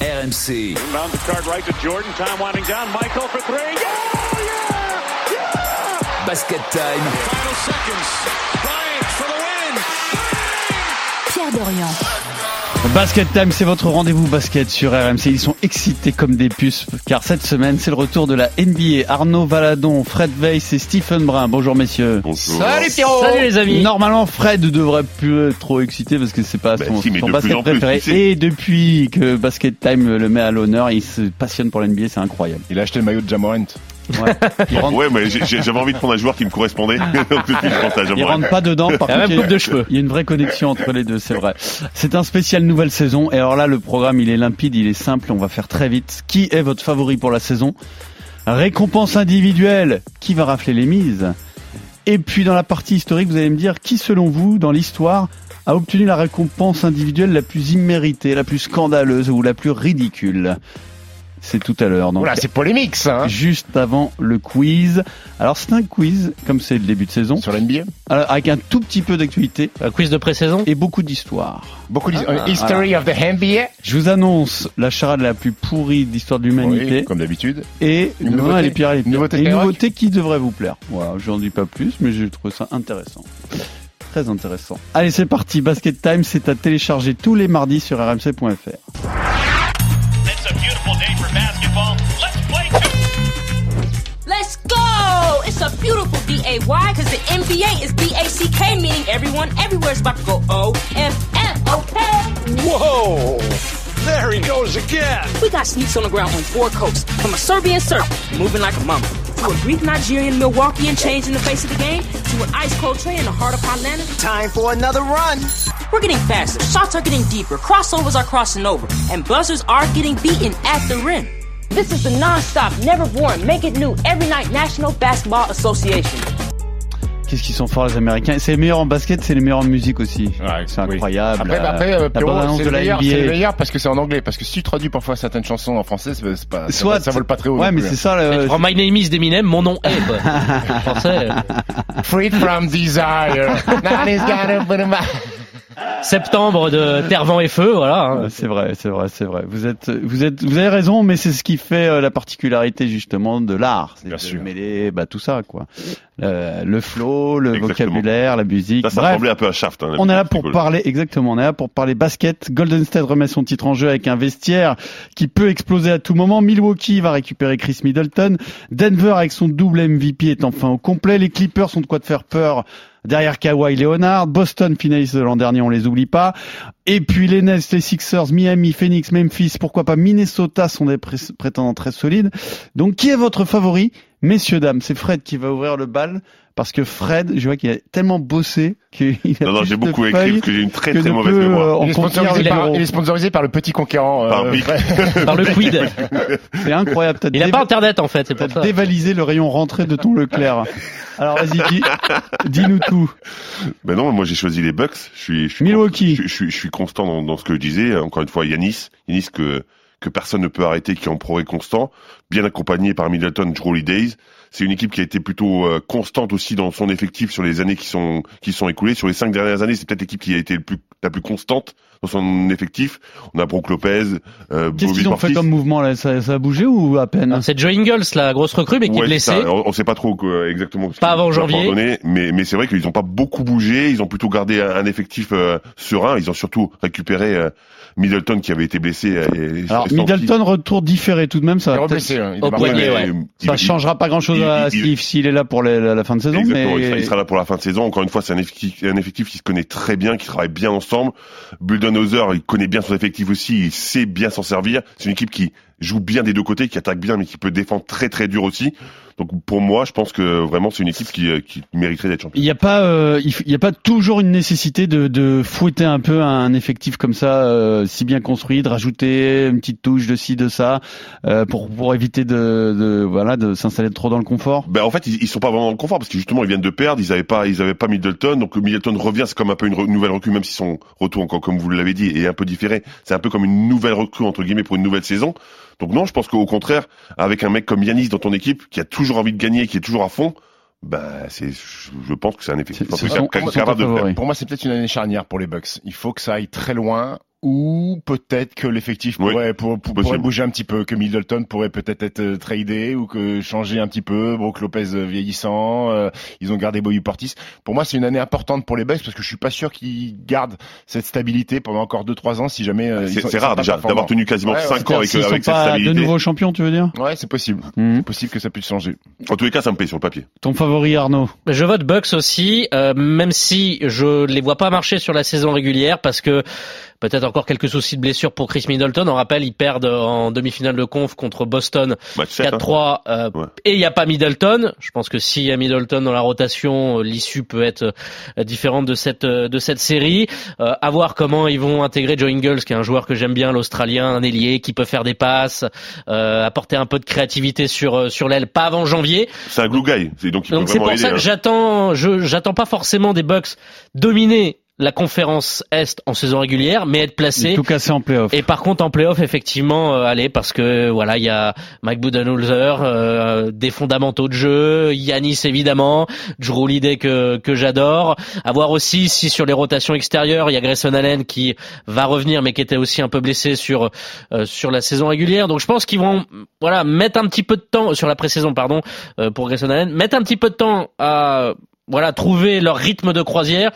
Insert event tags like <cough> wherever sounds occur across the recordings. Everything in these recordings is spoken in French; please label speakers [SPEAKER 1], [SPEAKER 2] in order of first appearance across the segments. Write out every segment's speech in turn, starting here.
[SPEAKER 1] RMC.
[SPEAKER 2] Inbound the card right to Jordan. Time winding down. Michael for three. Oh, yeah! Yeah!
[SPEAKER 1] Basket time.
[SPEAKER 3] Final seconds. Bryant for the win.
[SPEAKER 4] Pierre Dorian.
[SPEAKER 5] Basket Time, c'est votre rendez-vous basket sur RMC. Ils sont excités comme des puces car cette semaine, c'est le retour de la NBA. Arnaud Valadon, Fred Weiss et Stephen Brun. Bonjour messieurs. Oh,
[SPEAKER 6] Salut Pierrot
[SPEAKER 7] Salut les amis
[SPEAKER 5] Normalement, Fred devrait plus être trop excité parce que c'est pas
[SPEAKER 8] Bah
[SPEAKER 5] son,
[SPEAKER 8] si, mais
[SPEAKER 5] son
[SPEAKER 8] de plus
[SPEAKER 5] basket
[SPEAKER 8] en plus,
[SPEAKER 5] préféré.
[SPEAKER 8] tu sais.
[SPEAKER 5] Et depuis que Basket Time le met à l'honneur, il se passionne pour la NBA, c'est incroyable.
[SPEAKER 9] Il a acheté le maillot de Jamorant.
[SPEAKER 5] Ouais. Il
[SPEAKER 8] <laughs>
[SPEAKER 5] rentre, Ah.
[SPEAKER 8] Ouais, mais j'ai- j'ai- j'avais envie de prendre un joueur qui me correspondait. <laughs> Donc, tout de suite, je pense à
[SPEAKER 5] il
[SPEAKER 8] Jamoran.
[SPEAKER 5] rentre pas dedans. Par
[SPEAKER 7] La
[SPEAKER 5] contre,
[SPEAKER 7] même
[SPEAKER 5] il-
[SPEAKER 7] coupe de cheveux.
[SPEAKER 5] Il y a une vraie connexion entre les deux, c'est vrai. C'est un spécial nouvelle saison. Et alors là, le programme, il est limpide, il est simple. On va faire très vite. Qui est votre favori pour la saison Récompense individuelle. Qui va rafler les mises Et puis dans la partie historique, vous allez me dire qui, selon vous, dans l'histoire, a obtenu la récompense individuelle la plus imméritée, la plus scandaleuse ou la plus ridicule. C'est tout à l'heure. donc
[SPEAKER 9] Oula, c'est polémique ça hein
[SPEAKER 5] Juste avant le quiz. Alors c'est un quiz, comme c'est le début de saison,
[SPEAKER 9] Sur l'NBA
[SPEAKER 5] alors, avec un tout petit peu d'actualité
[SPEAKER 7] Un quiz de pré-saison
[SPEAKER 5] et beaucoup d'histoire.
[SPEAKER 9] Beaucoup disent euh, History of the NBA
[SPEAKER 5] Je vous annonce la charade la plus pourrie d'histoire de l'humanité
[SPEAKER 9] Oui, Comme d'habitude.
[SPEAKER 5] et
[SPEAKER 9] Une
[SPEAKER 5] demain,
[SPEAKER 9] nouveauté
[SPEAKER 5] elle est pire, elle est pire.
[SPEAKER 9] Une nouveauté
[SPEAKER 5] Et une
[SPEAKER 9] Skyrock
[SPEAKER 5] nouveauté qui devrait vous plaire. Voilà, j'en dis pas plus, mais j'ai trouvé ça intéressant. Très intéressant. Allez, c'est parti. Basket Time, c'est à télécharger tous les mardis sur rmc.fr.
[SPEAKER 2] It's a beautiful day for basketball. Let's play two.
[SPEAKER 4] Let's go! It's a beautiful D-A-Y, cause the NBA is D-A-C-K, meaning everyone everywhere's about to go O-F-F, okay?
[SPEAKER 3] Whoa! There he goes again.
[SPEAKER 4] We got sneaks on the ground on four coasts, from a Serbian Serb, moving like a mama, to a Greek Nigerian Milwaukeean changing the face of the game, to an ice cold tray in the heart of Atlanta.
[SPEAKER 6] Time for another run.
[SPEAKER 4] We're getting faster, shots are getting deeper, crossovers are crossing over, and buzzers are getting beaten at the rim. This is the non-stop, never boring, make it new, every night National Basketball Association.
[SPEAKER 5] Qu'est-ce qu'ils sont forts les Américains C'est les meilleurs en basket, c'est les meilleurs en musique aussi.
[SPEAKER 9] Ouais,
[SPEAKER 5] c'est
[SPEAKER 9] oui.
[SPEAKER 5] incroyable.
[SPEAKER 9] Après,
[SPEAKER 5] La-
[SPEAKER 9] après
[SPEAKER 5] la
[SPEAKER 9] euh, Pierrot,
[SPEAKER 5] bande-annonce
[SPEAKER 9] c'est
[SPEAKER 5] de
[SPEAKER 9] le,
[SPEAKER 5] la
[SPEAKER 9] meilleur,
[SPEAKER 5] NBA.
[SPEAKER 9] c'est le meilleur parce que c'est en anglais. Parce que si tu traduis parfois certaines chansons en français, c'est c'est pas, ça,
[SPEAKER 5] Soit-
[SPEAKER 9] ça vole pas très haut.
[SPEAKER 5] Ouais,
[SPEAKER 9] non
[SPEAKER 5] mais
[SPEAKER 9] plus,
[SPEAKER 5] c'est ça.
[SPEAKER 9] hein.
[SPEAKER 5] le-
[SPEAKER 8] Euh,
[SPEAKER 7] Je prends Oh, My Name is d'Eminem, mon nom est.
[SPEAKER 8] <laughs>
[SPEAKER 7] quoi. En Français. euh,
[SPEAKER 9] hein. Free
[SPEAKER 5] <laughs>
[SPEAKER 9] from desire. Now he's gotta put him back.
[SPEAKER 7] Septembre de Terre, Vent et Feu, voilà. hein.
[SPEAKER 5] Ouais, Ah, C'est vrai, c'est vrai, c'est vrai. Vous êtes, vous êtes, vous avez raison, mais c'est ce qui fait euh, la particularité justement de l'art, c'est
[SPEAKER 9] Bien
[SPEAKER 5] de
[SPEAKER 9] sûr.
[SPEAKER 5] mêler bah, tout ça quoi. Euh, le flow, le
[SPEAKER 8] Exactement.
[SPEAKER 5] vocabulaire, la musique.
[SPEAKER 8] Ça, ça
[SPEAKER 5] Bref,
[SPEAKER 8] ressemblait un peu à Shaft. hein, la
[SPEAKER 5] on est là
[SPEAKER 8] musique, c'est
[SPEAKER 5] pour
[SPEAKER 8] cool.
[SPEAKER 5] parler exactement. On est là pour parler basket. Golden State remet son titre en jeu avec un vestiaire qui peut exploser à tout moment. Milwaukee va récupérer Chris Middleton. Denver avec son double MVP est enfin au complet. Les Clippers sont de quoi de faire peur. Derrière Kawhi Leonard, Boston finaliste de l'an dernier, on les oublie pas. Et puis les Nets, les Sixers, Miami, Phoenix, Memphis, pourquoi pas Minnesota sont des pré- prétendants très solides. Donc qui est votre favori Messieurs, dames, c'est Fred qui va ouvrir le bal parce que Fred, je vois qu'il a tellement bossé qu'il a
[SPEAKER 8] Non, non,
[SPEAKER 5] plus
[SPEAKER 8] j'ai
[SPEAKER 5] de
[SPEAKER 8] beaucoup écrit
[SPEAKER 5] feuilles
[SPEAKER 8] parce que j'ai une très
[SPEAKER 5] que
[SPEAKER 8] très
[SPEAKER 5] ne
[SPEAKER 8] mauvaise
[SPEAKER 5] peut,
[SPEAKER 8] mémoire.
[SPEAKER 5] euh, en
[SPEAKER 9] Il est,
[SPEAKER 5] contenir
[SPEAKER 9] sponsorisé par,
[SPEAKER 5] l'héros.
[SPEAKER 9] il est sponsorisé par le petit conquérant.
[SPEAKER 8] Par
[SPEAKER 9] euh,
[SPEAKER 8] Bic.
[SPEAKER 7] Par le quid.
[SPEAKER 5] C'est incroyable. T'as
[SPEAKER 7] Il a
[SPEAKER 5] déva-
[SPEAKER 7] pas internet en fait, c'est pour
[SPEAKER 5] t'as
[SPEAKER 7] ça.
[SPEAKER 5] dévalisé le rayon rentrée de ton Leclerc. Alors vas-y, dis- dis-nous tout.
[SPEAKER 8] Ben non, moi j'ai choisi les Bucks. Je suis, je suis
[SPEAKER 5] Milwaukee.
[SPEAKER 8] Je, je suis- je suis constant dans, dans ce que je disais. Encore une fois, Yanis, Yanis que que personne ne peut arrêter, qui est en progrès constant, bien accompagné par Middleton, Drew Days. C'est une équipe qui a été plutôt euh, constante aussi dans son effectif sur les années qui sont qui sont écoulées. Sur les cinq dernières années, c'est peut-être l'équipe qui a été le plus, la plus constante dans son effectif. On a Brook Lopez, euh,
[SPEAKER 5] Qu'est-ce
[SPEAKER 8] Bobby
[SPEAKER 5] qu'ils ont fait
[SPEAKER 8] Portis.
[SPEAKER 5] comme mouvement là ça, ça a bougé ou à peine
[SPEAKER 7] Alors, C'est Joe Ingles, la grosse recrue, mais qui est
[SPEAKER 8] Ouais, c'est
[SPEAKER 7] blessé.
[SPEAKER 8] ça. On, on sait pas trop quoi, exactement. ce
[SPEAKER 7] Pas
[SPEAKER 8] qu'ils
[SPEAKER 7] avant
[SPEAKER 8] vont
[SPEAKER 7] janvier.
[SPEAKER 8] coordonner, mais mais c'est vrai qu'ils ont pas beaucoup bougé. Ils ont plutôt gardé un, un effectif euh, serein. Ils ont surtout récupéré euh, Middleton qui avait été blessé. euh, et- et
[SPEAKER 5] Alors
[SPEAKER 8] sorti.
[SPEAKER 5] Middleton retour différé tout de même. Ça,
[SPEAKER 9] Il est
[SPEAKER 5] va peut-être-
[SPEAKER 9] reblessé. hein, il est
[SPEAKER 7] Au
[SPEAKER 9] pas-
[SPEAKER 8] Ouais,
[SPEAKER 7] poignet,
[SPEAKER 8] mais,
[SPEAKER 7] ouais.
[SPEAKER 8] euh,
[SPEAKER 5] ça
[SPEAKER 8] il-
[SPEAKER 5] changera pas grand-chose
[SPEAKER 8] il-
[SPEAKER 5] à
[SPEAKER 8] il-
[SPEAKER 5] Steve s'il est là pour la, la- la fin de saison.
[SPEAKER 8] Exactement, il sera-
[SPEAKER 5] Mais
[SPEAKER 8] il sera là pour la fin de saison. Encore une fois, c'est un effectif, un effectif qui se connaît très bien, qui travaille bien ensemble. Buldenhauser, il connaît bien son effectif aussi, il sait bien s'en servir. C'est une équipe qui joue bien des deux côtés, qui attaque bien, mais qui peut défendre très très dur aussi. Donc pour moi, je pense que vraiment c'est une équipe qui, euh, qui mériterait d'être championne.
[SPEAKER 5] il n'y a pas, euh, il f- il y a pas toujours une nécessité de, de fouetter un peu un effectif comme ça, euh, si bien construit, de rajouter une petite touche de ci de ça, euh, pour pour éviter de, de voilà de s'installer trop dans le confort.
[SPEAKER 8] Ben en fait ils, ils sont pas vraiment dans le confort parce que justement ils viennent de perdre, ils avaient pas ils avaient pas Middleton donc Middleton revient c'est comme un peu une re- nouvelle recrue même si son retour encore comme vous l'avez dit est un peu différé, c'est un peu comme une nouvelle recrue entre guillemets pour une nouvelle saison. Donc non, je pense qu'au contraire avec un mec comme Yanis dans ton équipe qui a toujours envie de gagner, qui est toujours à fond, ben c'est je je pense que c'est un effet
[SPEAKER 5] C'est- ce sont- ce sont tes favoris.
[SPEAKER 9] Pour moi, c'est peut-être une année charnière pour les Bucks. Il faut que ça aille très loin où peut-être que l'effectif
[SPEAKER 8] Oui,
[SPEAKER 9] pourrait, pour- pour-
[SPEAKER 8] possible.
[SPEAKER 9] pourrait bouger un petit peu, que Middleton pourrait peut-être être euh, tradé ou que changer un petit peu, Brook Lopez euh, vieillissant, euh, ils ont gardé Boyu Portis. Pour moi, c'est une année importante pour les Bucks parce que je suis pas sûr qu'ils gardent cette stabilité pendant encore 2-3 ans si jamais euh, ils
[SPEAKER 8] C'est
[SPEAKER 9] sont-
[SPEAKER 8] c'est
[SPEAKER 9] ils sont
[SPEAKER 8] rare
[SPEAKER 9] pas
[SPEAKER 8] déjà
[SPEAKER 9] performants.
[SPEAKER 8] d'avoir tenu quasiment
[SPEAKER 9] Ouais,
[SPEAKER 8] 5 ans avec, euh,
[SPEAKER 5] S'ils
[SPEAKER 8] avec
[SPEAKER 5] sont
[SPEAKER 8] cette
[SPEAKER 5] pas de
[SPEAKER 8] stabilité.
[SPEAKER 5] nouveaux champions, tu veux dire
[SPEAKER 9] Ouais, c'est possible.
[SPEAKER 5] Mhm.
[SPEAKER 9] C'est possible que ça puisse changer.
[SPEAKER 8] En tous les cas, ça me paye sur le papier.
[SPEAKER 5] Ton favori Arnaud
[SPEAKER 7] Je vote Bucks aussi, euh, même si je les vois pas marcher sur la saison régulière parce que peut-être encore quelques soucis de blessure pour Chris Middleton. On rappelle, ils perdent en demi-finale de conf contre Boston
[SPEAKER 8] Match 7. hein.
[SPEAKER 7] 4-3 euh,
[SPEAKER 8] Ouais.
[SPEAKER 7] et il n'y a pas Middleton. Je pense que s'il y a Middleton dans la rotation, euh, l'issue peut être euh, différente de cette euh, de cette série. Euh, à voir comment ils vont intégrer Joe Ingles, qui est un joueur que j'aime bien, l'Australien, un ailier qui peut faire des passes, euh, apporter un peu de créativité sur euh, sur l'aile, pas avant janvier.
[SPEAKER 8] C'est un glue guy. C'est- Donc il peut
[SPEAKER 7] Donc c'est
[SPEAKER 8] vraiment
[SPEAKER 7] pour
[SPEAKER 8] aider.
[SPEAKER 7] ça que
[SPEAKER 8] hein.
[SPEAKER 7] j'attends, je j'attends pas forcément des Bucks dominer la conférence Est en saison régulière, mais être
[SPEAKER 5] Il est
[SPEAKER 7] placés.
[SPEAKER 5] Tout cassé en playoff.
[SPEAKER 7] Et par contre en playoff effectivement euh, allez parce que voilà il y a Mike Budenholzer euh, des fondamentaux de jeu Yanis évidemment Drew Holiday que que j'adore à voir aussi si sur les rotations extérieures il y a Grayson Allen qui va revenir mais qui était aussi un peu blessé sur euh, sur la saison régulière donc je pense qu'ils vont voilà mettre un petit peu de temps sur la pré-saison pardon euh, pour Grayson Allen mettre un petit peu de temps à voilà trouver leur rythme de croisière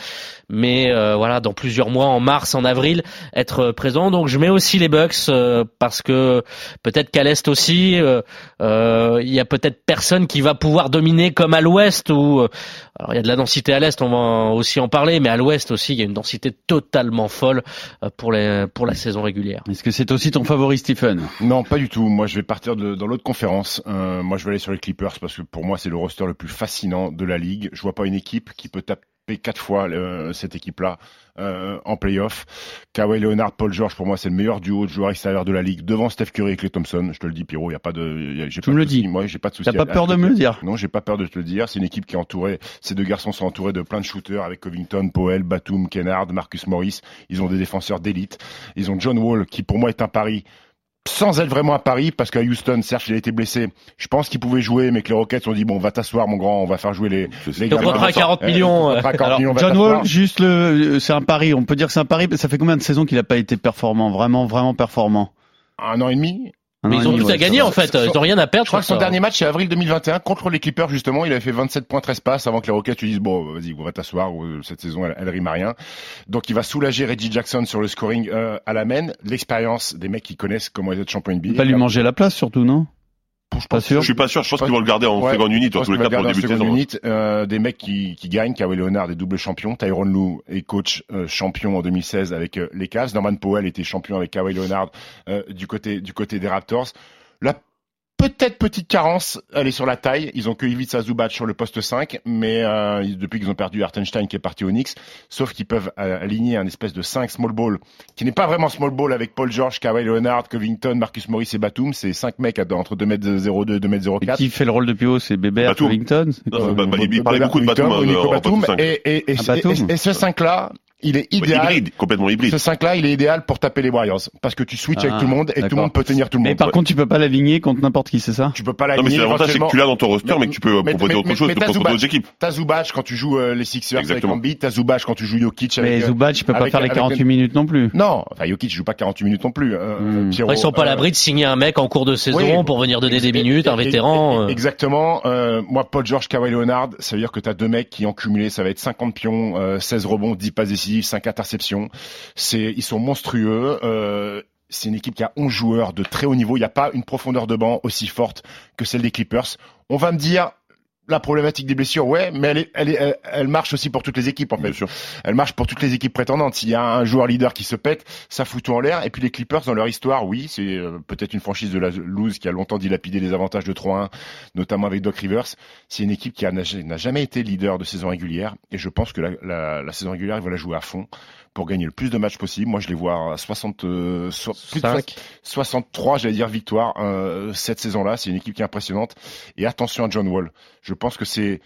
[SPEAKER 7] mais euh, voilà dans plusieurs mois en mars en avril être présent. Donc je mets aussi les Bucks euh, parce que peut-être qu'à l'est aussi, euh, euh, il y a peut-être personne qui va pouvoir dominer comme à l'ouest où euh, alors il y a de la densité à l'est, on va en- aussi en parler, mais à l'ouest aussi il y a une densité totalement folle euh, pour les pour la saison régulière.
[SPEAKER 5] Est-ce que c'est aussi ton favori Stephen
[SPEAKER 9] Non, pas du tout. Moi, je vais partir de, dans l'autre conférence. Euh, moi, je vais aller sur les Clippers parce que pour moi, c'est le roster le plus fascinant de la ligue. Je vois pas une équipe qui peut taper quatre fois euh, cette équipe-là euh, en playoff. Kawhi Leonard, Paul George, pour moi, c'est le meilleur duo de joueurs extérieurs de la ligue devant Steph Curry et Clay Thompson. Je te le dis, Pierrot, il y a pas de, y a-
[SPEAKER 5] Tu
[SPEAKER 9] j'ai pas
[SPEAKER 5] me
[SPEAKER 9] de
[SPEAKER 5] le dis.
[SPEAKER 9] souci. Moi, j'ai pas de souci.
[SPEAKER 5] T'as pas
[SPEAKER 9] à- à
[SPEAKER 5] peur de
[SPEAKER 9] ce
[SPEAKER 5] me le
[SPEAKER 9] côté.
[SPEAKER 5] dire
[SPEAKER 9] Non, j'ai pas peur de te le dire. C'est une équipe qui est entourée. Ces deux garçons sont entourés de plein de shooters avec Covington, Powell, Batum, Kennard, Marcus Morris. Ils ont des défenseurs d'élite. Ils ont John Wall, qui pour moi est un pari. Sans être vraiment à Paris, parce qu'à Houston, certes, il a été blessé. Je pense qu'il pouvait jouer, mais que les Rockets ont dit bon, va t'asseoir, mon grand, on va faire jouer les.
[SPEAKER 8] C'est-
[SPEAKER 9] les
[SPEAKER 7] Donc
[SPEAKER 9] gamins.
[SPEAKER 7] contrat à 40
[SPEAKER 9] Euh,
[SPEAKER 7] millions. euh,
[SPEAKER 9] contrat à 40
[SPEAKER 7] alors,
[SPEAKER 9] millions, va
[SPEAKER 5] John
[SPEAKER 9] t'asseoir.
[SPEAKER 5] Wall, juste le, euh, c'est un pari. On peut dire que c'est un pari. mais Ça fait combien de saisons qu'il n'a pas été performant, vraiment, vraiment performant
[SPEAKER 9] Un an et demi.
[SPEAKER 5] Un
[SPEAKER 7] mais
[SPEAKER 5] an
[SPEAKER 7] ils
[SPEAKER 5] et
[SPEAKER 7] ont
[SPEAKER 5] demi,
[SPEAKER 7] tout
[SPEAKER 5] ouais,
[SPEAKER 7] à gagner
[SPEAKER 5] ça
[SPEAKER 7] en
[SPEAKER 5] va.
[SPEAKER 7] fait,
[SPEAKER 9] Son-
[SPEAKER 7] ils ont rien à perdre.
[SPEAKER 9] Je crois que son
[SPEAKER 7] sur ça. hein.
[SPEAKER 9] dernier match, c'est avril 2021, contre les Clippers, justement. Il avait fait 27 points, 13 passes, avant que les Rockets lui disent bon, vas-y, on va t'asseoir, ou, euh, cette saison, elle, elle rime à rien. Donc, il va soulager Reggie Jackson sur le scoring euh, à la main. L'expérience des mecs qui connaissent comment ils être champion
[SPEAKER 5] Il
[SPEAKER 9] NBA.
[SPEAKER 5] va lui manger la place surtout, non Pas sûr.
[SPEAKER 8] Je suis pas sûr. Je pense qu'ils vont le garder en
[SPEAKER 9] Ouais.
[SPEAKER 8] seconde unit, en tous les cas, pour le début de saison. hein.
[SPEAKER 9] unit, euh, des mecs qui, qui gagnent, Kawhi Leonard est double champion, Tyronn Lou est coach euh, champion en 2016 avec euh, les Cavs, Norman Powell était champion avec Kawhi Leonard euh, du côté du côté des Raptors. La peut-être petite carence, elle est sur la taille. Ils ont que Ivica Zubac sur le poste 5, mais euh, ils- depuis qu'ils ont perdu Artenstein qui est parti au Knicks, sauf qu'ils peuvent euh, aligner un espèce de 5 small ball qui n'est pas vraiment small ball avec Paul George, Kawhi Leonard, Covington, Marcus Morris et Batum, c'est 5 mecs à- entre 2m02 et 2m04.
[SPEAKER 5] Et qui fait le rôle de pivot C'est Bébert,
[SPEAKER 8] Batum.
[SPEAKER 5] Covington
[SPEAKER 8] Non, bah, bah, il
[SPEAKER 9] Nico
[SPEAKER 8] parlait beaucoup de Batum. hein,
[SPEAKER 9] Nico
[SPEAKER 8] en- en
[SPEAKER 9] Batum,
[SPEAKER 8] poste cinq.
[SPEAKER 9] et, et, et,
[SPEAKER 5] Ah, Batum.
[SPEAKER 9] et- et ce 5-là, il est
[SPEAKER 8] Ouais,
[SPEAKER 9] idéal.
[SPEAKER 8] hybride, complètement hybride.
[SPEAKER 9] ce 5-là, il est idéal pour taper les Warriors. Parce que tu switches
[SPEAKER 5] Ah,
[SPEAKER 9] avec tout le monde et tout
[SPEAKER 5] d'accord.
[SPEAKER 9] le monde peut tenir tout le
[SPEAKER 5] Mais
[SPEAKER 9] monde.
[SPEAKER 5] par contre, tu peux pas l'aligner contre n'importe qui, c'est ça
[SPEAKER 9] tu peux pas
[SPEAKER 8] Non, mais
[SPEAKER 9] l'aligner
[SPEAKER 8] c'est l'avantage, c'est que
[SPEAKER 9] éventuellement.
[SPEAKER 8] tu l'as dans ton roster,
[SPEAKER 9] Mais-
[SPEAKER 8] mais que tu peux
[SPEAKER 9] mais-
[SPEAKER 8] proposer
[SPEAKER 9] mais-
[SPEAKER 8] autre
[SPEAKER 9] mais-
[SPEAKER 8] chose
[SPEAKER 9] mais t'as
[SPEAKER 8] contre
[SPEAKER 9] Zubac.
[SPEAKER 8] d'autres équipes.
[SPEAKER 9] T'as Zubac quand tu joues euh, les Sixers avec
[SPEAKER 8] Exactement.
[SPEAKER 9] Embiid, t'as Zubac quand tu joues Jokic
[SPEAKER 5] Mais
[SPEAKER 9] avec... euh,
[SPEAKER 5] Zubac, il peut pas
[SPEAKER 9] avec-
[SPEAKER 5] faire les
[SPEAKER 9] avec-
[SPEAKER 5] 48 minutes non plus.
[SPEAKER 9] Non, enfin Jokic joue pas 48 minutes non plus. euh,
[SPEAKER 5] Hmm.
[SPEAKER 9] Pierrot,
[SPEAKER 7] Après, ils sont pas à
[SPEAKER 9] euh,
[SPEAKER 7] l'abri de signer un mec en cours de saison
[SPEAKER 9] oui.
[SPEAKER 7] pour venir donner
[SPEAKER 9] Ex-
[SPEAKER 7] des minutes, un
[SPEAKER 9] et- et-
[SPEAKER 7] vétéran.
[SPEAKER 9] et-
[SPEAKER 7] euh.
[SPEAKER 9] Exactement. Euh, moi, Paul George, Kawhi Leonard, ça veut dire que tu as deux mecs qui ont cumulé, ça va être 50 pions, euh, 16 rebonds, 10 passes décisives, 5 interceptions. C'est, ils sont monstrueux. Euh, c'est une équipe qui a 11 joueurs de très haut niveau. Il n'y a pas une profondeur de banc aussi forte que celle des Clippers. On va me dire. La problématique des blessures, ouais, mais elle, est, elle, est- elle, elle marche aussi pour toutes les équipes en fait.
[SPEAKER 8] Bien sûr.
[SPEAKER 9] Elle marche pour toutes les équipes prétendantes. S'il y a un joueur leader qui se pète, ça fout tout en l'air. Et puis les Clippers, dans leur histoire, oui, c'est euh, peut-être une franchise de la loose qui a longtemps dilapidé les avantages de 3-1, notamment avec Doc Rivers. C'est une équipe qui a- n'a n'a jamais été leader de saison régulière. Et je pense que la, la- la saison régulière, ils vont la jouer à fond pour gagner le plus de matchs possible. Moi, je les vois à 60, euh, so- plus de
[SPEAKER 7] Cinq.
[SPEAKER 9] 63, j'allais dire, victoires euh, cette saison-là. C'est une équipe qui est impressionnante. Et attention à John Wall. Je pense que c'est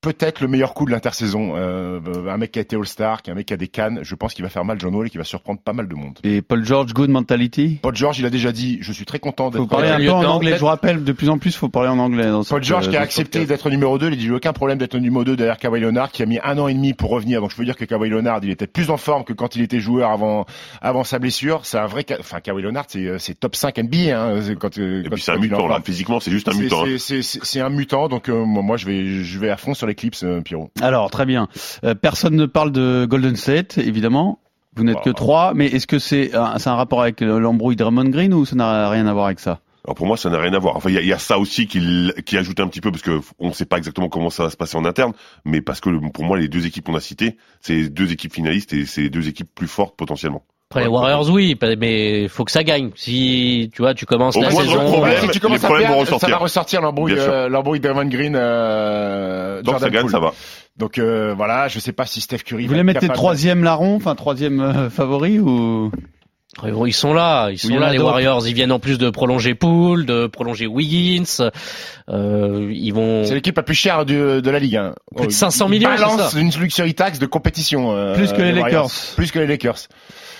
[SPEAKER 9] peut-être le meilleur coup de l'intersaison. Euh, un mec qui a été All-Star, qui est un mec qui a des cannes, je pense qu'il va faire mal John Wall et qui va surprendre pas mal de monde.
[SPEAKER 5] Et Paul George, good mentality.
[SPEAKER 9] Paul George, il a déjà dit, je suis très content d'être
[SPEAKER 5] Faut parler
[SPEAKER 9] là.
[SPEAKER 5] un peu en anglais. Je vous rappelle, de plus en plus, faut parler en anglais. Dans
[SPEAKER 9] Paul
[SPEAKER 5] cette,
[SPEAKER 9] George
[SPEAKER 5] euh,
[SPEAKER 9] qui a
[SPEAKER 5] dans ce
[SPEAKER 9] accepté
[SPEAKER 5] podcast.
[SPEAKER 9] d'être numéro 2, il a dit j'ai aucun problème d'être le numéro 2 derrière Kawhi Leonard qui a mis un an et demi pour revenir. Donc je peux dire que Kawhi Leonard, il était plus en forme que quand il était joueur avant avant sa blessure. C'est un vrai Ka- enfin Kawhi Leonard, c'est euh, c'est top 5 NBA hein, c'est quand euh,
[SPEAKER 8] Et
[SPEAKER 9] quand-
[SPEAKER 8] puis c'est un
[SPEAKER 9] quand il est en
[SPEAKER 8] mutant, là.
[SPEAKER 9] forme.
[SPEAKER 8] Physiquement, c'est juste un
[SPEAKER 9] C'est-
[SPEAKER 8] mutant. hein.
[SPEAKER 9] c'est- C'est c'est- c'est un mutant donc euh, moi moi, je vais je vais à fond sur les clips euh, Pierrot.
[SPEAKER 5] Alors, très bien. Euh, personne ne parle de Golden State, évidemment. Vous n'êtes que
[SPEAKER 9] Bah.
[SPEAKER 5] trois, mais est-ce que c'est un, c'est un rapport avec euh, l'embrouille Draymond Green ou ça n'a rien à voir avec ça
[SPEAKER 8] Alors pour moi, ça n'a rien à voir. Enfin, il y, a- il y a ça aussi qui, l- qui ajoute un petit peu parce que f- on ne sait pas exactement comment ça va se passer en interne, mais parce que le- pour moi, les deux équipes qu'on a citées, c'est les deux équipes finalistes et c'est les deux équipes plus fortes potentiellement.
[SPEAKER 7] Après les Warriors, oui, pa- mais faut que ça gagne. Si tu vois, tu commences
[SPEAKER 8] Au
[SPEAKER 7] la
[SPEAKER 8] moindre
[SPEAKER 7] saison.
[SPEAKER 8] problème,
[SPEAKER 7] euh,
[SPEAKER 9] si tu commences
[SPEAKER 8] les
[SPEAKER 9] à
[SPEAKER 8] problèmes
[SPEAKER 9] perdre,
[SPEAKER 8] vont
[SPEAKER 9] ça va
[SPEAKER 8] ressortir.
[SPEAKER 9] ressortir l'embrouille
[SPEAKER 8] Bien sûr.
[SPEAKER 9] euh, l'embrouille Draymond Green euh,
[SPEAKER 8] Tant que ça
[SPEAKER 9] Jordan
[SPEAKER 8] gagne,
[SPEAKER 9] Poole.
[SPEAKER 8] ça va.
[SPEAKER 9] Donc euh, voilà, je sais pas si Steph Curry
[SPEAKER 5] Vous
[SPEAKER 9] va
[SPEAKER 5] voulez
[SPEAKER 9] être
[SPEAKER 5] mettre les
[SPEAKER 9] capable de-
[SPEAKER 5] troisième larron, enfin troisième euh, favori ou
[SPEAKER 7] frérot, Ils sont là,
[SPEAKER 5] Il
[SPEAKER 7] ils
[SPEAKER 5] y
[SPEAKER 7] sont
[SPEAKER 5] en
[SPEAKER 7] là
[SPEAKER 5] a
[SPEAKER 7] les
[SPEAKER 5] d'autres.
[SPEAKER 7] Warriors. Ils viennent en plus de prolonger Poole, de prolonger Wiggins. Euh, ils vont.
[SPEAKER 9] C'est l'équipe la plus chère de, de la ligue. Hein.
[SPEAKER 7] Plus de 500 millions,
[SPEAKER 9] Ils balancent
[SPEAKER 7] c'est ça
[SPEAKER 9] une luxury tax de compétition. euh,
[SPEAKER 5] Plus que les
[SPEAKER 9] Warriors.
[SPEAKER 5] Lakers.
[SPEAKER 9] Plus que les Lakers.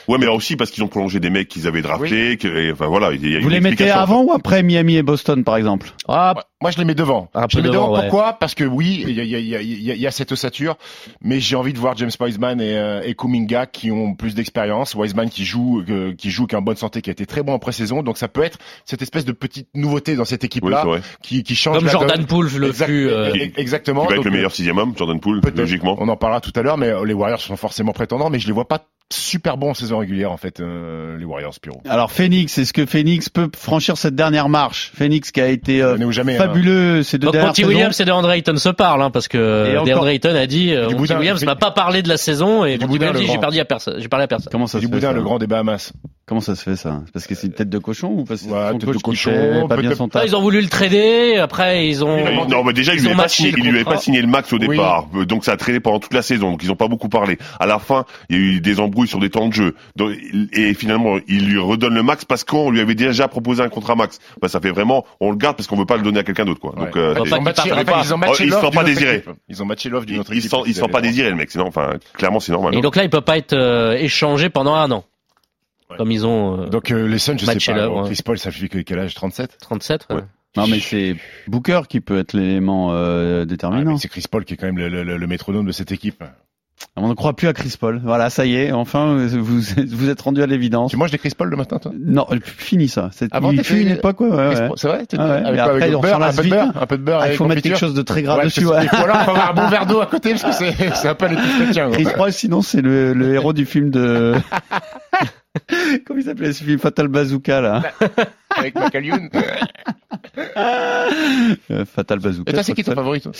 [SPEAKER 8] Ouais, mais aussi parce qu'ils ont prolongé des mecs qu'ils avaient draftés. que- et enfin voilà, il y a une
[SPEAKER 5] Vous les mettez
[SPEAKER 8] explication.
[SPEAKER 5] avant ou après Miami et Boston, par exemple
[SPEAKER 7] Ah,
[SPEAKER 9] Ouais. Moi, je les mets devant.
[SPEAKER 7] Un
[SPEAKER 9] je les
[SPEAKER 7] peu
[SPEAKER 9] mets devant.
[SPEAKER 7] devant, ouais.
[SPEAKER 9] Pourquoi Parce que oui, il y a, il y a- il y a- il y a- il y a cette ossature, mais j'ai envie de voir James Wiseman et, euh, et Kuminga qui ont plus d'expérience. Wiseman qui joue, euh, qui joue, qui est en bonne santé, qui a été très bon en pré-saison. Donc, ça peut être cette espèce de petite nouveauté dans cette
[SPEAKER 8] Ouais,
[SPEAKER 9] équipe-là
[SPEAKER 8] c'est vrai.
[SPEAKER 9] qui, qui change.
[SPEAKER 7] comme
[SPEAKER 9] la
[SPEAKER 7] Jordan
[SPEAKER 9] donne.
[SPEAKER 7] Poole le
[SPEAKER 9] Exact-
[SPEAKER 7] fut. euh,
[SPEAKER 9] e- e- Exactement.
[SPEAKER 8] Il va être
[SPEAKER 9] Donc,
[SPEAKER 8] le meilleur sixième homme, Jordan Poole,
[SPEAKER 9] Peut-être.
[SPEAKER 8] logiquement.
[SPEAKER 9] On en parlera tout à l'heure, mais euh, les Warriors sont forcément prétendants, mais je les vois pas super bons en saison régulière, en fait, euh, les Warriors, Spiro.
[SPEAKER 5] Alors Phoenix, est-ce que Phoenix peut franchir cette dernière marche Phoenix qui a été euh,
[SPEAKER 9] On est où jamais, hein.
[SPEAKER 5] fabuleux ces deux
[SPEAKER 7] Donc
[SPEAKER 5] dernières
[SPEAKER 7] Monty
[SPEAKER 5] saisons.
[SPEAKER 7] Williams et DeAndre Ayton se parlent, hein, parce
[SPEAKER 5] Et
[SPEAKER 7] que
[SPEAKER 5] encore-
[SPEAKER 7] DeAndre Ayton a dit, euh,
[SPEAKER 9] du
[SPEAKER 7] Monty
[SPEAKER 9] boudin,
[SPEAKER 7] Williams
[SPEAKER 9] du-
[SPEAKER 7] m'a pas parlé de la saison et
[SPEAKER 9] du
[SPEAKER 7] Monty
[SPEAKER 9] boudin,
[SPEAKER 7] Williams
[SPEAKER 9] le
[SPEAKER 7] dit, j'ai
[SPEAKER 9] grand.
[SPEAKER 7] parlé à personne, j'ai parlé à personne.
[SPEAKER 5] Comment ça
[SPEAKER 9] Du
[SPEAKER 5] se fait
[SPEAKER 9] boudin,
[SPEAKER 5] ça
[SPEAKER 9] le grand des Bahamas.
[SPEAKER 5] Comment ça se fait ça Parce que c'est une tête de cochon ou parce que
[SPEAKER 9] Ouais,
[SPEAKER 5] c'est son
[SPEAKER 9] tête de
[SPEAKER 5] coach qui
[SPEAKER 9] cochon,
[SPEAKER 5] fait pas bien
[SPEAKER 9] peut-être-
[SPEAKER 5] son
[SPEAKER 7] Ah,
[SPEAKER 5] taf
[SPEAKER 7] ils ont voulu le trader, après ils ont.
[SPEAKER 8] Euh, Non, mais déjà, il
[SPEAKER 7] Ils
[SPEAKER 8] lui
[SPEAKER 7] ont
[SPEAKER 8] avait pas
[SPEAKER 7] matché
[SPEAKER 8] signé,
[SPEAKER 7] le
[SPEAKER 8] il lui avait pas
[SPEAKER 7] contrat.
[SPEAKER 8] signé le max au
[SPEAKER 9] Oui.
[SPEAKER 8] départ. Euh, Donc ça a traîné pendant toute la saison. Donc ils ont pas beaucoup parlé. À la fin, il y a eu des embrouilles sur des temps de jeu. Donc, il- et finalement, il lui redonne le max parce qu'on lui avait déjà proposé un contrat max. Bah, ça fait vraiment, on le garde parce qu'on veut pas le donner à quelqu'un d'autre, quoi. Donc,
[SPEAKER 9] Ouais.
[SPEAKER 8] euh,
[SPEAKER 7] On va
[SPEAKER 8] c'est-
[SPEAKER 7] pas qu'il parle pas.
[SPEAKER 9] ils ont matché
[SPEAKER 8] Oh, ils se
[SPEAKER 9] l'offre
[SPEAKER 8] sent pas
[SPEAKER 9] d'une autre
[SPEAKER 8] désirés.
[SPEAKER 9] équipe. Ils ont matché l'offre d'une
[SPEAKER 8] il,
[SPEAKER 9] autre
[SPEAKER 8] il
[SPEAKER 9] équipe.
[SPEAKER 8] sent, il
[SPEAKER 9] ils
[SPEAKER 8] sent pas
[SPEAKER 9] avaient-
[SPEAKER 8] désiré, le mec. Sinon, enfin, clairement, c'est normal. hein.
[SPEAKER 7] Et donc là, il peut pas être euh, échangé pendant un an.
[SPEAKER 9] Ouais.
[SPEAKER 7] Comme ils ont euh,
[SPEAKER 9] Donc, euh, les Suns, je
[SPEAKER 7] Matché
[SPEAKER 9] sais pas.
[SPEAKER 7] l'œuvre,
[SPEAKER 9] gros.
[SPEAKER 7] ouais.
[SPEAKER 9] Chris Paul, ça fait que- quel âge? 37?
[SPEAKER 7] 37. ouais.
[SPEAKER 8] Ouais.
[SPEAKER 5] Non mais c'est Booker qui peut être l'élément euh,
[SPEAKER 9] Ah,
[SPEAKER 5] déterminant.
[SPEAKER 9] mais c'est Chris Paul qui est quand même le, le- le- le métronome de cette équipe.
[SPEAKER 5] On ne croit plus à Chris Paul. Voilà, ça y est, enfin euh, vous vous êtes rendu à l'évidence.
[SPEAKER 9] Tu manges des Chris Paul le matin, toi?
[SPEAKER 5] Non, euh, fini ça. C'est
[SPEAKER 9] Avant,
[SPEAKER 5] il
[SPEAKER 9] t'as
[SPEAKER 5] fut
[SPEAKER 9] fait-
[SPEAKER 5] une époque ouais, ouais,
[SPEAKER 9] Chris
[SPEAKER 5] ouais.
[SPEAKER 9] Paul, C'est vrai? T'es-
[SPEAKER 5] Ah ouais, mais
[SPEAKER 9] Avec quoi?
[SPEAKER 5] après,
[SPEAKER 9] Avec
[SPEAKER 5] ils
[SPEAKER 9] le
[SPEAKER 5] en
[SPEAKER 9] beurre, un
[SPEAKER 5] ramassent
[SPEAKER 9] peu de
[SPEAKER 5] vite.
[SPEAKER 9] beurre, un peu de beurre.
[SPEAKER 5] Ah, il
[SPEAKER 9] et
[SPEAKER 5] faut mettre quelque
[SPEAKER 9] confiture.
[SPEAKER 5] chose de très gras
[SPEAKER 9] Ouais,
[SPEAKER 5] dessus.
[SPEAKER 9] parce que-
[SPEAKER 5] ouais.
[SPEAKER 9] Ou alors, faut avoir un bon verre d'eau à côté, parce que c'est <laughs> c'est un peu les chrétiens.
[SPEAKER 5] Chris Paul, sinon c'est le,
[SPEAKER 9] <laughs>
[SPEAKER 5] le héros du film de. Comment il s'appelait ce film Fatal Bazooka là hein
[SPEAKER 9] Avec Macalioun.
[SPEAKER 5] <laughs> Euh, Fatal Bazooka.
[SPEAKER 9] Bah. Et toi, c'est qui
[SPEAKER 5] Fatal-
[SPEAKER 9] ton favori, toi?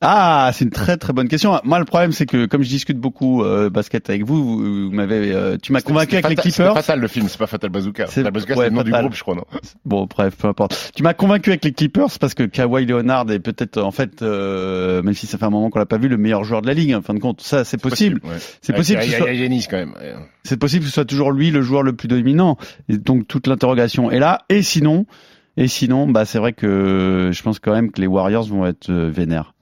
[SPEAKER 5] Ah, c'est une très très bonne question. Moi, le problème, c'est que comme je discute beaucoup euh, basket avec vous, vous, vous m'avez, euh, tu m'as convaincu avec les
[SPEAKER 9] C'était
[SPEAKER 5] Clippers.
[SPEAKER 9] fatal le film, c'est pas Fatal Bazooka.
[SPEAKER 5] C'est-
[SPEAKER 9] Fatal Bazooka,
[SPEAKER 5] ouais,
[SPEAKER 9] c'est le nom du
[SPEAKER 5] Fatal.
[SPEAKER 9] groupe, je crois, non
[SPEAKER 5] Bon, bref, peu importe. Tu m'as convaincu avec les Clippers parce que Kawhi Leonard est peut-être, en fait, euh, même si ça fait un moment qu'on l'a pas vu, le meilleur joueur de la ligue. En fin de compte, ça, c'est possible.
[SPEAKER 9] ouais.
[SPEAKER 5] C'est possible.
[SPEAKER 9] Il
[SPEAKER 5] que
[SPEAKER 9] y
[SPEAKER 5] ce
[SPEAKER 9] a-
[SPEAKER 5] soit-
[SPEAKER 9] il y a Yanis, quand même. Ouais.
[SPEAKER 5] c'est possible que ce soit toujours lui le joueur le plus dominant. Et donc toute l'interrogation est là. Et sinon, et sinon, bah c'est vrai que je pense quand même que les Warriors vont être euh, vénères.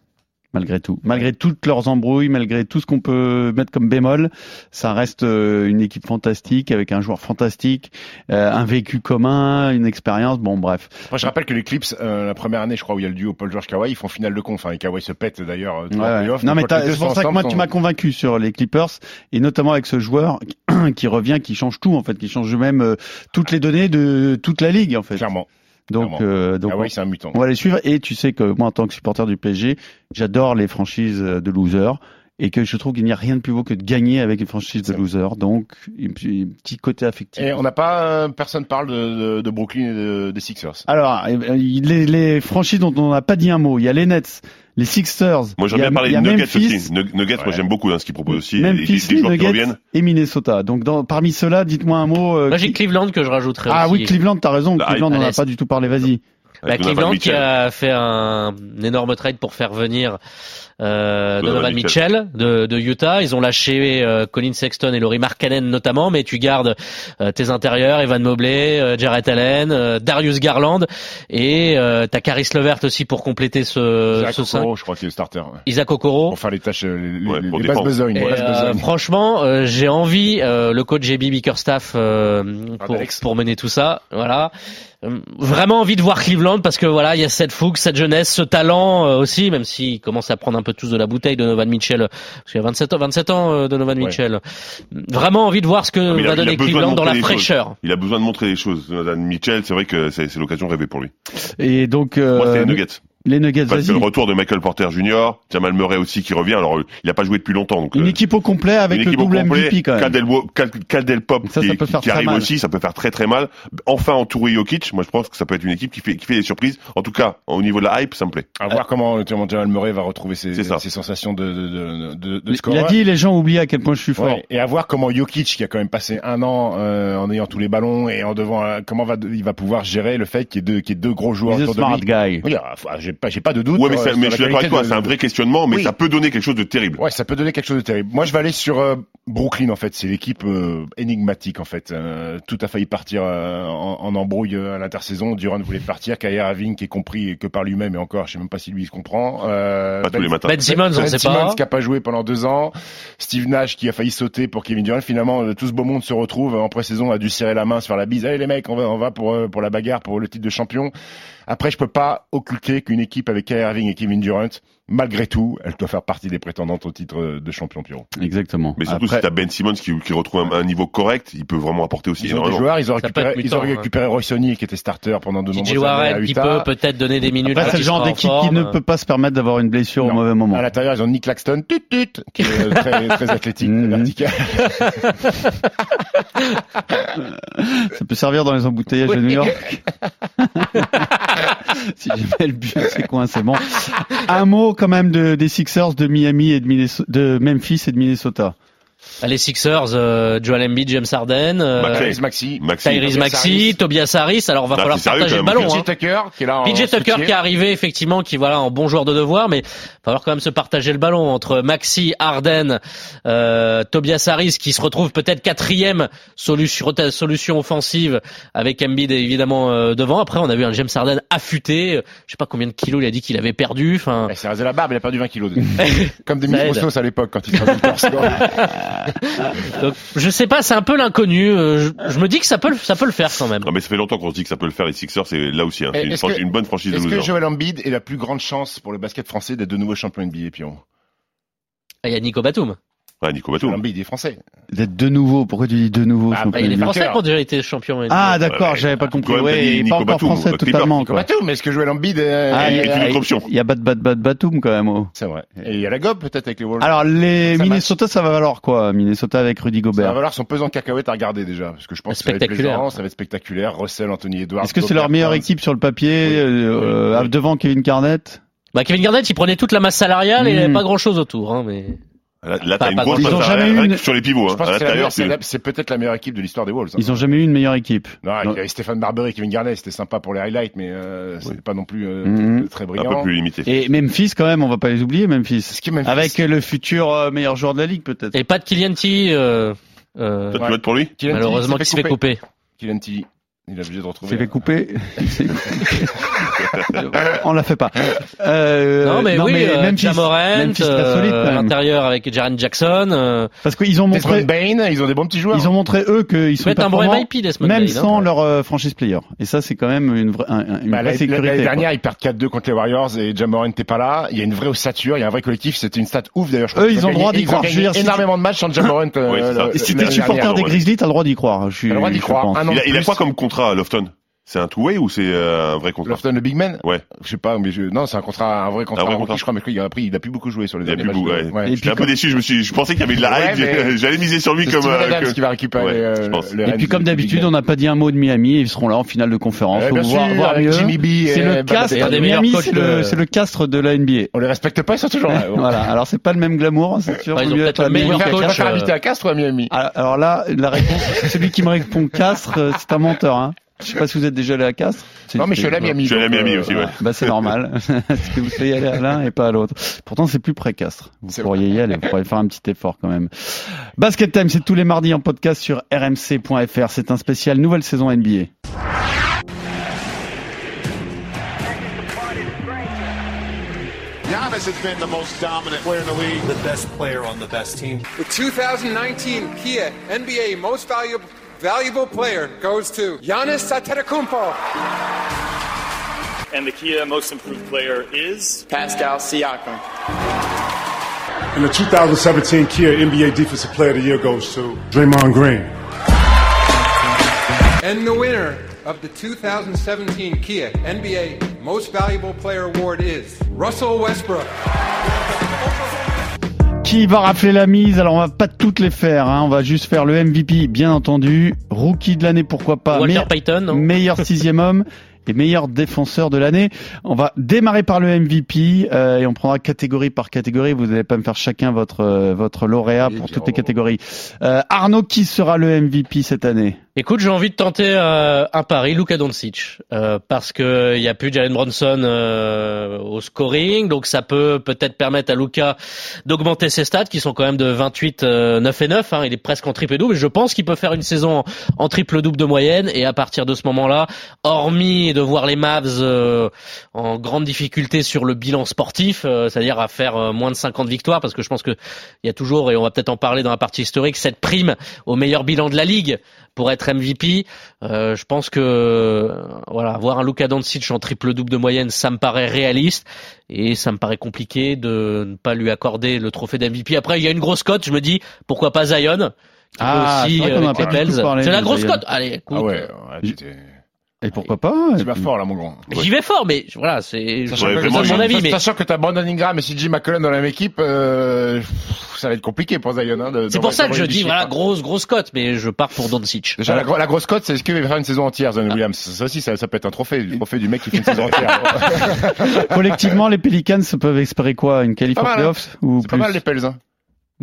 [SPEAKER 5] Malgré tout, malgré toutes leurs embrouilles, malgré tout ce qu'on peut mettre comme bémol, ça reste euh, une équipe fantastique avec un joueur fantastique, euh, un vécu commun, une expérience. Bon, bref.
[SPEAKER 9] Moi, je rappelle que les Clips, euh, la première année, je crois, où il y a le duo Paul George Kawhi, ils font finale de conf. Hein, et Kawhi se pète d'ailleurs. euh, dans
[SPEAKER 5] Ouais,
[SPEAKER 9] les
[SPEAKER 5] ouais.
[SPEAKER 9] playoffs,
[SPEAKER 5] Non
[SPEAKER 9] donc
[SPEAKER 5] mais
[SPEAKER 9] quand
[SPEAKER 5] t'as-
[SPEAKER 9] les deux
[SPEAKER 5] c'est pour
[SPEAKER 9] sont
[SPEAKER 5] ça que moi
[SPEAKER 9] ensemble,
[SPEAKER 5] tu m'as
[SPEAKER 9] sont-
[SPEAKER 5] convaincu sur les Clippers et notamment avec ce joueur <clears throat> qui revient, qui change tout en fait, qui change même euh, toutes les données de toute la ligue en fait.
[SPEAKER 9] Clairement.
[SPEAKER 5] Donc,
[SPEAKER 9] Clairement.
[SPEAKER 8] Ah
[SPEAKER 5] euh, donc
[SPEAKER 9] Kawhi, c'est un mutant.
[SPEAKER 5] on va les suivre. Et tu sais que moi, en tant que supporter du PSG, j'adore les franchises euh, de losers et que je trouve qu'il n'y a rien de plus beau que de gagner avec une franchise de
[SPEAKER 9] C'est vrai.
[SPEAKER 5] losers. Donc, un petit un petit côté affectif.
[SPEAKER 9] Et on n'a pas, euh, personne parle de, de, de Brooklyn et de- des Sixers.
[SPEAKER 5] Alors, euh, les, les franchises dont on n'a pas dit un mot, il y a les Nets, les Sixers.
[SPEAKER 8] Moi, j'aime
[SPEAKER 5] il y a-
[SPEAKER 8] bien parler
[SPEAKER 5] il y
[SPEAKER 8] de
[SPEAKER 5] a
[SPEAKER 8] Nuggets
[SPEAKER 5] Memphis,
[SPEAKER 8] aussi. Nug- Nuggets, moi,
[SPEAKER 9] Ouais.
[SPEAKER 8] j'aime beaucoup, hein, ce qu'ils proposent aussi. Les-
[SPEAKER 5] Memphis,
[SPEAKER 8] les
[SPEAKER 5] les
[SPEAKER 8] joueurs qui
[SPEAKER 5] Nuggets
[SPEAKER 8] reviennent.
[SPEAKER 5] et Minnesota. Donc, dans, parmi ceux-là, dites-moi un mot. euh,
[SPEAKER 7] Moi j'ai
[SPEAKER 5] qui-
[SPEAKER 7] Cleveland que je rajouterais
[SPEAKER 5] Ah
[SPEAKER 7] aussi.
[SPEAKER 5] oui, Cleveland, t'as raison.
[SPEAKER 8] Ah,
[SPEAKER 5] Cleveland, on n'en a
[SPEAKER 7] allez,
[SPEAKER 5] pas du tout parlé. Vas-y.
[SPEAKER 7] Bah,
[SPEAKER 8] Avec Donovan
[SPEAKER 7] Cleveland qui
[SPEAKER 8] Mitchell.
[SPEAKER 7] a fait un, un énorme trade pour faire venir euh, Donovan Mitchell de, de Utah. Ils ont lâché euh, Colin Sexton et Laurie Markkanen notamment, mais tu gardes euh, tes intérieurs, Evan Mobley, euh, Jarrett Allen, euh, Darius Garland et euh, t'as Caris Levert aussi pour compléter Euh, ce,
[SPEAKER 9] Isaac
[SPEAKER 7] ce cinq.
[SPEAKER 9] Okoro, je crois qu'il est starter. ouais.
[SPEAKER 7] Isaac Okoro.
[SPEAKER 9] Pour faire les tâches, euh, les,
[SPEAKER 8] Ouais,
[SPEAKER 9] les-
[SPEAKER 8] pour
[SPEAKER 9] les bases
[SPEAKER 8] défendre.
[SPEAKER 9] besognes.
[SPEAKER 7] Et,
[SPEAKER 9] les bases
[SPEAKER 7] euh,
[SPEAKER 9] besognes.
[SPEAKER 7] franchement, euh, j'ai envie euh, le coach JB Bickerstaff euh,
[SPEAKER 9] Ah,
[SPEAKER 7] pour,
[SPEAKER 9] d'Alex.
[SPEAKER 7] pour mener tout ça. Voilà, Euh, vraiment envie de voir Cleveland parce que voilà, il y a cette fougue, cette jeunesse, ce talent euh, aussi, même s'il commence à prendre un peu tous de la bouteille Donovan Mitchell parce qu'il a 27 ans, 27 ans euh, Donovan
[SPEAKER 9] Ouais.
[SPEAKER 7] Mitchell. Vraiment envie de voir ce que
[SPEAKER 8] mais il a- il
[SPEAKER 7] va
[SPEAKER 8] a
[SPEAKER 7] donner
[SPEAKER 8] besoin de
[SPEAKER 7] Cleveland dans la
[SPEAKER 8] montrer les choses.
[SPEAKER 7] fraîcheur.
[SPEAKER 8] Il a besoin de montrer les choses. Donovan Mitchell, c'est vrai que c'est c'est l'occasion rêvée pour lui.
[SPEAKER 5] Et donc,
[SPEAKER 8] Moi,
[SPEAKER 5] euh,
[SPEAKER 8] c'est les Nuggets.
[SPEAKER 5] les Nuggets,
[SPEAKER 8] Parce que
[SPEAKER 5] vas-y.
[SPEAKER 8] le retour de Michael Porter Jr., Jamal Murray aussi qui revient. Alors, euh, il n'a pas joué depuis longtemps. Donc,
[SPEAKER 5] Une
[SPEAKER 8] euh,
[SPEAKER 5] équipe au complet avec
[SPEAKER 8] une
[SPEAKER 5] le
[SPEAKER 8] équipe au
[SPEAKER 5] double
[SPEAKER 8] complet,
[SPEAKER 5] MVP quand même.
[SPEAKER 8] Caldwell, Wo- Cal- Caldwell Pop
[SPEAKER 5] Ça,
[SPEAKER 8] qui,
[SPEAKER 5] ça peut faire
[SPEAKER 8] qui
[SPEAKER 5] très
[SPEAKER 8] arrive
[SPEAKER 5] mal.
[SPEAKER 8] aussi, ça peut faire très très mal. Enfin entouré Jokic, moi je pense que ça peut être une équipe qui fait, qui fait des surprises. En tout cas, au niveau de la hype, ça me plaît.
[SPEAKER 9] À
[SPEAKER 7] ah.
[SPEAKER 9] voir comment euh, comment Jamal Murray va retrouver ses,
[SPEAKER 8] C'est ça.
[SPEAKER 9] ses sensations de, de, de, de, de
[SPEAKER 5] Il
[SPEAKER 9] scoreur.
[SPEAKER 5] a dit, les gens oublient à quel point je suis fort.
[SPEAKER 9] Ouais, et à voir comment Jokic, qui a quand même passé un an euh, en ayant tous les ballons et en devant, euh, comment va, il va pouvoir gérer le fait qu'il y ait deux, qu'il y ait deux gros joueurs
[SPEAKER 5] He's a
[SPEAKER 9] autour de
[SPEAKER 5] smart
[SPEAKER 9] lui.
[SPEAKER 5] guy.
[SPEAKER 9] Oui, ah, faut- ah, j'ai pas, j'ai pas de doute.
[SPEAKER 8] Ouais, mais,
[SPEAKER 9] sur,
[SPEAKER 8] ça-
[SPEAKER 9] euh,
[SPEAKER 8] mais
[SPEAKER 9] sur
[SPEAKER 8] je
[SPEAKER 9] la
[SPEAKER 8] suis d'accord avec
[SPEAKER 9] qualité
[SPEAKER 8] toi,
[SPEAKER 9] de-
[SPEAKER 8] c'est un vrai questionnement, mais
[SPEAKER 9] Oui.
[SPEAKER 8] ça peut donner quelque chose de terrible.
[SPEAKER 9] Ouais, ça peut donner quelque chose de terrible. Moi, je vais aller sur euh, Brooklyn en fait. C'est l'équipe euh, énigmatique en fait. Euh, tout a failli partir euh, en, en embrouille euh, à l'intersaison. Durant voulait partir. Kyrie Irving qui est compris que par lui-même et encore, je sais même pas si lui il se comprend. Euh,
[SPEAKER 8] Pas tous les matins.
[SPEAKER 7] Ben Simmons, on
[SPEAKER 9] Ben
[SPEAKER 7] sait
[SPEAKER 9] Simmons
[SPEAKER 7] pas.
[SPEAKER 9] qui a pas joué pendant deux ans, Steve Nash qui a failli sauter pour Kevin Durant. Finalement, euh, tout ce beau monde se retrouve en pré-saison, a dû serrer la main, se faire la bise. Allez les mecs, on va, on va pour euh, pour la bagarre, pour le titre de champion. Après, je peux pas occulter qu'une équipe avec Kyrie Irving et Kevin Durant, malgré tout, elle doit faire partie des prétendantes au titre euh, de champion Pierrot.
[SPEAKER 5] Exactement.
[SPEAKER 8] Mais surtout,
[SPEAKER 5] Après-
[SPEAKER 8] si t'as Ben Simmons qui, qui retrouve un, un niveau correct, il peut vraiment apporter aussi
[SPEAKER 9] Ils ont des
[SPEAKER 8] énormément.
[SPEAKER 9] joueurs, ils ont
[SPEAKER 7] Ça peut
[SPEAKER 9] récupéré,
[SPEAKER 7] être
[SPEAKER 9] ils ont
[SPEAKER 7] mutant, hein.
[SPEAKER 9] récupéré Roy Sonny qui était starter pendant de
[SPEAKER 7] DJ
[SPEAKER 9] nombreuses années à
[SPEAKER 7] Warren qui peut
[SPEAKER 9] Utah.
[SPEAKER 7] peut-être donner des minutes.
[SPEAKER 5] Après, c'est le
[SPEAKER 7] qui
[SPEAKER 5] genre
[SPEAKER 7] sera en
[SPEAKER 5] d'équipe qui
[SPEAKER 7] forme.
[SPEAKER 5] ne peut pas se permettre d'avoir une blessure au
[SPEAKER 9] Non.
[SPEAKER 5] mauvais moment.
[SPEAKER 9] À l'intérieur, ils ont Nick Claxton, tut tut, qui est euh,
[SPEAKER 7] <laughs>
[SPEAKER 9] très, très athlétique, très
[SPEAKER 5] Mhm.
[SPEAKER 9] vertical.
[SPEAKER 5] Ça peut servir dans les embouteillages de
[SPEAKER 8] <laughs>
[SPEAKER 5] New York. <laughs> si jamais le but, c'est coin, c'est bon. Un mot quand même de, des Sixers de Miami et de, Minneso- de Memphis et de Minnesota.
[SPEAKER 7] Ah, Les Sixers, euh, Joel Embiid, James Harden, euh,
[SPEAKER 8] McLean.
[SPEAKER 9] Tyrese Maxi,
[SPEAKER 8] Maxi,
[SPEAKER 7] Tyrese
[SPEAKER 9] Tobias
[SPEAKER 7] Maxi,
[SPEAKER 9] Harris.
[SPEAKER 7] Tobias Harris. Alors, va
[SPEAKER 8] Là,
[SPEAKER 7] falloir
[SPEAKER 8] c'est sérieux,
[SPEAKER 7] partager le
[SPEAKER 8] quand même,
[SPEAKER 7] ballon.
[SPEAKER 8] Jokic.
[SPEAKER 7] hein.
[SPEAKER 9] PJ Tucker qui est là en
[SPEAKER 7] PJ Tucker
[SPEAKER 9] soutien.
[SPEAKER 7] qui est arrivé effectivement, qui voilà en bon joueur de devoir, mais va falloir quand même se partager le ballon entre Maxi, Harden, euh, Tobias Harris qui se retrouve peut-être quatrième solution, rota- solution offensive avec Embiid évidemment euh, devant. Après on a vu un James Harden affûté, euh, je sais pas combien de kilos il a dit qu'il avait perdu. Enfin
[SPEAKER 9] Il s'est rasé la barbe, il a perdu 20 kilos.
[SPEAKER 5] <laughs>
[SPEAKER 9] de- Comme des
[SPEAKER 7] Ça aide.
[SPEAKER 9] Mossos à l'époque quand il se rasait le torse.
[SPEAKER 7] donc, je sais pas, c'est un peu l'inconnu. euh, Je, je me dis que ça peut le- ça peut le faire quand même.
[SPEAKER 8] Non, mais ça fait longtemps qu'on se dit que ça peut le faire, les Sixers, c'est là aussi, hein.
[SPEAKER 9] Et
[SPEAKER 8] C'est une,
[SPEAKER 9] est-ce
[SPEAKER 8] franchi-
[SPEAKER 9] que-
[SPEAKER 8] une bonne franchise de
[SPEAKER 9] Est-ce que
[SPEAKER 8] losers.
[SPEAKER 9] Joel Embiid est la plus grande chance pour le basket français d'être de nouveau champion NBA, Pion
[SPEAKER 7] Ah, Il y a Nico Batum.
[SPEAKER 8] Ouais, Nico
[SPEAKER 9] Joel
[SPEAKER 8] Batum.
[SPEAKER 9] Embiid est français.
[SPEAKER 5] D'être de nouveau. Pourquoi tu dis de nouveau
[SPEAKER 9] Ah,
[SPEAKER 5] s'il vous
[SPEAKER 7] Ah,
[SPEAKER 9] bah,
[SPEAKER 5] plaît
[SPEAKER 7] il y a les
[SPEAKER 9] Nico
[SPEAKER 7] Français
[SPEAKER 9] Batum.
[SPEAKER 7] qui ont déjà été champions. NBA.
[SPEAKER 5] Ah,
[SPEAKER 8] Ouais,
[SPEAKER 5] d'accord, j'avais pas
[SPEAKER 8] t'as
[SPEAKER 5] compris.
[SPEAKER 8] quand même pas dit
[SPEAKER 5] Oui, il est
[SPEAKER 8] Nico
[SPEAKER 5] pas encore
[SPEAKER 8] Batum,
[SPEAKER 5] français
[SPEAKER 8] euh,
[SPEAKER 5] totalement.
[SPEAKER 8] Clipper,
[SPEAKER 5] Quoi.
[SPEAKER 9] Batum, est-ce que Joel Embiid est...
[SPEAKER 5] Ah,
[SPEAKER 8] Et
[SPEAKER 5] il-
[SPEAKER 8] c'est une autre option.
[SPEAKER 5] Il y a Bat Bat Bat Batum quand même. oh.
[SPEAKER 9] C'est vrai. Et il y a la gobe peut-être avec les Wolves.
[SPEAKER 5] Alors les
[SPEAKER 9] Ça marche.
[SPEAKER 5] Minnesota, ça va valoir quoi Minnesota avec Rudy
[SPEAKER 9] ça va
[SPEAKER 5] Gobert.
[SPEAKER 9] valoir son pesant de cacahuètes à regarder déjà, parce que je pense que ça va être
[SPEAKER 7] Spectaculaire.
[SPEAKER 9] plaisant, ça va être spectaculaire. Russell, Anthony Edwards.
[SPEAKER 5] Est-ce que c'est
[SPEAKER 9] Gobert,
[SPEAKER 5] leur meilleure
[SPEAKER 9] Barnes.
[SPEAKER 5] équipe sur le papier
[SPEAKER 9] Oui.
[SPEAKER 5] euh,
[SPEAKER 9] Oui.
[SPEAKER 5] euh, devant Kevin Garnett
[SPEAKER 7] Bah, Kevin Garnett, il prenait toute la masse salariale et il n'y avait
[SPEAKER 5] Mm.
[SPEAKER 7] pas grand chose autour. Hein, mais...
[SPEAKER 8] Là, là,
[SPEAKER 7] Pas-
[SPEAKER 8] t'as une
[SPEAKER 7] pas
[SPEAKER 8] grosse
[SPEAKER 5] grand-chose.
[SPEAKER 8] passe
[SPEAKER 5] Ils ont jamais eu
[SPEAKER 8] arrière
[SPEAKER 5] une-
[SPEAKER 8] rien que sur les pivots,
[SPEAKER 9] Je
[SPEAKER 8] hein.
[SPEAKER 9] pense
[SPEAKER 8] À
[SPEAKER 9] que c'est la
[SPEAKER 8] l'intérieur,
[SPEAKER 9] meilleure- c'est
[SPEAKER 8] c'est-
[SPEAKER 9] la- c'est peut-être la meilleure équipe de l'histoire des Wolves. hein.
[SPEAKER 5] Ils ont jamais eu une meilleure équipe.
[SPEAKER 9] Non,
[SPEAKER 5] Non.
[SPEAKER 9] il y avait Stéphane Barbery, Kevin Garnett, c'était sympa pour les highlights, mais euh, c'était pas non plus euh,
[SPEAKER 5] Mhm.
[SPEAKER 9] très
[SPEAKER 8] un peu
[SPEAKER 9] brillant.
[SPEAKER 8] plus limité.
[SPEAKER 5] Et Memphis quand même, on va pas les oublier Memphis.
[SPEAKER 9] Ce qui est Memphis.
[SPEAKER 5] Avec le futur euh, meilleur joueur de la ligue peut-être.
[SPEAKER 7] Et pas de Kylian T, euh, euh,
[SPEAKER 8] Toi, tu
[SPEAKER 9] Ouais.
[SPEAKER 8] votes pour lui?
[SPEAKER 9] Kylian Tilly
[SPEAKER 7] malheureusement qui s'est fait couper.
[SPEAKER 9] Kylian Tilly, il a obligé de retrouver. hein.
[SPEAKER 5] C'est fait couper. <laughs> on la fait pas. Euh,
[SPEAKER 7] non mais oui, euh,
[SPEAKER 5] Memphis,
[SPEAKER 7] Jamorant,
[SPEAKER 5] Memphis, pas
[SPEAKER 7] euh,
[SPEAKER 5] solide, quand
[SPEAKER 7] à
[SPEAKER 5] même.
[SPEAKER 7] l'intérieur avec Jaren Jackson. Euh,
[SPEAKER 5] parce qu'ils ont
[SPEAKER 9] Desmond
[SPEAKER 5] montré,
[SPEAKER 9] Bain, ils ont des bons petits joueurs. hein.
[SPEAKER 5] ils ont montré eux qu'ils
[SPEAKER 7] ils
[SPEAKER 5] sont
[SPEAKER 7] mettent un bon
[SPEAKER 5] performants,
[SPEAKER 7] MIP des semaines
[SPEAKER 5] même
[SPEAKER 7] dernières,
[SPEAKER 5] sans
[SPEAKER 7] hein.
[SPEAKER 5] leur euh, franchise player. Et ça, c'est quand même une, vraie- un- un- une
[SPEAKER 9] Bah,
[SPEAKER 5] vraie
[SPEAKER 9] L'année
[SPEAKER 5] sécurité.
[SPEAKER 9] l'année
[SPEAKER 5] quoi.
[SPEAKER 9] dernière, ils perdent 4-2 contre les Warriors et Jamoran n'était pas là. Il y a une vraie ossature, il y a un vrai collectif. C'était une stat ouf d'ailleurs. je crois
[SPEAKER 5] Eux,
[SPEAKER 9] qu'ils
[SPEAKER 5] ils ont le droit
[SPEAKER 9] gagné-
[SPEAKER 5] d'y
[SPEAKER 9] ils
[SPEAKER 5] croire,
[SPEAKER 9] gagné
[SPEAKER 5] je veux dire, si tu-
[SPEAKER 9] énormément de matchs euh,
[SPEAKER 8] <laughs>
[SPEAKER 9] en Jamoran.
[SPEAKER 8] Ouais, c'est ça.
[SPEAKER 5] Et si t'es
[SPEAKER 8] l'année
[SPEAKER 5] supporter
[SPEAKER 8] dernière,
[SPEAKER 5] des
[SPEAKER 8] ouais.
[SPEAKER 5] Grizzlies, t'as le droit d'y croire. hein, Je, suis-
[SPEAKER 9] le droit d'y
[SPEAKER 5] je
[SPEAKER 9] croire. Ah
[SPEAKER 5] pense.
[SPEAKER 9] Un an
[SPEAKER 8] Il
[SPEAKER 9] de
[SPEAKER 8] a, il a
[SPEAKER 9] plus.
[SPEAKER 8] quoi comme contrat, Lofton? C'est un two-way ou c'est euh, un vrai contrat?
[SPEAKER 9] Lofton, le big man
[SPEAKER 8] Ouais.
[SPEAKER 9] Je sais pas, mais je... non, c'est un contrat, un vrai contrat.
[SPEAKER 8] Un vrai
[SPEAKER 9] rookie,
[SPEAKER 8] Ah contrat.
[SPEAKER 9] je crois, mais il a pris, il a plus beaucoup joué sur les
[SPEAKER 8] Il a
[SPEAKER 9] derniers
[SPEAKER 8] plus
[SPEAKER 9] matchs.
[SPEAKER 8] beaucoup, ouais.
[SPEAKER 5] Et
[SPEAKER 8] Je suis
[SPEAKER 5] puis
[SPEAKER 8] un peu
[SPEAKER 5] comme-
[SPEAKER 8] déçu, je me suis, je pensais qu'il y avait de la
[SPEAKER 9] Ouais,
[SPEAKER 8] hype, <laughs>
[SPEAKER 9] mais-
[SPEAKER 8] j'allais miser sur lui
[SPEAKER 9] C'est
[SPEAKER 8] comme,
[SPEAKER 9] Steven
[SPEAKER 8] euh,
[SPEAKER 9] Adams
[SPEAKER 8] que-
[SPEAKER 9] qui va récupérer.
[SPEAKER 8] Ouais,
[SPEAKER 9] euh,
[SPEAKER 8] je pense.
[SPEAKER 9] le
[SPEAKER 5] Et puis
[SPEAKER 9] Rennes
[SPEAKER 5] comme
[SPEAKER 9] du- du Big
[SPEAKER 5] d'habitude,
[SPEAKER 9] Ben.
[SPEAKER 5] on n'a pas dit un mot de Miami et ils seront là en finale de conférence.
[SPEAKER 9] Eh bien
[SPEAKER 5] Donc,
[SPEAKER 9] sûr,
[SPEAKER 5] voir- voir
[SPEAKER 9] avec
[SPEAKER 5] mieux.
[SPEAKER 9] Jimmy B
[SPEAKER 5] C'est
[SPEAKER 9] et
[SPEAKER 5] le
[SPEAKER 9] Bam
[SPEAKER 5] castre.
[SPEAKER 7] un des
[SPEAKER 9] Adebayo.
[SPEAKER 7] meilleurs
[SPEAKER 5] Miami,
[SPEAKER 7] coachs
[SPEAKER 5] c'est
[SPEAKER 7] de-
[SPEAKER 5] le, c'est le castre de la NBA.
[SPEAKER 9] On les respecte pas, ils sont toujours là.
[SPEAKER 5] <laughs> Voilà. Alors c'est pas le même glamour, hein, c'est sûr.
[SPEAKER 7] Ouais, ils
[SPEAKER 5] Vaut
[SPEAKER 7] ont
[SPEAKER 5] mieux être
[SPEAKER 7] peut-être
[SPEAKER 5] à
[SPEAKER 7] le meilleur
[SPEAKER 9] On
[SPEAKER 5] Miami
[SPEAKER 9] va
[SPEAKER 5] qu'à
[SPEAKER 9] faire- on va
[SPEAKER 7] coach,
[SPEAKER 5] Castres.
[SPEAKER 9] faire
[SPEAKER 7] euh,
[SPEAKER 5] Ah,
[SPEAKER 9] habiter à Castres ou à Miami
[SPEAKER 5] Alors alors là, la réponse, celui qui me répond Castres, euh, c'est un menteur. Hein. Je sais pas si vous êtes déjà allé à Castres. C'est-
[SPEAKER 9] Non, mais je suis
[SPEAKER 5] c'est-
[SPEAKER 9] allé à Miami.
[SPEAKER 8] Je suis allé à
[SPEAKER 9] donc,
[SPEAKER 8] Miami
[SPEAKER 9] euh,
[SPEAKER 8] aussi, ouais.
[SPEAKER 5] Bah c'est
[SPEAKER 8] <laughs>
[SPEAKER 5] normal. Parce que vous soyez allé à l'un et pas à l'autre. Pourtant c'est plus près Castres. Vous
[SPEAKER 9] C'est
[SPEAKER 5] pourriez y aller, vous pourriez faire un petit effort quand même. Basket Time, c'est tous les mardis en podcast sur rmc.fr. C'est un spécial nouvelle saison NBA.
[SPEAKER 3] Giannis has been the most dominant player in the league.
[SPEAKER 1] the best player on the best team.
[SPEAKER 10] The 2019 Kia NBA Most Valuable Valuable Player goes to Giannis Antetokounmpo.
[SPEAKER 2] And the Kia Most Improved Player is
[SPEAKER 6] Pascal Siakam.
[SPEAKER 11] And the 2017 Kia NBA Defensive Player of the Year goes to Draymond Green.
[SPEAKER 10] And the winner of the 2017 Kia NBA Most Valuable Player Award is Russell Westbrook.
[SPEAKER 5] Qui va rafler la mise Alors on va pas toutes les faire, hein. on va juste faire le MVP, bien entendu. Rookie de l'année, pourquoi pas
[SPEAKER 7] Walter
[SPEAKER 5] Meilleur-
[SPEAKER 7] Payton, non <laughs>
[SPEAKER 5] meilleur sixième homme et meilleur défenseur de l'année. On va démarrer par le MVP euh, et on prendra catégorie par catégorie. Vous n'allez pas me faire chacun votre euh, votre lauréat
[SPEAKER 9] Oui,
[SPEAKER 5] pour
[SPEAKER 9] Pierrot.
[SPEAKER 5] toutes les catégories. Euh, Arnaud, qui sera le MVP cette année
[SPEAKER 7] Écoute, j'ai envie de tenter euh, un pari, Luka Doncic, euh, parce que il y a plus Jalen Bronson euh, au scoring, donc ça peut peut-être permettre à Luka d'augmenter ses stats, qui sont quand même de 28, euh, 9 et 9. hein. il est presque en triple double. Je pense qu'il peut faire une saison en, en triple double de moyenne, et à partir de ce moment-là, hormis de voir les Mavs euh, en grande difficulté sur le bilan sportif, euh, c'est-à-dire à faire euh, moins de 50 victoires, parce que je pense que il y a toujours, et on va peut-être en parler dans la partie historique, cette prime au meilleur bilan de la ligue pour être MVP. Euh, je pense que euh, voilà, avoir un Luka Doncic en triple double de moyenne, ça me paraît réaliste et ça me paraît compliqué de ne pas lui accorder le trophée d'MVP. Après, il y a une grosse cote, je me dis pourquoi pas Zion qui
[SPEAKER 5] Ah, c'est
[SPEAKER 7] peut aussi
[SPEAKER 5] vrai qu'on
[SPEAKER 7] euh,
[SPEAKER 5] en a
[SPEAKER 7] avec les
[SPEAKER 5] pas du tout
[SPEAKER 7] Pels.
[SPEAKER 5] parlé
[SPEAKER 7] C'est la
[SPEAKER 5] de
[SPEAKER 7] grosse
[SPEAKER 5] Zion.
[SPEAKER 7] cote. Allez, écoute,
[SPEAKER 9] Ah ouais, ouais, tu t'es-
[SPEAKER 5] Et pourquoi pas
[SPEAKER 9] tu vas fort là, mon grand.
[SPEAKER 7] j'y vais fort, mais voilà, c'est je
[SPEAKER 9] Sachant
[SPEAKER 8] Ouais,
[SPEAKER 7] donne
[SPEAKER 9] que-
[SPEAKER 8] vraiment,
[SPEAKER 7] mon
[SPEAKER 8] je-
[SPEAKER 7] avis, mais
[SPEAKER 9] Sachant que t'as Brandon Ingram et CJ McCollum dans la même équipe, euh, pff, ça va être compliqué pour Zion. hein, de-
[SPEAKER 7] c'est
[SPEAKER 9] de-
[SPEAKER 7] pour ça que
[SPEAKER 9] de-
[SPEAKER 7] je
[SPEAKER 9] de-
[SPEAKER 7] dis
[SPEAKER 9] de-
[SPEAKER 7] voilà grosse grosse cote, mais je pars pour Doncic.
[SPEAKER 9] Déjà, la, gro- la grosse cote, c'est est-ce qu'il va faire une saison entière,
[SPEAKER 7] Ah.
[SPEAKER 9] Zion Williams Ça aussi, ça, ça peut être un trophée, le trophée du mec qui fait une saison entière.
[SPEAKER 5] <laughs> Collectivement, les Pelicans peuvent espérer quoi Une qualif
[SPEAKER 9] Pas
[SPEAKER 5] en
[SPEAKER 9] mal, hein.
[SPEAKER 5] playoffs ou
[SPEAKER 9] C'est pas
[SPEAKER 5] plus
[SPEAKER 9] mal les Pels. Hein.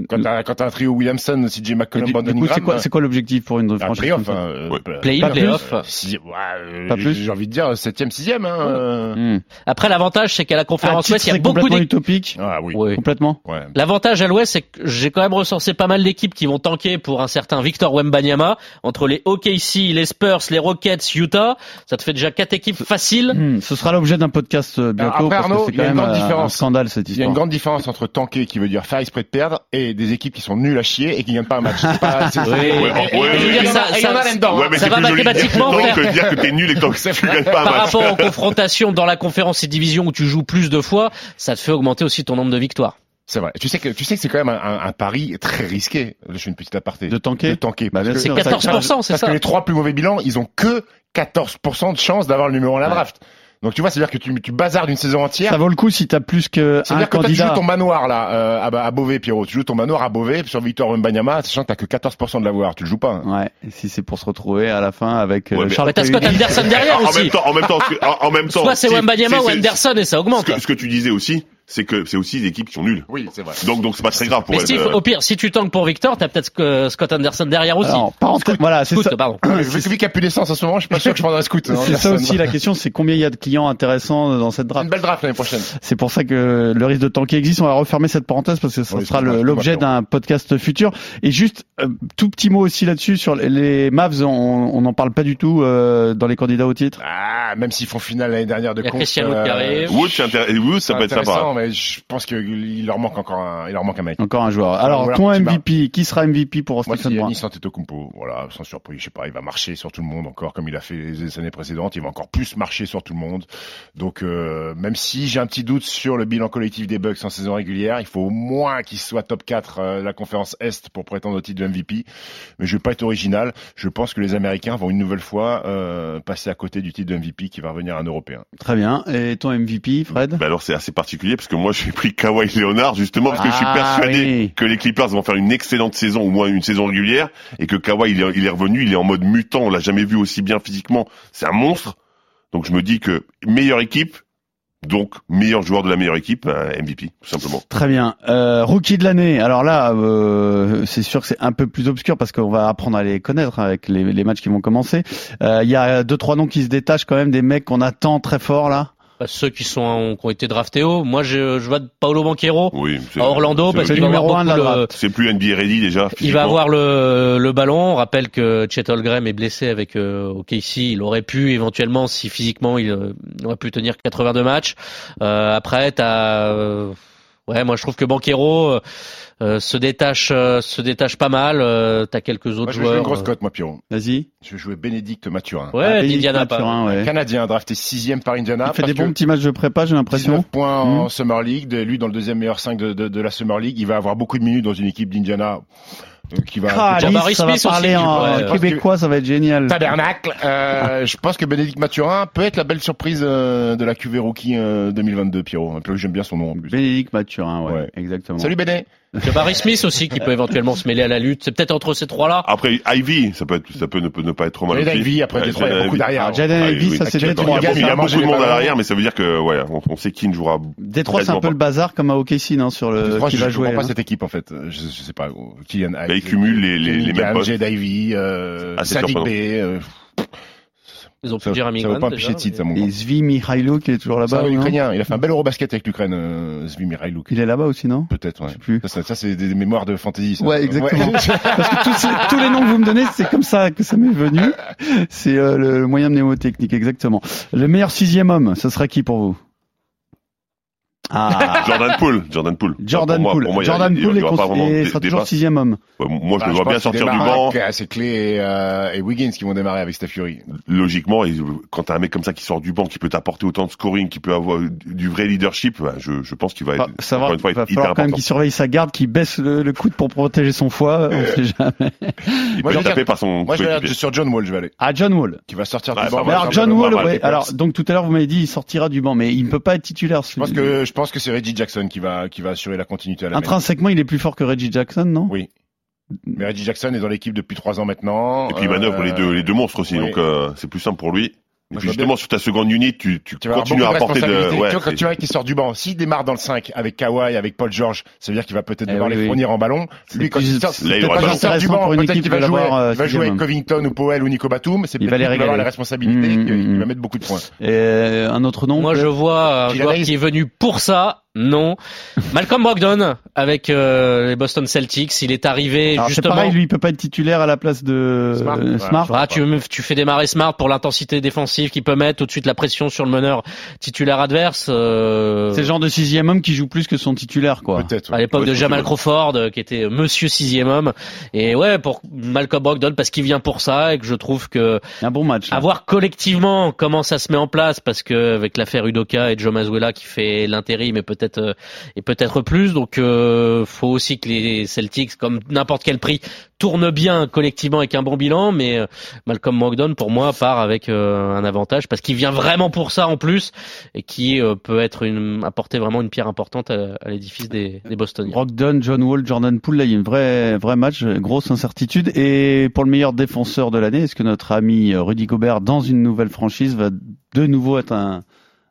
[SPEAKER 9] Quand t'as quand t'as un trio Williamson, CJ
[SPEAKER 5] Et
[SPEAKER 9] McCollum,
[SPEAKER 5] du,
[SPEAKER 9] Brandon
[SPEAKER 5] du coup, c'est
[SPEAKER 9] Ingram, euh,
[SPEAKER 5] quoi, c'est quoi l'objectif pour une
[SPEAKER 9] un
[SPEAKER 5] franchise comme
[SPEAKER 9] playoff.
[SPEAKER 5] ça
[SPEAKER 9] hein, euh,
[SPEAKER 8] Ouais.
[SPEAKER 9] pas-
[SPEAKER 7] Play-in,
[SPEAKER 9] pas plus.
[SPEAKER 7] playoff.
[SPEAKER 9] Si- ouais, euh,
[SPEAKER 5] Pas plus.
[SPEAKER 9] J'ai envie de dire 7ème, 6ème. Hein, euh.
[SPEAKER 5] Hmm.
[SPEAKER 7] Après, l'avantage c'est qu'à la
[SPEAKER 5] Un
[SPEAKER 7] conférence
[SPEAKER 5] titre,
[SPEAKER 7] Ouest, il y a
[SPEAKER 5] c'est
[SPEAKER 7] beaucoup
[SPEAKER 5] complètement
[SPEAKER 7] d'équipes.
[SPEAKER 5] utopique.
[SPEAKER 9] Ah oui.
[SPEAKER 7] Ouais.
[SPEAKER 5] Complètement.
[SPEAKER 9] Ouais.
[SPEAKER 7] L'avantage à l'Ouest, c'est que j'ai quand même recensé pas mal d'équipes qui vont tanker pour un certain Victor Wembanyama. Entre les OKC, les Spurs, les Rockets, Utah, ça te fait déjà quatre équipes faciles.
[SPEAKER 5] Hmm. Ce sera l'objet d'un podcast euh, bientôt
[SPEAKER 9] Après,
[SPEAKER 5] parce
[SPEAKER 9] Arnaud,
[SPEAKER 5] que c'est
[SPEAKER 9] il y a
[SPEAKER 5] quand
[SPEAKER 9] une
[SPEAKER 5] même
[SPEAKER 9] grande
[SPEAKER 5] euh, un
[SPEAKER 9] différence.
[SPEAKER 5] scandale cette
[SPEAKER 9] Il y a une
[SPEAKER 5] histoire.
[SPEAKER 9] grande différence entre tanker, qui veut dire faire exprès de perdre, et des équipes qui sont nulles à chier et qui gagnent pas un
[SPEAKER 7] <laughs>
[SPEAKER 9] match. C'est pas- c'est-
[SPEAKER 7] Ouais,
[SPEAKER 9] et-
[SPEAKER 8] ouais,
[SPEAKER 9] et-
[SPEAKER 8] ouais,
[SPEAKER 9] et-
[SPEAKER 8] ouais,
[SPEAKER 9] et-
[SPEAKER 8] ouais.
[SPEAKER 9] et-
[SPEAKER 7] Ça-
[SPEAKER 9] et il y en a
[SPEAKER 7] ça-
[SPEAKER 9] là-dedans.
[SPEAKER 8] Ouais, mais
[SPEAKER 7] Ça
[SPEAKER 8] hein. c'est
[SPEAKER 7] va
[SPEAKER 8] plus joli euh, de dire
[SPEAKER 7] mathématiquement
[SPEAKER 8] que t'es
[SPEAKER 7] faire-
[SPEAKER 8] tank que de dire que t'es
[SPEAKER 9] <laughs>
[SPEAKER 8] nul et que tant que tu gagnes pas un
[SPEAKER 7] Par
[SPEAKER 8] match.
[SPEAKER 7] rapport aux confrontations dans la conférence division où tu joues plus de fois, ça te fait augmenter aussi ton nombre de victoires.
[SPEAKER 9] C'est vrai. Tu sais que tu sais que c'est quand même un, un- un pari très risqué. Je fais une petite aparté.
[SPEAKER 5] De tanker
[SPEAKER 9] De tanker.
[SPEAKER 5] Bah,
[SPEAKER 9] parce
[SPEAKER 5] bien
[SPEAKER 9] que-
[SPEAKER 5] sûr,
[SPEAKER 7] C'est
[SPEAKER 5] ça-
[SPEAKER 7] 14%, c'est
[SPEAKER 9] parce
[SPEAKER 7] ça
[SPEAKER 9] que les trois plus mauvais bilans, ils ont que 14% de chance d'avoir le numéro 1 à la draft. Donc tu vois, c'est-à-dire que tu, tu bazardes une saison entière.
[SPEAKER 5] Ça vaut le coup si t'as plus que un
[SPEAKER 9] C'est-à-dire que toi, tu joues
[SPEAKER 5] candidat.
[SPEAKER 9] ton manoir là euh, à, Ba- à Beauvais, Pierrot. Tu joues ton manoir à Beauvais sur Victor Wembanyama, sachant que t'as que 14% de l'avoir. Tu le joues pas.
[SPEAKER 5] <laughs>
[SPEAKER 9] hein.
[SPEAKER 5] Ouais, et si c'est pour se retrouver à la fin avec euh,
[SPEAKER 8] Ouais, mais-
[SPEAKER 5] Charles
[SPEAKER 7] Mais t'as Scott
[SPEAKER 5] Perry.
[SPEAKER 7] Anderson
[SPEAKER 8] <laughs>
[SPEAKER 7] derrière
[SPEAKER 8] En- en même
[SPEAKER 7] aussi.
[SPEAKER 8] temps, en même temps, ce que- en- en même temps.
[SPEAKER 7] <laughs> Soit c'est
[SPEAKER 8] Steve,
[SPEAKER 7] Wembanyama
[SPEAKER 8] c'est-
[SPEAKER 7] ou
[SPEAKER 8] c'est-
[SPEAKER 7] Anderson et ça
[SPEAKER 8] Ce
[SPEAKER 7] augmente.
[SPEAKER 8] que, ce que tu disais aussi, c'est que c'est aussi des équipes qui sont nulles.
[SPEAKER 9] Oui, c'est vrai.
[SPEAKER 8] Donc, donc c'est pas très grave pour
[SPEAKER 7] Mais
[SPEAKER 8] elles,
[SPEAKER 7] Steve,
[SPEAKER 8] euh,
[SPEAKER 7] au pire, si tu tankes pour Victor, t'as peut-être euh, Scott Anderson derrière aussi.
[SPEAKER 5] Alors, parenthèse, voilà, c'est
[SPEAKER 7] Scoot,
[SPEAKER 5] ça.
[SPEAKER 7] pardon.
[SPEAKER 9] Vu que lui euh, qui a plus d'essence en ce moment, je suis pas sûr que je prendrais
[SPEAKER 5] <laughs>
[SPEAKER 9] un scoot. hein,
[SPEAKER 5] C'est ça
[SPEAKER 9] personne.
[SPEAKER 5] aussi la question, c'est combien il y a de clients intéressants dans cette
[SPEAKER 9] Une
[SPEAKER 5] draft.
[SPEAKER 9] belle draft l'année prochaine.
[SPEAKER 5] C'est pour ça que le risque de tanker existe. On va refermer cette parenthèse parce que ce
[SPEAKER 9] Oui,
[SPEAKER 5] sera
[SPEAKER 9] c'est
[SPEAKER 5] le-
[SPEAKER 9] dommage,
[SPEAKER 5] l'objet
[SPEAKER 9] c'est dommage,
[SPEAKER 5] d'un podcast futur. Et juste euh, tout petit mot aussi là-dessus sur les- les Mavs. On n'en parle pas du tout euh, dans les candidats au titre.
[SPEAKER 9] Ah, même s'ils font finale l'année dernière de
[SPEAKER 7] Il y a
[SPEAKER 9] conf, euh,
[SPEAKER 7] Christian Wood qui arrive.
[SPEAKER 8] Wood, c'est intér- et Wood, ça peut être sympa.
[SPEAKER 9] intéressant, mais je pense qu'il leur manque encore un, il leur manque un mec.
[SPEAKER 5] Encore un joueur. Alors,
[SPEAKER 9] Voilà,
[SPEAKER 5] ton
[SPEAKER 9] tu m'as-
[SPEAKER 5] MVP, qui sera MVP pour
[SPEAKER 9] Moi,
[SPEAKER 5] Stephen
[SPEAKER 9] c'est
[SPEAKER 5] Brown
[SPEAKER 9] Yannis Antetokounmpo. Voilà, sans surprise, je sais pas, il va marcher sur tout le monde encore, comme il a fait les années précédentes. Il va encore plus marcher sur tout le monde. Donc, euh, même si j'ai un petit doute sur le bilan collectif des Bucks en saison régulière, il faut au moins qu'il soit top 4 euh, de la conférence Est pour prétendre au titre de MVP. Mais je vais pas être original. Je pense que les Américains vont une nouvelle fois euh, passer à côté du titre de MVP qui va revenir à un Européen.
[SPEAKER 5] Très bien. Et ton MVP, Fred
[SPEAKER 8] Bah alors c'est assez particulier parce que moi <laughs> j'ai pris Kawhi Leonard justement parce que je suis
[SPEAKER 5] Ah,
[SPEAKER 8] persuadé
[SPEAKER 5] oui.
[SPEAKER 8] que les Clippers vont faire une excellente saison au moins une saison régulière et que Kawhi il est, il est revenu il est en mode mutant on l'a jamais vu aussi bien physiquement c'est un monstre donc je me dis que meilleure équipe Donc, meilleur joueur de la meilleure équipe, un MVP, tout simplement.
[SPEAKER 5] Très bien. Euh, rookie de l'année. Alors là, euh, c'est sûr que c'est un peu plus obscur parce qu'on va apprendre à les connaître avec les, les matchs qui vont commencer. Euh, Il y a deux trois noms qui se détachent quand même des mecs qu'on attend très fort là.
[SPEAKER 7] Bah, ceux qui sont qui ont été draftés haut. Moi, je, je vois Paolo Banquero
[SPEAKER 8] Oui, c'est-
[SPEAKER 7] à Ah, Orlando
[SPEAKER 8] c'est-
[SPEAKER 7] parce
[SPEAKER 8] c'est
[SPEAKER 7] qu'il va
[SPEAKER 8] numéro
[SPEAKER 7] avoir
[SPEAKER 8] un de la
[SPEAKER 7] beaucoup le-
[SPEAKER 8] draft. C'est plus NBA ready déjà.
[SPEAKER 7] il va
[SPEAKER 8] physiquement.
[SPEAKER 7] avoir le, le ballon. On rappelle que Chet Holmgren est blessé avec euh, OKC. Il aurait pu éventuellement, si physiquement, il euh, aurait pu tenir 82 matchs. Euh, après, t'as euh, ouais, moi je trouve que Banquero euh, euh, se détache, euh, se détache pas mal. Euh, t'as quelques autres
[SPEAKER 9] Moi, je vais jouer
[SPEAKER 7] joueurs. euh,
[SPEAKER 9] une
[SPEAKER 5] euh.
[SPEAKER 9] grosse cote, moi, Pierrot.
[SPEAKER 5] Vas-y.
[SPEAKER 9] Je vais jouer Bénédicte Mathurin.
[SPEAKER 7] Ouais,
[SPEAKER 5] Ah, Bénédicte
[SPEAKER 7] d'Indiana,
[SPEAKER 5] Mathurin,
[SPEAKER 7] pas-
[SPEAKER 5] ouais.
[SPEAKER 9] Canadien, drafté sixième par Indiana.
[SPEAKER 5] Il fait
[SPEAKER 9] parce
[SPEAKER 5] des bons
[SPEAKER 9] que
[SPEAKER 5] petits matchs de prépa, j'ai l'impression.
[SPEAKER 9] 19 points
[SPEAKER 5] Mhm.
[SPEAKER 9] en Summer League. De- Lui, dans le deuxième meilleur 5 de, de, de la Summer League, il va avoir beaucoup de minutes dans une équipe d'Indiana euh, qui va...
[SPEAKER 5] Ah,
[SPEAKER 7] Jabari
[SPEAKER 5] Alice, ça va
[SPEAKER 7] Smith aussi,
[SPEAKER 5] parler
[SPEAKER 7] tu
[SPEAKER 5] en
[SPEAKER 7] pourrais,
[SPEAKER 9] euh,
[SPEAKER 5] québécois, ça va être génial.
[SPEAKER 9] Tabernacle. Euh, <laughs> je pense que Bénédicte Mathurin peut être la belle surprise euh, de la QV Rookie euh, 2022, Pierrot. Un peu, j'aime bien son nom en plus.
[SPEAKER 5] Bénédicte Mathurin, ouais,
[SPEAKER 9] Ouais.
[SPEAKER 5] exactement.
[SPEAKER 9] Salut Béné.
[SPEAKER 7] Barry Smith aussi qui peut éventuellement se mêler à la lutte. C'est peut-être entre ces trois-là.
[SPEAKER 9] Ah,
[SPEAKER 8] Après, Ivy, ça peut être, ça peut ne, peut ne pas être trop mal.
[SPEAKER 9] Jaden
[SPEAKER 8] aussi.
[SPEAKER 9] Ivey, après,
[SPEAKER 8] Ouais,
[SPEAKER 9] Détroit, il y a
[SPEAKER 8] Jaden
[SPEAKER 9] beaucoup hein.
[SPEAKER 8] Ivey.
[SPEAKER 9] d'arrière.
[SPEAKER 5] Alors, Jaden
[SPEAKER 8] Ah,
[SPEAKER 5] Ivey,
[SPEAKER 8] oui,
[SPEAKER 5] ça
[SPEAKER 8] oui.
[SPEAKER 5] c'est
[SPEAKER 9] Actuellement,
[SPEAKER 5] Détroit.
[SPEAKER 8] Il y a,
[SPEAKER 9] Gaza,
[SPEAKER 8] il y a
[SPEAKER 9] manger
[SPEAKER 8] beaucoup de
[SPEAKER 9] les
[SPEAKER 8] monde à
[SPEAKER 9] ballons.
[SPEAKER 8] l'arrière, mais ça veut dire que, ouais, on, on sait qui ne jouera.
[SPEAKER 5] Détroit, c'est un
[SPEAKER 8] quasiment
[SPEAKER 5] peu
[SPEAKER 8] pas.
[SPEAKER 5] le bazar comme à OKC, non, sur
[SPEAKER 8] Euh,
[SPEAKER 5] le
[SPEAKER 9] Détroit,
[SPEAKER 5] qui
[SPEAKER 9] je
[SPEAKER 5] va
[SPEAKER 9] ne
[SPEAKER 5] jouer.
[SPEAKER 9] comprends pas
[SPEAKER 5] hein.
[SPEAKER 9] cette équipe en fait. Je, je sais pas. euh, Kylian Hayes,
[SPEAKER 8] Bah, ils cumulent les- les- les mêmes
[SPEAKER 9] Cunningham,
[SPEAKER 8] postes.
[SPEAKER 9] Jade Ivey, euh,
[SPEAKER 8] Ah, c'est
[SPEAKER 9] Sadiq
[SPEAKER 8] surprenant.
[SPEAKER 9] Bey. euh,
[SPEAKER 7] Ils ont pu
[SPEAKER 9] ça
[SPEAKER 7] dire à
[SPEAKER 9] ne vaut pas un pichet de site, ça, mon gars.
[SPEAKER 5] Et Zvi Mihailo qui est toujours
[SPEAKER 9] C'est
[SPEAKER 5] là-bas.
[SPEAKER 8] hein.
[SPEAKER 9] un
[SPEAKER 5] non
[SPEAKER 9] Ukrainien. Il a fait un bel Eurobasket avec l'Ukraine, euh, Zvi Mihailouk.
[SPEAKER 5] Il est là-bas aussi, non
[SPEAKER 9] Peut-être, ouais.
[SPEAKER 5] sais plus.
[SPEAKER 9] Ça, ça, ça, c'est des, des mémoires de fantasy. ça.
[SPEAKER 5] Ouais, exactement.
[SPEAKER 9] <laughs> Ouais.
[SPEAKER 5] Parce que tous, ces- tous les noms que vous me donnez, c'est comme ça que ça m'est venu. C'est euh, le, le moyen mnémotechnique, exactement. Le meilleur sixième homme, ce sera qui pour vous Ah
[SPEAKER 8] Jordan Poole, Jordan Poole.
[SPEAKER 5] Jordan
[SPEAKER 8] <laughs> Pour moi-
[SPEAKER 5] Poole.
[SPEAKER 8] pour moi, il y a-
[SPEAKER 5] Jordan
[SPEAKER 8] il y aura
[SPEAKER 5] Poole est
[SPEAKER 8] pas
[SPEAKER 5] cons-
[SPEAKER 8] vraiment
[SPEAKER 5] et
[SPEAKER 8] de
[SPEAKER 5] sera
[SPEAKER 8] débat.
[SPEAKER 5] toujours sixième homme.
[SPEAKER 8] Ouais, Moi, je
[SPEAKER 9] Bah,
[SPEAKER 8] le vois
[SPEAKER 9] pense
[SPEAKER 8] bien
[SPEAKER 9] qu'il
[SPEAKER 8] sortir du
[SPEAKER 9] démarre
[SPEAKER 8] banc.
[SPEAKER 9] avec, euh, C'est Clay et, euh, et Wiggins qui vont démarrer avec Steph Curry.
[SPEAKER 8] Logiquement, et quand t'as un mec comme ça qui sort du banc, qui peut t'apporter autant de scoring, qui peut avoir du vrai leadership, bah, je, je pense qu'il va être,
[SPEAKER 5] Enfin, savoir,
[SPEAKER 8] encore une fois,
[SPEAKER 5] il Ah, va
[SPEAKER 8] être hyper
[SPEAKER 5] falloir quand même
[SPEAKER 8] important.
[SPEAKER 5] qu'il surveille sa garde, qu'il baisse le, le coude pour protéger son foie. On sait
[SPEAKER 8] <laughs>
[SPEAKER 5] jamais.
[SPEAKER 8] Il peut
[SPEAKER 9] Moi, je
[SPEAKER 8] être
[SPEAKER 9] vais
[SPEAKER 8] tapé
[SPEAKER 9] dire-
[SPEAKER 8] par son
[SPEAKER 9] Moi, je vais aller
[SPEAKER 8] coéquipier.
[SPEAKER 9] sur John Wall, je vais aller.
[SPEAKER 8] Ah,
[SPEAKER 5] À John Wall.
[SPEAKER 9] Qui va sortir
[SPEAKER 8] Ouais,
[SPEAKER 9] du banc.
[SPEAKER 8] bah,
[SPEAKER 5] Mais alors
[SPEAKER 8] ça
[SPEAKER 5] John
[SPEAKER 8] va pas
[SPEAKER 5] Wall,
[SPEAKER 8] mal,
[SPEAKER 5] ouais,
[SPEAKER 8] les Bucks.
[SPEAKER 5] alors donc tout à l'heure vous m'avez dit il sortira du banc, mais il ne peut pas être titulaire.
[SPEAKER 9] Je pense que, je pense que c'est Reggie Jackson qui va, qui va assurer la continuité à la maison.
[SPEAKER 5] intrinsèquement il est plus fort que Reggie Jackson, non
[SPEAKER 9] Oui. Mais Reggie Jackson est dans l'équipe depuis trois ans maintenant.
[SPEAKER 8] Et puis il manœuvre
[SPEAKER 9] Euh,
[SPEAKER 8] les deux, les deux monstres aussi,
[SPEAKER 9] oui.
[SPEAKER 8] donc euh, c'est plus simple pour lui. Et
[SPEAKER 9] Moi,
[SPEAKER 8] puis
[SPEAKER 9] je vois
[SPEAKER 8] justement, sur ta seconde unité, tu, tu,
[SPEAKER 9] Tu vas
[SPEAKER 8] continues à
[SPEAKER 9] avoir beaucoup
[SPEAKER 8] apporter de.
[SPEAKER 9] de responsabilités.
[SPEAKER 8] Ouais,
[SPEAKER 9] tu vois, quand
[SPEAKER 8] c'est-
[SPEAKER 9] tu vois qu'il sort du banc, s'il démarre dans le 5 avec Kawhi, avec Paul George, ça veut dire qu'il va peut-être
[SPEAKER 5] Eh
[SPEAKER 9] devoir
[SPEAKER 5] oui,
[SPEAKER 9] les
[SPEAKER 5] oui.
[SPEAKER 9] fournir en ballon.
[SPEAKER 5] C'est
[SPEAKER 9] Lui, quand
[SPEAKER 5] plus-
[SPEAKER 9] il sort,
[SPEAKER 5] c'est
[SPEAKER 8] Là, il
[SPEAKER 9] peut-être
[SPEAKER 8] aura
[SPEAKER 9] pas
[SPEAKER 8] pas
[SPEAKER 9] qu'il sort du
[SPEAKER 5] intéressant
[SPEAKER 9] banc,
[SPEAKER 5] pour une
[SPEAKER 9] peut-être
[SPEAKER 5] équipe
[SPEAKER 9] qu'il va
[SPEAKER 5] de
[SPEAKER 9] jouer,
[SPEAKER 5] l'avoir, euh,
[SPEAKER 9] il va jouer
[SPEAKER 5] sixième.
[SPEAKER 9] avec Covington ou Powell ou Nico Batum, c'est
[SPEAKER 5] Il va les
[SPEAKER 9] peut-être qu'il va avoir
[SPEAKER 5] régaler.
[SPEAKER 9] la responsabilité,
[SPEAKER 5] Mmh,
[SPEAKER 9] qu'il
[SPEAKER 5] mmh,
[SPEAKER 9] il
[SPEAKER 5] mmh.
[SPEAKER 9] va mettre beaucoup de points.
[SPEAKER 5] Euh, un autre nom
[SPEAKER 7] Moi, je
[SPEAKER 5] peut-être
[SPEAKER 7] vois un
[SPEAKER 9] Qu'il
[SPEAKER 7] joueur
[SPEAKER 9] analyse.
[SPEAKER 7] qui est venu pour ça. Non. <laughs> Malcolm Brogdon avec euh, les Boston Celtics. Il est arrivé
[SPEAKER 5] Alors, c'est
[SPEAKER 7] justement.
[SPEAKER 5] pareil, lui il peut pas être titulaire à la place de
[SPEAKER 9] Smart.
[SPEAKER 5] euh,
[SPEAKER 9] Ouais.
[SPEAKER 5] Smart.
[SPEAKER 7] Ah, tu, me- tu fais démarrer Smart pour l'intensité défensive qu'il peut mettre, tout de suite la pression sur le meneur titulaire adverse. euh,
[SPEAKER 5] C'est le genre de sixième homme qui joue plus que son titulaire, quoi.
[SPEAKER 9] Peut-être.
[SPEAKER 7] à
[SPEAKER 9] ouais.
[SPEAKER 7] l'époque
[SPEAKER 8] Ouais,
[SPEAKER 7] de
[SPEAKER 8] surtout,
[SPEAKER 7] Jamal
[SPEAKER 8] ouais.
[SPEAKER 7] Crawford, euh, qui était Monsieur sixième homme, et ouais pour Malcolm Brogdon parce qu'il vient pour ça et que je trouve que
[SPEAKER 5] Un bon match. là.
[SPEAKER 7] à voir collectivement comment ça se met en place parce que avec l'affaire Udoka et Joe Mazzulla qui fait l'intérim et peut-être euh, et peut-être plus donc euh, faut aussi que les Celtics comme n'importe quel prix tournent bien collectivement avec un bon bilan mais euh, Malcolm Brogdon pour moi part avec euh, un avantage parce qu'il vient vraiment pour ça en plus et qui euh, peut être une apporter vraiment une pierre importante à, à l'édifice des, des Bostoniens.
[SPEAKER 5] Brogdon, John Wall, Jordan Poole, là il y a une vraie vrai match, grosse incertitude. Et pour le meilleur défenseur de l'année, est-ce que notre ami euh, Rudy Gobert, dans une nouvelle franchise, va de nouveau être un,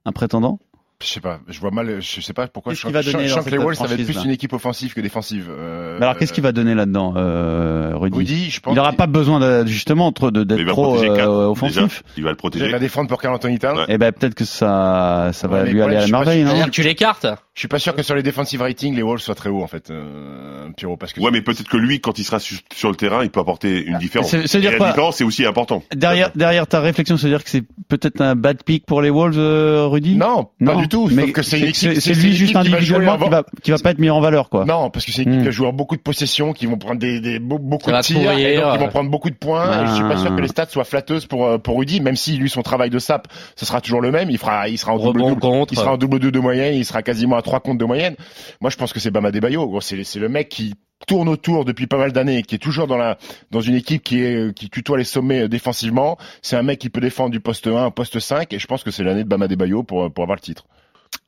[SPEAKER 5] un prétendant
[SPEAKER 9] Je sais pas, je vois mal, je sais pas pourquoi.
[SPEAKER 5] Qu'est-ce
[SPEAKER 9] je
[SPEAKER 5] qu'il va
[SPEAKER 9] je-
[SPEAKER 5] donner
[SPEAKER 9] je
[SPEAKER 5] dans
[SPEAKER 9] sens que
[SPEAKER 5] cette
[SPEAKER 9] les Wolves, ça va être
[SPEAKER 5] franchise,
[SPEAKER 9] plus
[SPEAKER 5] là
[SPEAKER 9] une équipe offensive que défensive. Euh,
[SPEAKER 5] Mais Alors qu'est-ce qu'il va donner là-dedans, euh, Rudy,
[SPEAKER 9] Rudy, je pense.
[SPEAKER 5] Il n'aura
[SPEAKER 9] qu'il-
[SPEAKER 5] pas besoin de- justement entre- de-
[SPEAKER 8] il
[SPEAKER 5] d'être
[SPEAKER 8] va
[SPEAKER 5] trop
[SPEAKER 8] protéger
[SPEAKER 5] euh,
[SPEAKER 8] quatre,
[SPEAKER 5] offensif.
[SPEAKER 8] déjà. Il va le
[SPEAKER 9] Il
[SPEAKER 8] protéger.
[SPEAKER 9] va défendre pour Carl Anthony Towns.
[SPEAKER 8] Ouais.
[SPEAKER 5] Eh ben peut-être que ça ça va
[SPEAKER 9] Ouais, mais
[SPEAKER 5] lui
[SPEAKER 9] le
[SPEAKER 5] aller à la
[SPEAKER 9] problème, je suis
[SPEAKER 5] merveille,
[SPEAKER 9] pas
[SPEAKER 5] non
[SPEAKER 7] C'est-à-dire que tu l'écartes
[SPEAKER 9] Je suis pas sûr que sur les defensive ratings, les Wolves soient très hauts, en fait, euh, Pierrot, parce que.
[SPEAKER 8] Ouais, mais peut-être que lui, quand il sera su- sur le terrain, il peut apporter une différence.
[SPEAKER 5] Ah, c'est- c'est-à-dire
[SPEAKER 8] Et la
[SPEAKER 5] quoi
[SPEAKER 8] différence, c'est aussi important.
[SPEAKER 5] Derrière derrière ta réflexion, c'est-à-dire que c'est peut-être un bad pick pour les Wolves, euh, Rudy
[SPEAKER 9] Non,
[SPEAKER 5] Non,
[SPEAKER 9] pas du tout.
[SPEAKER 5] mais
[SPEAKER 9] sauf que c'est une équipe.
[SPEAKER 5] c'est- c'est
[SPEAKER 9] c'est
[SPEAKER 5] lui
[SPEAKER 9] une
[SPEAKER 5] juste
[SPEAKER 9] équipe qui va jouer
[SPEAKER 5] individuellement
[SPEAKER 9] avant-
[SPEAKER 5] qui va, qui va pas être mis en valeur, quoi.
[SPEAKER 9] Non, parce que c'est une équipe
[SPEAKER 5] Hmm.
[SPEAKER 9] qui va jouer beaucoup de possessions, qui vont prendre des, des beau- beaucoup
[SPEAKER 7] Ça va
[SPEAKER 9] de tirs, et
[SPEAKER 7] courir,
[SPEAKER 9] donc ils
[SPEAKER 7] ouais.
[SPEAKER 9] vont prendre beaucoup de points. Et je suis pas sûr
[SPEAKER 5] Ah.
[SPEAKER 9] que les stats soient flatteuses pour euh, pour Rudy, même si lui son travail de sap, ce sera toujours le même. Il fera, il sera en double
[SPEAKER 7] Rebond
[SPEAKER 9] double,
[SPEAKER 7] contre.
[SPEAKER 9] il sera en double deux de moyenne, il sera quasiment à trois comptes de moyenne. Moi, je pense que c'est Bama Debayo. Gros, C'est c'est le mec qui tourne autour depuis pas mal d'années, qui est toujours dans la dans une équipe qui est qui tutoie les sommets euh, défensivement. C'est un mec qui peut défendre du poste 1 au poste 5 et je pense que c'est l'année de Bama Debayo pour euh, pour avoir le titre.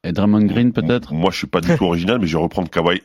[SPEAKER 5] Et Draymond Green peut-être Ah,
[SPEAKER 8] Moi je suis pas du tout original mais je vais reprendre Kawhi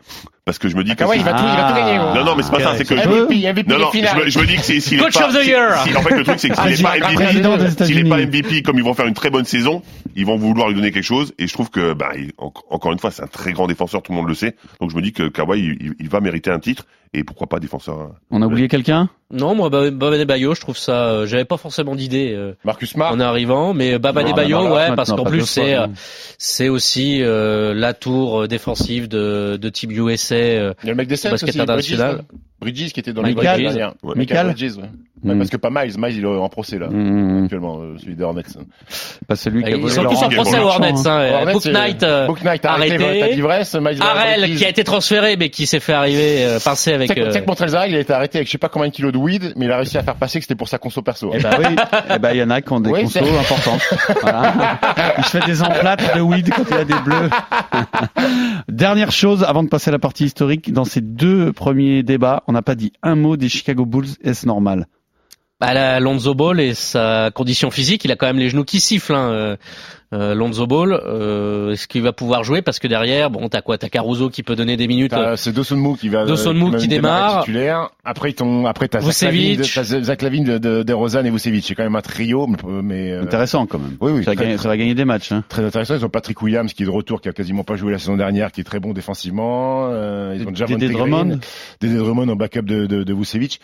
[SPEAKER 8] parce que je me dis que
[SPEAKER 5] Kawhi,
[SPEAKER 8] si-
[SPEAKER 5] il va tout- il va tout gagner, moi.
[SPEAKER 8] Non non mais c'est pas ça
[SPEAKER 5] Ah,
[SPEAKER 8] c'est que
[SPEAKER 5] MVP, MVP
[SPEAKER 8] Non non, je
[SPEAKER 5] finale.
[SPEAKER 8] me, je me dis que c'est s'il est
[SPEAKER 5] Coach
[SPEAKER 8] pas
[SPEAKER 5] of the
[SPEAKER 8] si-
[SPEAKER 5] year.
[SPEAKER 8] si- en fait le truc c'est que
[SPEAKER 5] Ah,
[SPEAKER 8] s'il est
[SPEAKER 5] il
[SPEAKER 8] pas
[SPEAKER 5] sera président des
[SPEAKER 8] MVP s'il est pas
[SPEAKER 5] États-Unis.
[SPEAKER 8] MVP comme ils vont faire une très bonne saison, ils vont vouloir lui donner quelque chose et je trouve que bah il- en- encore une fois c'est un très grand défenseur tout le monde le sait. Donc je me dis que Kawhi il, il- il va mériter un titre et pourquoi pas défenseur hein.
[SPEAKER 5] On a oublié quelqu'un
[SPEAKER 7] Non, moi, Ba- Bam Adebayo, je trouve ça. euh, J'avais pas forcément d'idée euh,
[SPEAKER 9] Marcus Smart
[SPEAKER 7] en arrivant, mais Bam
[SPEAKER 5] Non,
[SPEAKER 7] Ah, bah, Adebayo,
[SPEAKER 5] Bam Adebayo,
[SPEAKER 7] ouais, parce
[SPEAKER 5] maintenant,
[SPEAKER 7] qu'en
[SPEAKER 5] pas
[SPEAKER 7] plus
[SPEAKER 5] deux fois,
[SPEAKER 7] c'est euh,
[SPEAKER 5] non.
[SPEAKER 7] c'est aussi euh, la tour euh, défensive de de Team USA euh,
[SPEAKER 9] Il y a le mec des
[SPEAKER 7] au
[SPEAKER 9] Saints
[SPEAKER 7] basket
[SPEAKER 9] aussi,
[SPEAKER 7] international.
[SPEAKER 9] Bridges, là. Bridges qui était dans
[SPEAKER 7] Michael.
[SPEAKER 9] les Bridges dernière.
[SPEAKER 7] Ouais.
[SPEAKER 9] Michael
[SPEAKER 5] Michael
[SPEAKER 9] Bridges, ouais. Ouais,
[SPEAKER 5] Mm.
[SPEAKER 9] Parce que pas Miles, Miles il est en procès là,
[SPEAKER 5] Mm.
[SPEAKER 9] actuellement, euh, celui des Hornets.
[SPEAKER 5] Pas celui qui a
[SPEAKER 7] Ils
[SPEAKER 5] volé
[SPEAKER 7] sont tous
[SPEAKER 5] Laurent
[SPEAKER 7] en procès aux
[SPEAKER 5] Guérin.
[SPEAKER 7] Hornets. Hein. euh,
[SPEAKER 9] Hornets,
[SPEAKER 7] Book
[SPEAKER 9] euh,
[SPEAKER 7] Knight, euh,
[SPEAKER 9] Book Knight, arrêtez
[SPEAKER 7] arrêté.
[SPEAKER 9] votre tas d'ivresse, Miles
[SPEAKER 7] Harrell
[SPEAKER 9] Bridges.
[SPEAKER 7] qui a été transféré mais qui s'est fait arriver euh, pincé
[SPEAKER 9] Tu
[SPEAKER 7] avec.
[SPEAKER 9] sais que- tu sais
[SPEAKER 7] euh,
[SPEAKER 9] que Montrezl il a été arrêté avec je sais pas combien de kilos de weed, mais il a réussi à faire passer que c'était pour sa conso perso.
[SPEAKER 5] Eh ben oui, eh ben il y en a qui ont des
[SPEAKER 9] Oui,
[SPEAKER 5] consos
[SPEAKER 9] c'est-
[SPEAKER 5] importantes.
[SPEAKER 9] <laughs>
[SPEAKER 5] Voilà. Je fais des emplâtres de weed quand il y a des bleus. <laughs> Dernière chose avant de passer à la partie historique, dans ces deux premiers débats, on n'a pas dit un mot des Chicago Bulls, est-ce normal
[SPEAKER 7] Bah, la Lonzo Ball et sa condition physique, il a quand même les genoux qui sifflent. Hein. euh, euh, Lonzo Ball, euh, est-ce qu'il va pouvoir jouer Parce que derrière, bon, t'as quoi T'as Caruso qui peut donner des minutes. euh,
[SPEAKER 9] T'as- C'est Dosonmu qui va
[SPEAKER 7] Dawson Moore
[SPEAKER 9] va
[SPEAKER 7] qui
[SPEAKER 9] même démarrer
[SPEAKER 7] démarre.
[SPEAKER 9] titulaire. Après ton après t'as Zach Lavine,
[SPEAKER 7] Vucevic.
[SPEAKER 9] de- t'as Zach Lavine de, de, de Rosanne et Vucevic. C'est quand même un trio, mais, mais, euh,
[SPEAKER 5] Intéressant quand même.
[SPEAKER 9] oui oui.
[SPEAKER 5] ça, va
[SPEAKER 9] très-
[SPEAKER 5] gagner, ça va gagner des matchs. Hein.
[SPEAKER 9] Très intéressant. Ils ont Patrick Williams qui est de retour, qui a quasiment pas joué la saison dernière, qui est très bon défensivement. Euh, ils ont déjà
[SPEAKER 5] Dédé Drummond.
[SPEAKER 9] Dédé Drummond en backup de, de, de Vucevic.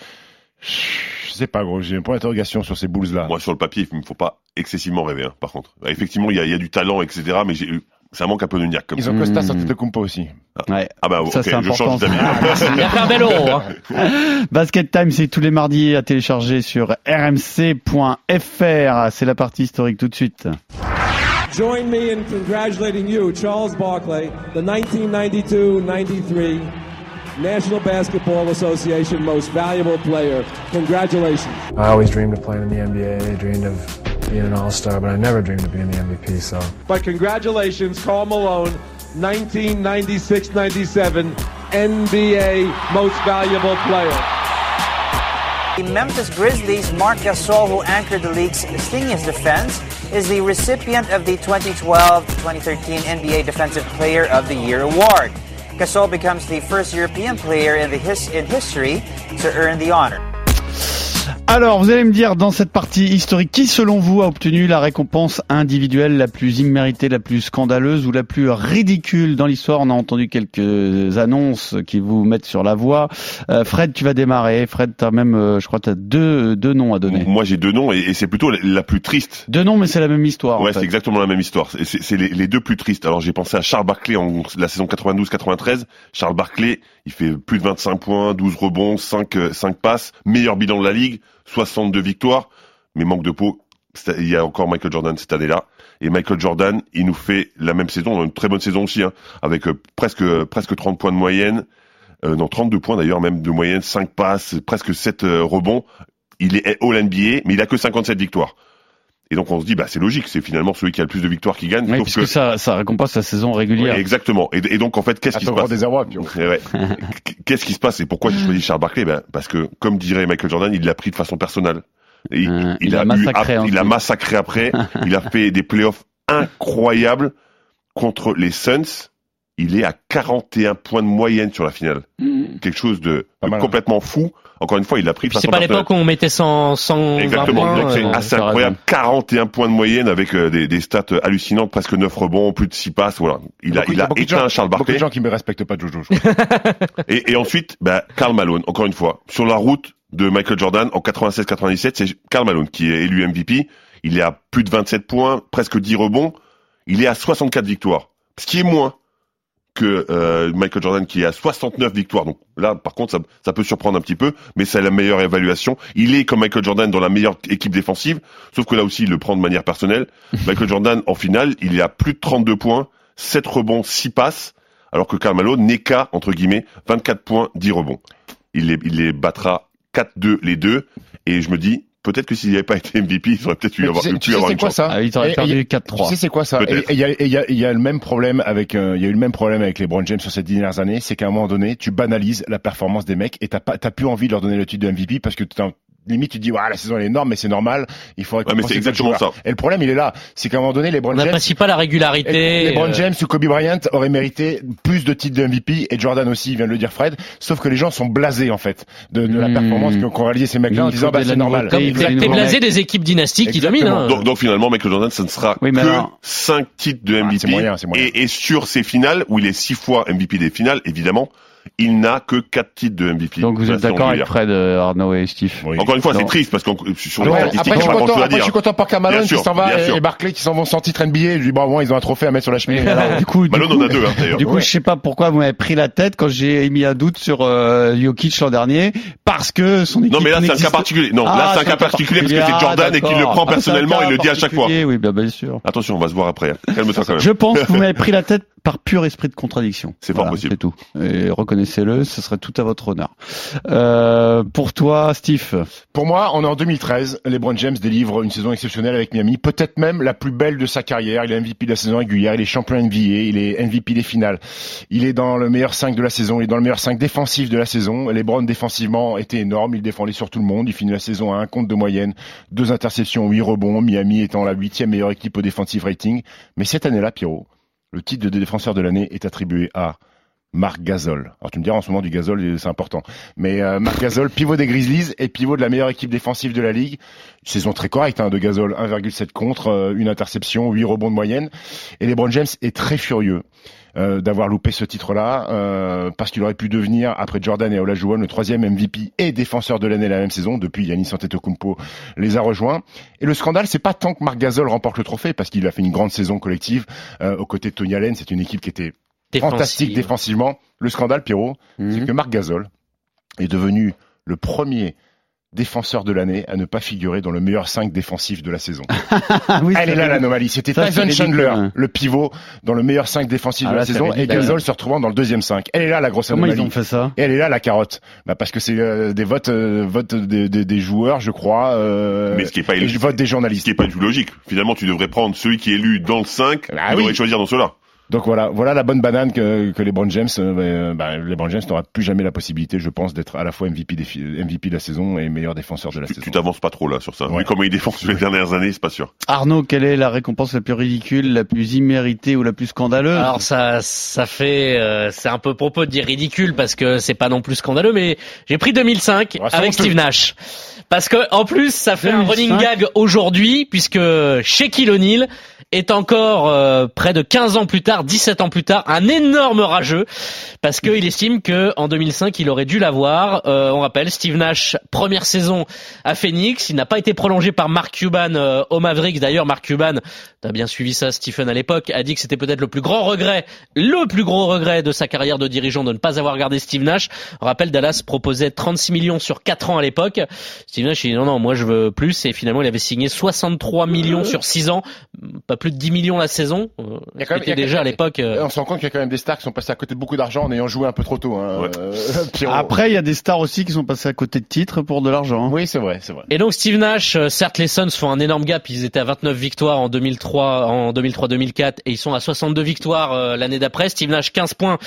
[SPEAKER 9] Je sais pas, gros. J'ai un point d'interrogation sur ces Bulls
[SPEAKER 5] Ah.
[SPEAKER 9] là.
[SPEAKER 8] Moi, sur le papier, il ne faut pas excessivement rêver, hein, par contre. Bah, Effectivement, il y a, il y a du talent, etc., mais j'ai- ça manque un peu de niaque, comme
[SPEAKER 9] Ils
[SPEAKER 8] ça.
[SPEAKER 9] ont Costa
[SPEAKER 5] Hmm.
[SPEAKER 9] Antetokounmpo aussi.
[SPEAKER 5] Ouais.
[SPEAKER 8] Ah bah,
[SPEAKER 5] Ça,
[SPEAKER 8] ok,
[SPEAKER 5] c'est
[SPEAKER 8] je
[SPEAKER 5] important,
[SPEAKER 8] change
[SPEAKER 5] ça. Ah,
[SPEAKER 8] d'avis.
[SPEAKER 7] Il a fait un bel euro.
[SPEAKER 5] <laughs>
[SPEAKER 7] Hein.
[SPEAKER 5] Basket Time, c'est tous les mardis à télécharger sur rmc.fr. C'est la partie historique tout de suite.
[SPEAKER 12] Join me in congratulating you, Charles Barkley, the 1992-93 National Basketball Association Most Valuable Player. Congratulations.
[SPEAKER 13] I always dreamed of playing in the NBA. I dreamed of being an All Star, but I never dreamed of being the MVP. So
[SPEAKER 12] But congratulations, Carl Malone, 1996-97 NBA Most Valuable Player.
[SPEAKER 6] The Memphis Grizzlies' Mark Gasol, who anchored the league's stingiest defense, is the recipient of the 2012-2013 NBA Defensive Player of the Year award. Gasol becomes the first European player in, the his- in history to earn the honor.
[SPEAKER 5] Alors, vous allez me dire dans cette partie historique, qui selon vous a obtenu la récompense individuelle la plus imméritée, la plus scandaleuse ou la plus ridicule dans l'histoire On a entendu quelques annonces qui vous mettent sur la voie. Euh, Fred, tu vas démarrer. Fred, t'as même, euh, je crois, t'as deux deux noms à donner.
[SPEAKER 8] Moi, j'ai deux noms, et, et c'est plutôt la, la plus triste.
[SPEAKER 5] Deux noms, mais c'est la même histoire. Ah, en
[SPEAKER 8] Ouais,
[SPEAKER 5] fait.
[SPEAKER 8] c'est exactement la même histoire. C'est- C'est c'est les, les deux plus tristes. Alors, j'ai pensé à Charles Barclay en la saison 92-93. Charles Barclay, il fait plus de 25 points, 12 rebonds, 5, euh, 5 passes, meilleur bilan de la ligue, 62 victoires, mais manque de peau. C'est- Il y a encore Michael Jordan cette année-là. Et Michael Jordan, il nous fait la même saison, une très bonne saison aussi, hein, avec euh, presque, euh, presque 30 points de moyenne, euh, non, 32 points d'ailleurs, même de moyenne, 5 passes, presque 7 euh, rebonds. Il est All-NBA, mais il a que 57 victoires. Et donc on se dit, bah c'est logique, c'est finalement celui qui a le plus de victoires qui gagne.
[SPEAKER 5] Ouais,
[SPEAKER 8] sauf
[SPEAKER 5] puisque ça, ça récompense la saison régulière.
[SPEAKER 8] Ouais, exactement. Et, et donc en fait, qu'est-ce qui se
[SPEAKER 9] Attends,
[SPEAKER 8] passe
[SPEAKER 9] encore des awards, puis on-
[SPEAKER 8] C'est vrai. Eh Qu'est-ce qui se passe et pourquoi
[SPEAKER 7] Hmm.
[SPEAKER 8] j'ai choisi Charles Barkley ben, Parce que, comme dirait Michael Jordan, il l'a pris de façon personnelle. Et il,
[SPEAKER 7] Hmm,
[SPEAKER 5] Euh, il l'a
[SPEAKER 8] a eu-
[SPEAKER 5] massacré
[SPEAKER 7] hein,
[SPEAKER 8] ap- il l'a
[SPEAKER 5] ensuite.
[SPEAKER 8] massacré
[SPEAKER 7] <laughs>
[SPEAKER 8] après. il a fait des playoffs incroyables contre les Suns. Il est à 41 points de moyenne sur la finale. Quelque chose de,
[SPEAKER 9] Pas
[SPEAKER 8] de
[SPEAKER 9] mal, hein.
[SPEAKER 8] complètement fou. Encore une fois, il l'a pris de
[SPEAKER 7] Puis Hmm. c'est
[SPEAKER 8] façon
[SPEAKER 7] pas
[SPEAKER 8] personnelle.
[SPEAKER 7] l'époque où on mettait 100, 120
[SPEAKER 8] Exactement.
[SPEAKER 7] points.
[SPEAKER 8] Donc, c'est
[SPEAKER 7] euh,
[SPEAKER 8] assez
[SPEAKER 5] t'as
[SPEAKER 8] incroyable. 41 points de moyenne avec euh, des, des stats hallucinantes, presque 9 rebonds, plus de 6 passes. Voilà. Il a,
[SPEAKER 9] Beaucoup-
[SPEAKER 8] il a
[SPEAKER 9] beaucoup de
[SPEAKER 8] éteint
[SPEAKER 9] gens-
[SPEAKER 8] Charles
[SPEAKER 9] Beaucoup de
[SPEAKER 8] Barkley.
[SPEAKER 9] gens qui me respectent pas, Jojo. je crois.
[SPEAKER 8] Et, et ensuite, bah, Karl Malone, encore une fois, sur la route de Michael Jordan en 96-97, c'est Karl Malone qui est élu MVP. Il est à plus de 27 points, presque 10 rebonds. Il est à 64 victoires, ce qui est moins que euh, Michael Jordan qui est à 69 victoires. Donc là, par contre, ça, ça peut surprendre un petit peu, mais c'est la meilleure évaluation. Il est comme Michael Jordan dans la meilleure équipe défensive, sauf que là aussi, il le prend de manière
[SPEAKER 9] <laughs>
[SPEAKER 8] personnelle. Michael Jordan, en finale, il est à plus de 32 points, 7 rebonds, 6 passes, alors que Karl Malone n'est qu'à, entre guillemets, 24 points, 10 rebonds. Il les, il les battra 4-2 les deux, et je me dis, peut-être que s'il n'y avait pas été MVP, il aurait peut-être
[SPEAKER 9] Mais
[SPEAKER 8] eu
[SPEAKER 9] tu
[SPEAKER 8] avoir,
[SPEAKER 9] sais-
[SPEAKER 8] pu
[SPEAKER 9] tu sais
[SPEAKER 8] avoir
[SPEAKER 9] c'est
[SPEAKER 8] une
[SPEAKER 9] quoi
[SPEAKER 8] chance.
[SPEAKER 9] ça
[SPEAKER 5] Ah, il
[SPEAKER 9] Et-
[SPEAKER 5] t'aurait
[SPEAKER 9] et-
[SPEAKER 5] perdu
[SPEAKER 9] Tu
[SPEAKER 5] 4-3.
[SPEAKER 9] sais c'est quoi ça Et-
[SPEAKER 8] Peut-être.
[SPEAKER 9] et Il y a, et il y a- il y a le même problème avec, euh, il y a eu le même problème avec les Brown James sur ces dernières années, c'est qu'à un moment donné, tu banalises la performance des mecs et t'as pas, t'as plus envie de leur donner le titre de MVP parce que t'as limite tu te dis ouais, la saison elle est énorme mais c'est normal il faudrait
[SPEAKER 8] Ouais, mais c'est exactement ça.
[SPEAKER 9] et le problème il est là c'est qu'à un moment donné les Brown James
[SPEAKER 7] n'apprécie pas la régularité.
[SPEAKER 9] les Brown
[SPEAKER 7] Euh,
[SPEAKER 9] James ou Kobe Bryant auraient mérité plus de titres de MVP et Jordan aussi il vient de le dire Fred sauf que les gens sont blasés en fait de, de la performance que- qu'ont réalisé ces mecs là en
[SPEAKER 5] Il
[SPEAKER 9] disant
[SPEAKER 5] faut
[SPEAKER 9] bah
[SPEAKER 5] Hmm. de la
[SPEAKER 9] c'est normal
[SPEAKER 7] Comme t'es t'es blasé des équipes dynastiques qui dominent. hein.
[SPEAKER 8] Donc, donc finalement, Michael Jordan, ça ne sera
[SPEAKER 5] Euh. mais
[SPEAKER 8] que
[SPEAKER 5] alors- Ah,
[SPEAKER 8] 5 titres de MVP.
[SPEAKER 9] moyen, c'est moyen.
[SPEAKER 8] Et, et sur ces finales, où il est 6 fois MVP des finales, évidemment, il n'a que 4 titres de MVP.
[SPEAKER 5] Donc vous
[SPEAKER 8] de la
[SPEAKER 5] êtes
[SPEAKER 8] saison
[SPEAKER 5] d'accord avec
[SPEAKER 8] régulière.
[SPEAKER 5] Fred, euh, Arnaud et Steve
[SPEAKER 8] Encore une fois,
[SPEAKER 5] Non.
[SPEAKER 8] c'est triste parce que sur les statistiques,
[SPEAKER 9] Ouais, après,
[SPEAKER 8] il n'y
[SPEAKER 9] je
[SPEAKER 8] a
[SPEAKER 9] suis
[SPEAKER 8] pas
[SPEAKER 9] content,
[SPEAKER 8] grand-chose à
[SPEAKER 9] après,
[SPEAKER 8] dire.
[SPEAKER 9] je suis content pour
[SPEAKER 8] Bien
[SPEAKER 9] Carmelo qui
[SPEAKER 8] sûr,
[SPEAKER 9] s'en va
[SPEAKER 8] bien
[SPEAKER 9] et,
[SPEAKER 8] sûr.
[SPEAKER 9] et Barclay qui s'en vont sans titre NBA. Je dis, bon, bon, ils ont un trophée à mettre sur
[SPEAKER 5] <laughs>
[SPEAKER 9] la cheminée.
[SPEAKER 5] Alors, du coup,
[SPEAKER 8] Malone
[SPEAKER 5] du
[SPEAKER 8] en
[SPEAKER 5] coup,
[SPEAKER 8] a deux, hein, d'ailleurs.
[SPEAKER 5] Du coup,
[SPEAKER 9] Ouais.
[SPEAKER 5] je sais pas pourquoi vous m'avez pris la tête quand j'ai mis un doute sur euh, Jokic l'an dernier, parce que son équipe
[SPEAKER 8] Non, mais là, c'est un
[SPEAKER 5] n'existe-
[SPEAKER 8] cas particulier. Non,
[SPEAKER 5] Ah,
[SPEAKER 8] là, c'est un cas particulier parce que c'est
[SPEAKER 5] Ah,
[SPEAKER 8] Jordan et qu'il le
[SPEAKER 5] d'accord.
[SPEAKER 8] prend
[SPEAKER 5] Ah,
[SPEAKER 8] personnellement
[SPEAKER 5] c'est un cas
[SPEAKER 8] et le dit à chaque fois.
[SPEAKER 5] particulier, Oui, bah, bien, bien sûr.
[SPEAKER 8] Attention, on va se voir après. hein. Calme-toi quand même.
[SPEAKER 5] Je pense que vous m'avez
[SPEAKER 8] <laughs>
[SPEAKER 5] pris la tête par pur esprit de contradiction.
[SPEAKER 8] C'est
[SPEAKER 5] pas
[SPEAKER 8] fort possible.
[SPEAKER 5] C'est tout. Et reconnaissez-le, ce serait tout à votre honneur. Euh, pour toi, Steve,
[SPEAKER 9] Pour moi, on est en 2013. LeBron James délivre une saison exceptionnelle avec Miami, peut-être même la plus belle de sa carrière. Il est MVP de la saison régulière, il est champion NBA, il est MVP des finales. Il est dans le meilleur 5 de la saison, il est dans le meilleur 5 défensif de la saison. LeBron défensivement était énorme, il défendait sur tout le monde. Il finit la saison à un compte de moyenne, deux interceptions, huit rebonds. Miami étant la huitième meilleure équipe au defensive rating. Mais cette année-là, Pierrot, le titre de défenseur de l'année est attribué à Marc Gasol. Alors tu me diras en ce moment du Gasol, c'est important. Mais euh, Marc Gasol, pivot des Grizzlies et pivot de la meilleure équipe défensive de la ligue. Saison très correcte hein, de Gasol, 1,7 contre, euh, une interception, 8 rebonds de moyenne. Et LeBron James est très furieux euh, d'avoir loupé ce titre-là euh, parce qu'il aurait pu devenir, après Jordan et Olajuwon, le troisième MVP et défenseur de l'année la même saison. Depuis, Yanis Antetokounmpo les a rejoints. Et le scandale, c'est pas tant que Marc Gasol remporte le trophée parce qu'il a fait une grande saison collective euh, aux côtés de Tony Allen. C'est une équipe qui était
[SPEAKER 7] Défensive.
[SPEAKER 9] fantastique défensivement. Le scandale, Pierrot,
[SPEAKER 8] Hmm.
[SPEAKER 5] Mhm.
[SPEAKER 9] c'est que Marc Gasol est devenu le premier défenseur de l'année à ne pas figurer dans le meilleur 5 défensif de la saison.
[SPEAKER 5] <laughs> Ah oui,
[SPEAKER 9] Elle
[SPEAKER 5] c'est
[SPEAKER 9] est là
[SPEAKER 5] vrai.
[SPEAKER 9] l'anomalie. C'était
[SPEAKER 5] Ça, c'est
[SPEAKER 9] Tyson
[SPEAKER 5] ridicule,
[SPEAKER 9] Chandler,
[SPEAKER 5] hein.
[SPEAKER 9] le pivot, dans le meilleur 5 défensif
[SPEAKER 5] Ah
[SPEAKER 9] de la
[SPEAKER 5] là, c'est
[SPEAKER 9] saison, et
[SPEAKER 5] ridicule.
[SPEAKER 9] Gasol se retrouvant dans le deuxième 5. Elle est là la grosse
[SPEAKER 5] comment ils ont
[SPEAKER 9] anomalie.
[SPEAKER 5] fait ça
[SPEAKER 9] Et elle est là la carotte, bah parce que c'est euh, des votes, euh, votes des, des- des joueurs, je crois, euh,
[SPEAKER 8] Mais ce qui est pas
[SPEAKER 9] et votes des journalistes.
[SPEAKER 8] Ce qui est pas du tout logique. Finalement, tu devrais prendre celui qui est élu dans le 5,
[SPEAKER 9] Bah
[SPEAKER 5] Ah
[SPEAKER 8] tu
[SPEAKER 9] oui.
[SPEAKER 8] devrais choisir dans cela.
[SPEAKER 9] Donc voilà, voilà la bonne banane que, que les Brown James, euh, bah, les Brown James n'aura plus jamais la possibilité, je pense, d'être à la fois MVP, des fi- MVP de la saison et meilleur défenseur de la
[SPEAKER 8] Tu-
[SPEAKER 9] saison.
[SPEAKER 8] Tu t'avances pas trop là sur ça.
[SPEAKER 9] Ouais.
[SPEAKER 8] Vu comment il défend sur <laughs> les dernières années, c'est pas sûr.
[SPEAKER 5] Arnaud, quelle est la récompense la plus ridicule, la plus imméritée ou la plus scandaleuse
[SPEAKER 7] Alors ça, ça fait, euh, c'est un peu propos de dire ridicule parce que c'est pas non plus scandaleux, mais j'ai pris 2005
[SPEAKER 9] Ah, c'est
[SPEAKER 7] avec
[SPEAKER 9] honteux.
[SPEAKER 7] Steve Nash parce que en plus ça fait un
[SPEAKER 5] 2005.
[SPEAKER 7] running gag aujourd'hui puisque Shaquille O'Neal est encore euh, près de 15 ans plus tard, 17 ans plus tard, un énorme rageux parce qu'il estime que en 2005 il aurait dû l'avoir. Euh, on rappelle Steve Nash première saison à Phoenix, il n'a pas été prolongé par Mark Cuban euh, au Mavericks. D'ailleurs Mark Cuban, t'as bien suivi ça Stephen à l'époque, a dit que c'était peut-être le plus grand regret, le plus gros regret de sa carrière de dirigeant de ne pas avoir gardé Steve Nash. On rappelle Dallas proposait 36 millions sur 4 ans à l'époque. Steve Nash il dit non non, moi je veux plus et finalement il avait signé 63 millions sur 6 ans, pas plus de 10 millions la saison. Euh,
[SPEAKER 9] Il y a quand même- il y
[SPEAKER 7] C'était
[SPEAKER 9] a-
[SPEAKER 7] déjà à l'époque euh,
[SPEAKER 9] Euh, On se rend compte qu'il y a quand même des stars qui sont passés à côté de beaucoup d'argent en ayant joué un peu trop tôt. Hein,
[SPEAKER 8] Ouais.
[SPEAKER 9] euh, <laughs> Pierrot.
[SPEAKER 5] Après, il y a des stars aussi qui sont passées à côté de titres pour de l'argent. hein.
[SPEAKER 9] oui, c'est vrai, c'est vrai.
[SPEAKER 7] Et donc Steve Nash, euh, certes les Suns font un énorme gap, ils étaient à 29 victoires en 2003, en 2003-2004 et ils sont à 62 victoires euh, l'année d'après. Steve Nash 15 points,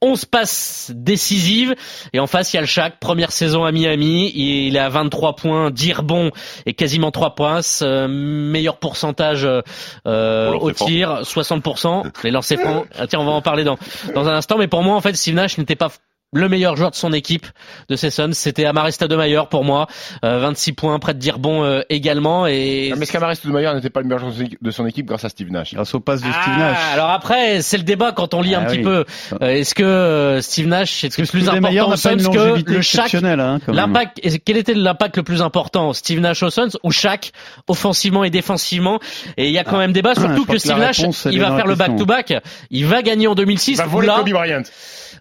[SPEAKER 7] 11 passes décisives et en face il y a le Shaq, première saison à Miami, il est à 23 points, 10 rebonds et quasiment 3 passes, euh, meilleur pourcentage euh, euh,
[SPEAKER 8] Pour
[SPEAKER 7] au
[SPEAKER 8] leurs francs.
[SPEAKER 7] tir, 60%, les lancers francs. Ah, tiens, on va en parler dans dans un instant mais pour moi en fait Steve Nash n'était pas le meilleur joueur de son équipe de ses Suns, c'était Amare Stoudemire pour moi. Euh, 26 points, près de 10 rebonds euh, également. Et
[SPEAKER 9] Ah, Mais Scamaris Stoudemire n'était pas le meilleur joueur de son équipe- de son équipe grâce à Steve Nash.
[SPEAKER 5] Grâce au pass de
[SPEAKER 7] Ah,
[SPEAKER 5] Steve Nash.
[SPEAKER 7] alors après, c'est le débat quand on lit un
[SPEAKER 5] Ah
[SPEAKER 7] petit
[SPEAKER 5] oui.
[SPEAKER 7] peu. Euh, est-ce que euh, Steve Nash, est-ce que c'est plus
[SPEAKER 5] Stoudemire
[SPEAKER 7] important
[SPEAKER 5] n'a
[SPEAKER 7] aux
[SPEAKER 5] pas
[SPEAKER 7] Suns
[SPEAKER 5] une
[SPEAKER 7] que
[SPEAKER 5] longévité
[SPEAKER 7] le Shaq
[SPEAKER 5] exceptionnelle, hein, quand même.
[SPEAKER 7] L'impact, est- quel était l'impact le plus important, Steve Nash aux Suns ou Shaq, offensivement et défensivement Et il y a quand
[SPEAKER 5] Ah.
[SPEAKER 7] même débat,
[SPEAKER 5] Je crois
[SPEAKER 7] surtout que,
[SPEAKER 5] que la
[SPEAKER 7] Steve Nash,
[SPEAKER 5] réponse, elle
[SPEAKER 7] il
[SPEAKER 5] est
[SPEAKER 7] va
[SPEAKER 5] dans la
[SPEAKER 7] faire le
[SPEAKER 5] question.
[SPEAKER 7] back-to-back, il va gagner en 2006.
[SPEAKER 9] Il va voler
[SPEAKER 7] Là,
[SPEAKER 9] Kobe Bryant.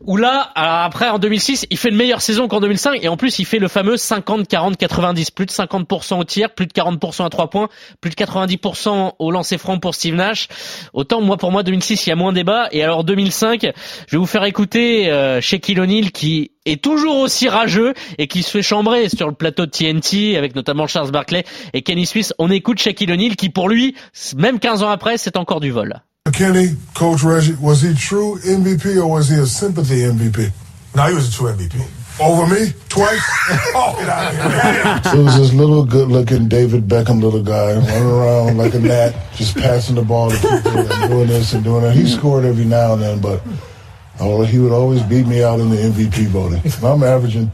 [SPEAKER 7] où là, alors après en 2006, il fait une meilleure saison qu'en 2005 et en plus il fait le fameux 50 40 90, plus de 50% au tir, plus de 40% à trois points, plus de 90% au lancer franc pour Steve Nash. Autant moi pour moi 2006, il y a moins débat et alors 2005, je vais vous faire écouter euh, Shaquille O'Neal qui est toujours aussi rageux et qui se fait chambrer sur le plateau de TNT avec notamment Charles Barkley et Kenny Smith. On écoute Shaquille O'Neal qui pour lui, même 15 ans après, c'est encore du vol.
[SPEAKER 14] Kenny, Coach Reggie, was he true MVP or was he a sympathy MVP?
[SPEAKER 15] No, he was a true MVP.
[SPEAKER 14] Over me? Twice? oh, get out of here.
[SPEAKER 15] So it was this little good-looking David Beckham little guy running around like a gnat, just passing the ball to people and doing this and doing that. He scored every now and then, but oh, he would always beat me out in the MVP voting. And I'm averaging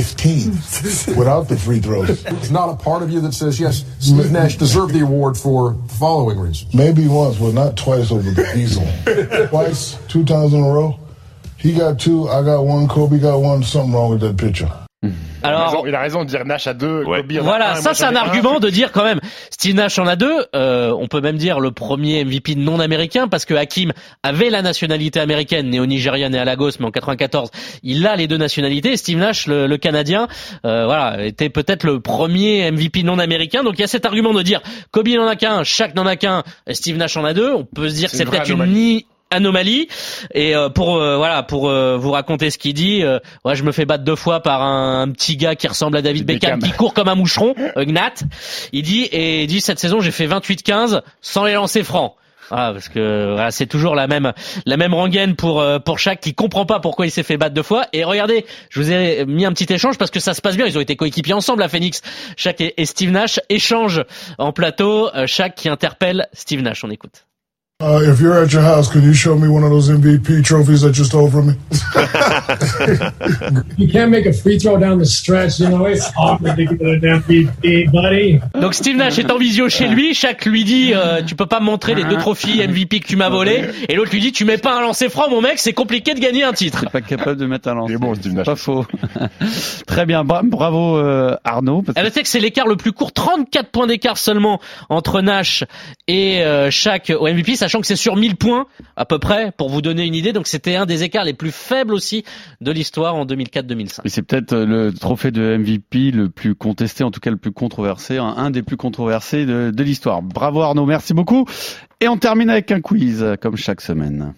[SPEAKER 15] 28-15 without the free throws.
[SPEAKER 16] It's not a part of you that says, yes, Steve Nash deserved the award for the following reasons.
[SPEAKER 15] Maybe once, but not twice over Diesel. Twice, two times in a row. He got two, I got one, Kobe got one. Something wrong with that picture.
[SPEAKER 9] Alors, il, a raison, il a raison de dire Nash à deux. Kobe en a un,
[SPEAKER 7] Ah, Voilà,
[SPEAKER 9] hein, moi,
[SPEAKER 7] ça c'est
[SPEAKER 9] j'en
[SPEAKER 7] un
[SPEAKER 9] ai
[SPEAKER 7] argument de dire quand même, Steve Nash en a deux, euh, on peut même dire le premier MVP non américain parce que Hakim avait la nationalité américaine, né au Nigeria, né à Lagos, mais en 94, il a les deux nationalités, et Steve Nash, le, le Canadien, euh, voilà, était peut-être le premier MVP non américain, donc il y a cet argument de dire Kobe n'en a qu'un, Shaq n'en a qu'un, et Steve Nash en a deux, on peut se dire que
[SPEAKER 9] C'est
[SPEAKER 7] c'est
[SPEAKER 9] une vraie
[SPEAKER 7] peut-être une ni- anomalie et euh, pour euh, voilà pour euh, vous raconter ce qu'il dit euh, ouais je me fais battre deux fois par un, un petit gars qui ressemble à David Beckham, qui court comme un moucheron euh, Gnat il dit et il dit cette saison j'ai fait 28 15 sans les lancer francs voilà, parce que voilà, c'est toujours la même la même rengaine pour euh, pour chaque qui comprend pas pourquoi il s'est fait battre deux fois et regardez je vous ai mis un petit échange parce que ça se passe bien ils ont été coéquipiers ensemble à Phoenix Shaq et, et Steve Nash échangent en plateau euh, Shaq qui interpelle Steve Nash on écoute
[SPEAKER 14] Uh, if you're at your house, can you show me one of those MVP trophies that you stole from me?
[SPEAKER 17] <laughs> You can't make a free throw down the stretch. You know, it's awkward to get an MVP, buddy.
[SPEAKER 7] Donc Steve Nash est en visio chez lui, Shaq lui dit euh, tu peux pas me montrer les deux
[SPEAKER 5] Ah.
[SPEAKER 7] trophies MVP que tu m'as volé et l'autre lui dit tu mets pas un lancer franc mon mec, c'est compliqué de gagner un titre.
[SPEAKER 5] Pas capable de mettre un lancer. Pas faux. <laughs> Très bien. Bra- Bravo euh, Arnaud. parce que-
[SPEAKER 7] Elle sait que c'est l'écart le plus court, 34 points d'écart seulement entre Nash et euh, Shaq au MVP, sachant que c'est sur 1000 points à peu près pour vous donner une idée. Donc c'était un des écarts les plus faibles aussi de l'histoire en 2004-2005.
[SPEAKER 5] Et c'est peut-être euh, le trophée de MVP le plus contesté, en tout cas le plus controversé, un, un des plus controversés de, de l'histoire. Bravo Arnaud, merci beaucoup. Et on termine avec un quiz, euh, comme chaque semaine.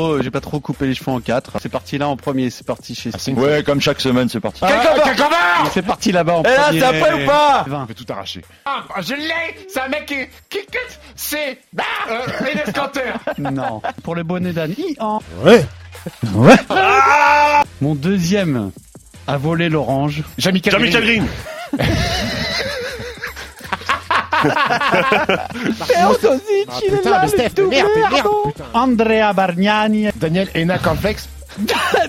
[SPEAKER 5] Oh, j'ai pas trop coupé les cheveux en quatre. C'est parti là en premier, c'est parti chez Ah, Steve.
[SPEAKER 18] Ouais, comme chaque semaine, c'est parti.
[SPEAKER 5] Mais Eh C'est parti là-bas en
[SPEAKER 18] Et là,
[SPEAKER 5] premier. Eh ben,
[SPEAKER 18] c'est après ou pas
[SPEAKER 5] Vingt.
[SPEAKER 9] tout arraché.
[SPEAKER 18] Ah, je l'ai C'est un mec qui... qui- qui- c'est... Bah, euh, Enes Kanter.
[SPEAKER 5] Non. Pour le bonnet d'âne. Hi, en.
[SPEAKER 18] Ouais.
[SPEAKER 5] Ouais. Ah. Mon deuxième a volé l'orange. Jamie
[SPEAKER 8] Jamie Green.
[SPEAKER 18] il est putain, là, mais le Steph, tout merde, vert, merde, non
[SPEAKER 5] Andrea Bargnani.
[SPEAKER 9] Daniel Ena Complex.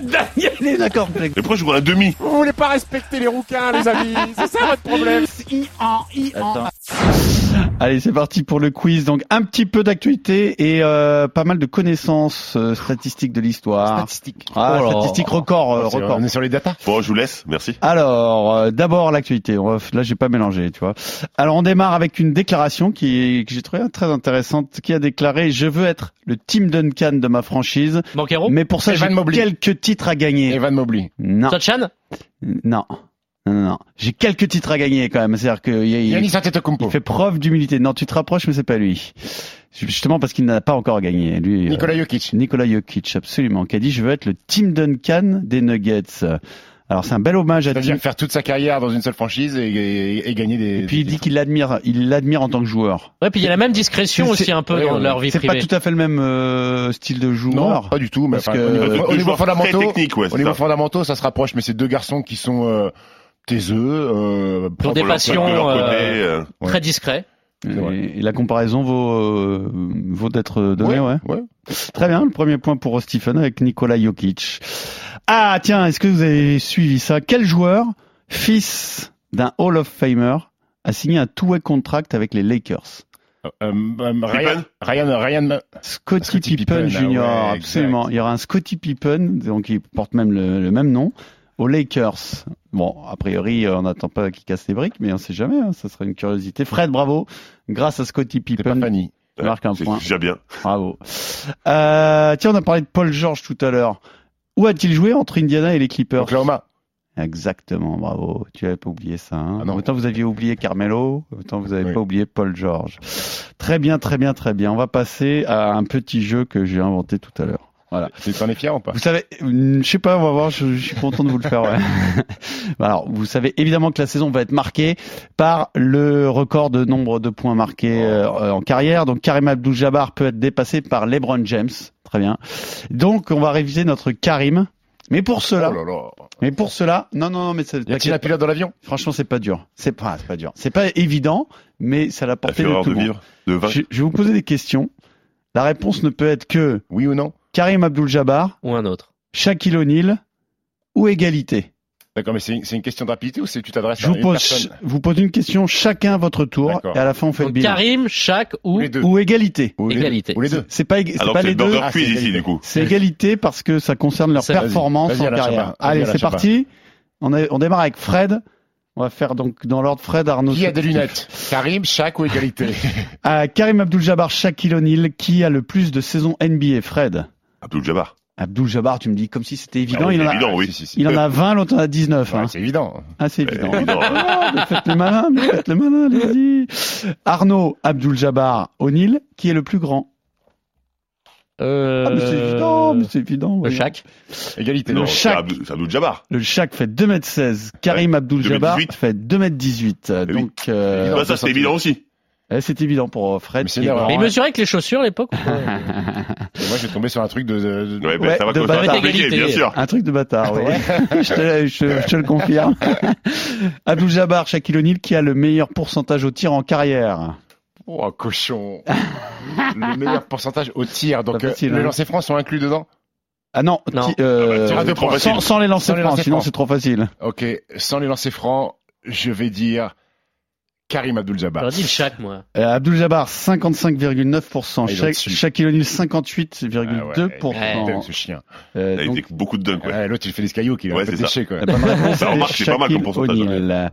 [SPEAKER 5] Daniel Ena Complex.
[SPEAKER 8] Et pourquoi je vois un demi
[SPEAKER 18] Vous voulez pas respecter les rouquins, les amis
[SPEAKER 10] <laughs>
[SPEAKER 18] C'est ça votre problème I, en, I,
[SPEAKER 5] Attends. Allez, c'est parti pour le quiz. Donc, un petit peu d'actualité et euh, pas mal de connaissances euh, statistiques de l'histoire. Statistiques. Ah,
[SPEAKER 8] Oh là.
[SPEAKER 5] statistiques record, euh,
[SPEAKER 9] Ah,
[SPEAKER 8] Oh, c'est
[SPEAKER 5] record.
[SPEAKER 8] vrai, on est sur
[SPEAKER 9] les datas.
[SPEAKER 8] Bon, je vous laisse, merci.
[SPEAKER 5] Alors, euh, d'abord l'actualité. On va- Là, j'ai pas mélangé, tu vois. Alors, on démarre avec une déclaration qui que j'ai trouvé très intéressante, qui a déclaré "Je veux être le Team Duncan de ma franchise."
[SPEAKER 7] Banquero.
[SPEAKER 5] Mais pour ça, j'ai
[SPEAKER 7] Oh, Evan Mobley.
[SPEAKER 5] quelques titres à gagner.
[SPEAKER 9] Evan Mobley.
[SPEAKER 5] Non.
[SPEAKER 7] Sochan
[SPEAKER 5] Non. Non, non, non. J'ai quelques titres à gagner quand même. C'est-à-dire que y a- y a-
[SPEAKER 9] Yannis Antetokounmpo.
[SPEAKER 5] il fait preuve d'humilité. Non, tu te rapproches, mais c'est pas lui. Justement parce qu'il n'a pas euh, encore gagné. Lui,
[SPEAKER 9] Nikola Jokic.
[SPEAKER 5] Nikola Jokic, absolument. Qui a dit je veux être le Team Duncan des Nuggets. Alors c'est un bel hommage à Tim.
[SPEAKER 9] C'est-à-dire faire toute sa carrière dans une seule franchise et, et- et gagner des.
[SPEAKER 5] Et puis il dit qu'il l'admire, il l'admire en tant que joueur.
[SPEAKER 7] Ouais, puis il y a la même discrétion
[SPEAKER 5] C'est-
[SPEAKER 7] aussi un peu
[SPEAKER 5] ouais,
[SPEAKER 7] dans
[SPEAKER 5] ouais.
[SPEAKER 7] leur vie
[SPEAKER 5] C'est
[SPEAKER 7] privée.
[SPEAKER 5] pas tout à fait le même euh, style de joueur.
[SPEAKER 9] Non, pas du tout. Mais
[SPEAKER 5] Parce
[SPEAKER 9] enfin,
[SPEAKER 5] que-
[SPEAKER 9] au niveau,
[SPEAKER 8] Euh,
[SPEAKER 9] au
[SPEAKER 8] deux
[SPEAKER 9] niveau
[SPEAKER 8] joueurs
[SPEAKER 9] fondamentaux,
[SPEAKER 8] très techniques, ouais, c'est
[SPEAKER 9] au niveau
[SPEAKER 8] ça.
[SPEAKER 9] fondamentaux, ça se rapproche. Mais c'est deux garçons qui sont euh, taiseux, euh,
[SPEAKER 7] Pour
[SPEAKER 9] propres
[SPEAKER 7] des
[SPEAKER 9] à leur-
[SPEAKER 7] passions
[SPEAKER 9] de leur côté,
[SPEAKER 7] euh,
[SPEAKER 9] euh,
[SPEAKER 7] très discrets.
[SPEAKER 5] Et, et la comparaison vaut, euh, vaut d'être euh, donnée, ouais, Très bien, le premier point pour Stephen avec Nikola Jokic. Ah tiens, est-ce que vous avez suivi ça Quel joueur, fils d'un Hall of Famer, a signé un two-way contract avec les Lakers
[SPEAKER 9] Euh, euh, Ryan, Ryan, Ryan,
[SPEAKER 5] Scotty, Pippen,
[SPEAKER 9] Pippen, ah
[SPEAKER 5] Junior,
[SPEAKER 9] ouais, exact.
[SPEAKER 5] absolument. Il y aura un Scotty Pippen, donc il porte même le, le même nom, aux Lakers. Bon, a priori, euh, on n'attend pas qu'il casse les briques, mais on sait jamais, hein, ça serait une curiosité. Fred, bravo, grâce à Scotty Pippen.
[SPEAKER 9] Fanny.
[SPEAKER 5] tu marques un
[SPEAKER 8] C'est
[SPEAKER 5] point.
[SPEAKER 8] déjà bien.
[SPEAKER 5] Bravo. Euh, tiens, on a parlé de Paul George tout à l'heure. Où a-t-il joué entre Indiana et les Clippers
[SPEAKER 9] Oklahoma.
[SPEAKER 5] Exactement, bravo. Tu n'avais pas oublié ça. Hein Autant vous aviez oublié Carmelo, autant vous n'avez pas oublié Paul George. Très bien, très bien, très bien. On va passer à un petit jeu que j'ai inventé tout à l'heure. Voilà.
[SPEAKER 9] T'en es fier ou pas
[SPEAKER 5] Vous savez, euh, je sais pas, on va voir, je, je suis content de vous le faire. ouais. <laughs> Alors, vous savez évidemment que la saison va être marquée par le record de nombre de points marqués euh, en carrière. Donc, Karim Abdul-Jabbar peut être dépassé par LeBron James. Très bien. Donc, on va réviser notre Karim. Mais pour cela,
[SPEAKER 9] Oh là là.
[SPEAKER 5] mais pour cela, non, non, non, mais ça,
[SPEAKER 9] Y a-t-il un pilote dans l'avion
[SPEAKER 5] Franchement, c'est pas dur. C'est pas, c'est pas dur. C'est pas évident, mais ça l'a porté de
[SPEAKER 8] fureur
[SPEAKER 5] tout le
[SPEAKER 8] de
[SPEAKER 5] monde.
[SPEAKER 8] vivre, de vaincre.
[SPEAKER 5] Je, je vais vous poser des questions. La réponse ne peut être que
[SPEAKER 9] oui ou non.
[SPEAKER 5] Karim Abdul-Jabbar
[SPEAKER 7] ou un autre.
[SPEAKER 5] Shaquille O'Neal ou égalité.
[SPEAKER 9] D'accord, mais c'est une, c'est une question de rapidité ou c'est tu t'adresses
[SPEAKER 5] Je
[SPEAKER 9] à
[SPEAKER 5] vous
[SPEAKER 9] une
[SPEAKER 5] pose,
[SPEAKER 9] personne
[SPEAKER 5] je vous pose une question chacun à votre tour
[SPEAKER 9] D'accord.
[SPEAKER 5] et à la fin on fait le
[SPEAKER 7] Donc,
[SPEAKER 5] bilan.
[SPEAKER 7] Karim, Shaq ou,
[SPEAKER 9] les deux.
[SPEAKER 5] Ou égalité.
[SPEAKER 9] Ou les deux.
[SPEAKER 7] Égalité.
[SPEAKER 9] Ou les deux.
[SPEAKER 5] C'est pas, ég- c'est
[SPEAKER 8] Alors
[SPEAKER 5] pas
[SPEAKER 8] que c'est
[SPEAKER 5] les
[SPEAKER 8] le
[SPEAKER 5] deux.
[SPEAKER 8] burger
[SPEAKER 9] Ah,
[SPEAKER 8] quiz
[SPEAKER 9] c'est
[SPEAKER 8] ici,
[SPEAKER 9] égalité.
[SPEAKER 8] du coup.
[SPEAKER 5] C'est égalité parce que ça concerne leur
[SPEAKER 7] Ça, vas-y.
[SPEAKER 5] performance
[SPEAKER 9] Vas-y,
[SPEAKER 5] en
[SPEAKER 9] Alain
[SPEAKER 5] carrière.
[SPEAKER 9] Chabat. Vas-y,
[SPEAKER 5] Allez,
[SPEAKER 9] Alain
[SPEAKER 5] c'est
[SPEAKER 9] Chabat.
[SPEAKER 5] parti. On, a- on démarre avec Fred. On va faire donc dans l'ordre Fred, Arnaud.
[SPEAKER 9] Qui a des
[SPEAKER 5] Soukif.
[SPEAKER 9] lunettes Karim, Shaq
[SPEAKER 5] <laughs>
[SPEAKER 9] ou égalité
[SPEAKER 5] Ah, Karim Abdul-Jabbar, Shaquille O'Neal, qui a le plus de saisons NBA Fred.
[SPEAKER 8] Abdul Jabbar.
[SPEAKER 5] Abdul-Jabbar, tu me dis comme si c'était
[SPEAKER 9] Ah
[SPEAKER 5] évident.
[SPEAKER 8] oui,
[SPEAKER 5] il, en a,
[SPEAKER 8] évident, oui.
[SPEAKER 9] Si, si, si.
[SPEAKER 5] il en a 20, l'autre en a 19. hein.
[SPEAKER 9] Ouais, C'est évident.
[SPEAKER 5] Ah, c'est évident.
[SPEAKER 8] évident, ouais.
[SPEAKER 5] Ah, mais faites le malin, mais faites le malin, allez-y. Arnaud Abdul-Jabbar O'Neal, qui est le plus grand
[SPEAKER 7] Euh,
[SPEAKER 5] Ah, mais c'est évident, mais c'est évident.
[SPEAKER 7] le
[SPEAKER 5] voyons.
[SPEAKER 7] Shaq.
[SPEAKER 9] Égalité.
[SPEAKER 8] Non,
[SPEAKER 5] Le
[SPEAKER 8] c'est
[SPEAKER 5] Shaq.
[SPEAKER 8] Abdul c'est Abdul Jabbar.
[SPEAKER 5] Le Shaq fait 2m16, Karim Abdul-Jabbar
[SPEAKER 8] 2m18.
[SPEAKER 5] fait 2m18. euh,
[SPEAKER 8] Eh oui.
[SPEAKER 5] Donc, euh,
[SPEAKER 8] Bah, ça, c'est évident aussi.
[SPEAKER 5] eh, c'est évident pour euh, Fred.
[SPEAKER 9] Mais c'est
[SPEAKER 5] qui est
[SPEAKER 9] une erreur.
[SPEAKER 7] Mais
[SPEAKER 5] grand.
[SPEAKER 7] il mesurait avec les chaussures à l'époque. ou pas
[SPEAKER 9] Et moi, je vais tomber sur un truc de. de- de-
[SPEAKER 8] Ouais, ben,
[SPEAKER 5] Ouais,
[SPEAKER 8] ça va
[SPEAKER 5] de
[SPEAKER 8] ça va
[SPEAKER 5] bataille.
[SPEAKER 8] s'appliquer, bien
[SPEAKER 7] Égalité.
[SPEAKER 8] sûr.
[SPEAKER 5] Un truc de bâtard, oui. <laughs> je, te, je- je te le confirme. Abdul-Jabbar, Shaquille O'Neal, qui a le meilleur pourcentage au tir en carrière.
[SPEAKER 9] Oh,
[SPEAKER 5] <laughs>
[SPEAKER 9] cochon. le meilleur pourcentage au tir. Donc,
[SPEAKER 5] Pas
[SPEAKER 9] euh,
[SPEAKER 5] facile, hein.
[SPEAKER 9] les lancers francs sont inclus dedans
[SPEAKER 5] Ah non,
[SPEAKER 7] Non.
[SPEAKER 5] ti- euh,
[SPEAKER 9] Ah bah, c'est trop
[SPEAKER 5] sans- sans,
[SPEAKER 8] facile.
[SPEAKER 5] les lancer
[SPEAKER 9] Sans les
[SPEAKER 5] francs,
[SPEAKER 9] lancer
[SPEAKER 5] sinon
[SPEAKER 9] francs.
[SPEAKER 5] c'est trop facile.
[SPEAKER 9] Ok, sans les lancers francs, je vais dire Karim Abdul-Jabbar.
[SPEAKER 7] J'aurais dit le Shaq, moi.
[SPEAKER 5] Euh, Abdul Jabbar 55,9%,
[SPEAKER 9] Ah, il est
[SPEAKER 5] Sha-
[SPEAKER 9] au-dessus.
[SPEAKER 5] Shaquille O'Neal
[SPEAKER 9] Ah ouais,
[SPEAKER 5] 58,2%.
[SPEAKER 9] il est dingue, ce chien.
[SPEAKER 5] Euh,
[SPEAKER 8] Il a
[SPEAKER 5] donc,
[SPEAKER 8] été beaucoup de dunks, ouais.
[SPEAKER 9] Ouais, L'autre, il fait des cailloux qu'il a
[SPEAKER 8] Ouais,
[SPEAKER 9] un peu
[SPEAKER 8] c'est ça.
[SPEAKER 9] déché, quoi.
[SPEAKER 5] la bonne réponse,
[SPEAKER 8] <laughs> Ça remarque,
[SPEAKER 5] c'est
[SPEAKER 8] c'est pas mal
[SPEAKER 5] Shaquille
[SPEAKER 8] comme pourcentage, hein.
[SPEAKER 5] O'Neal.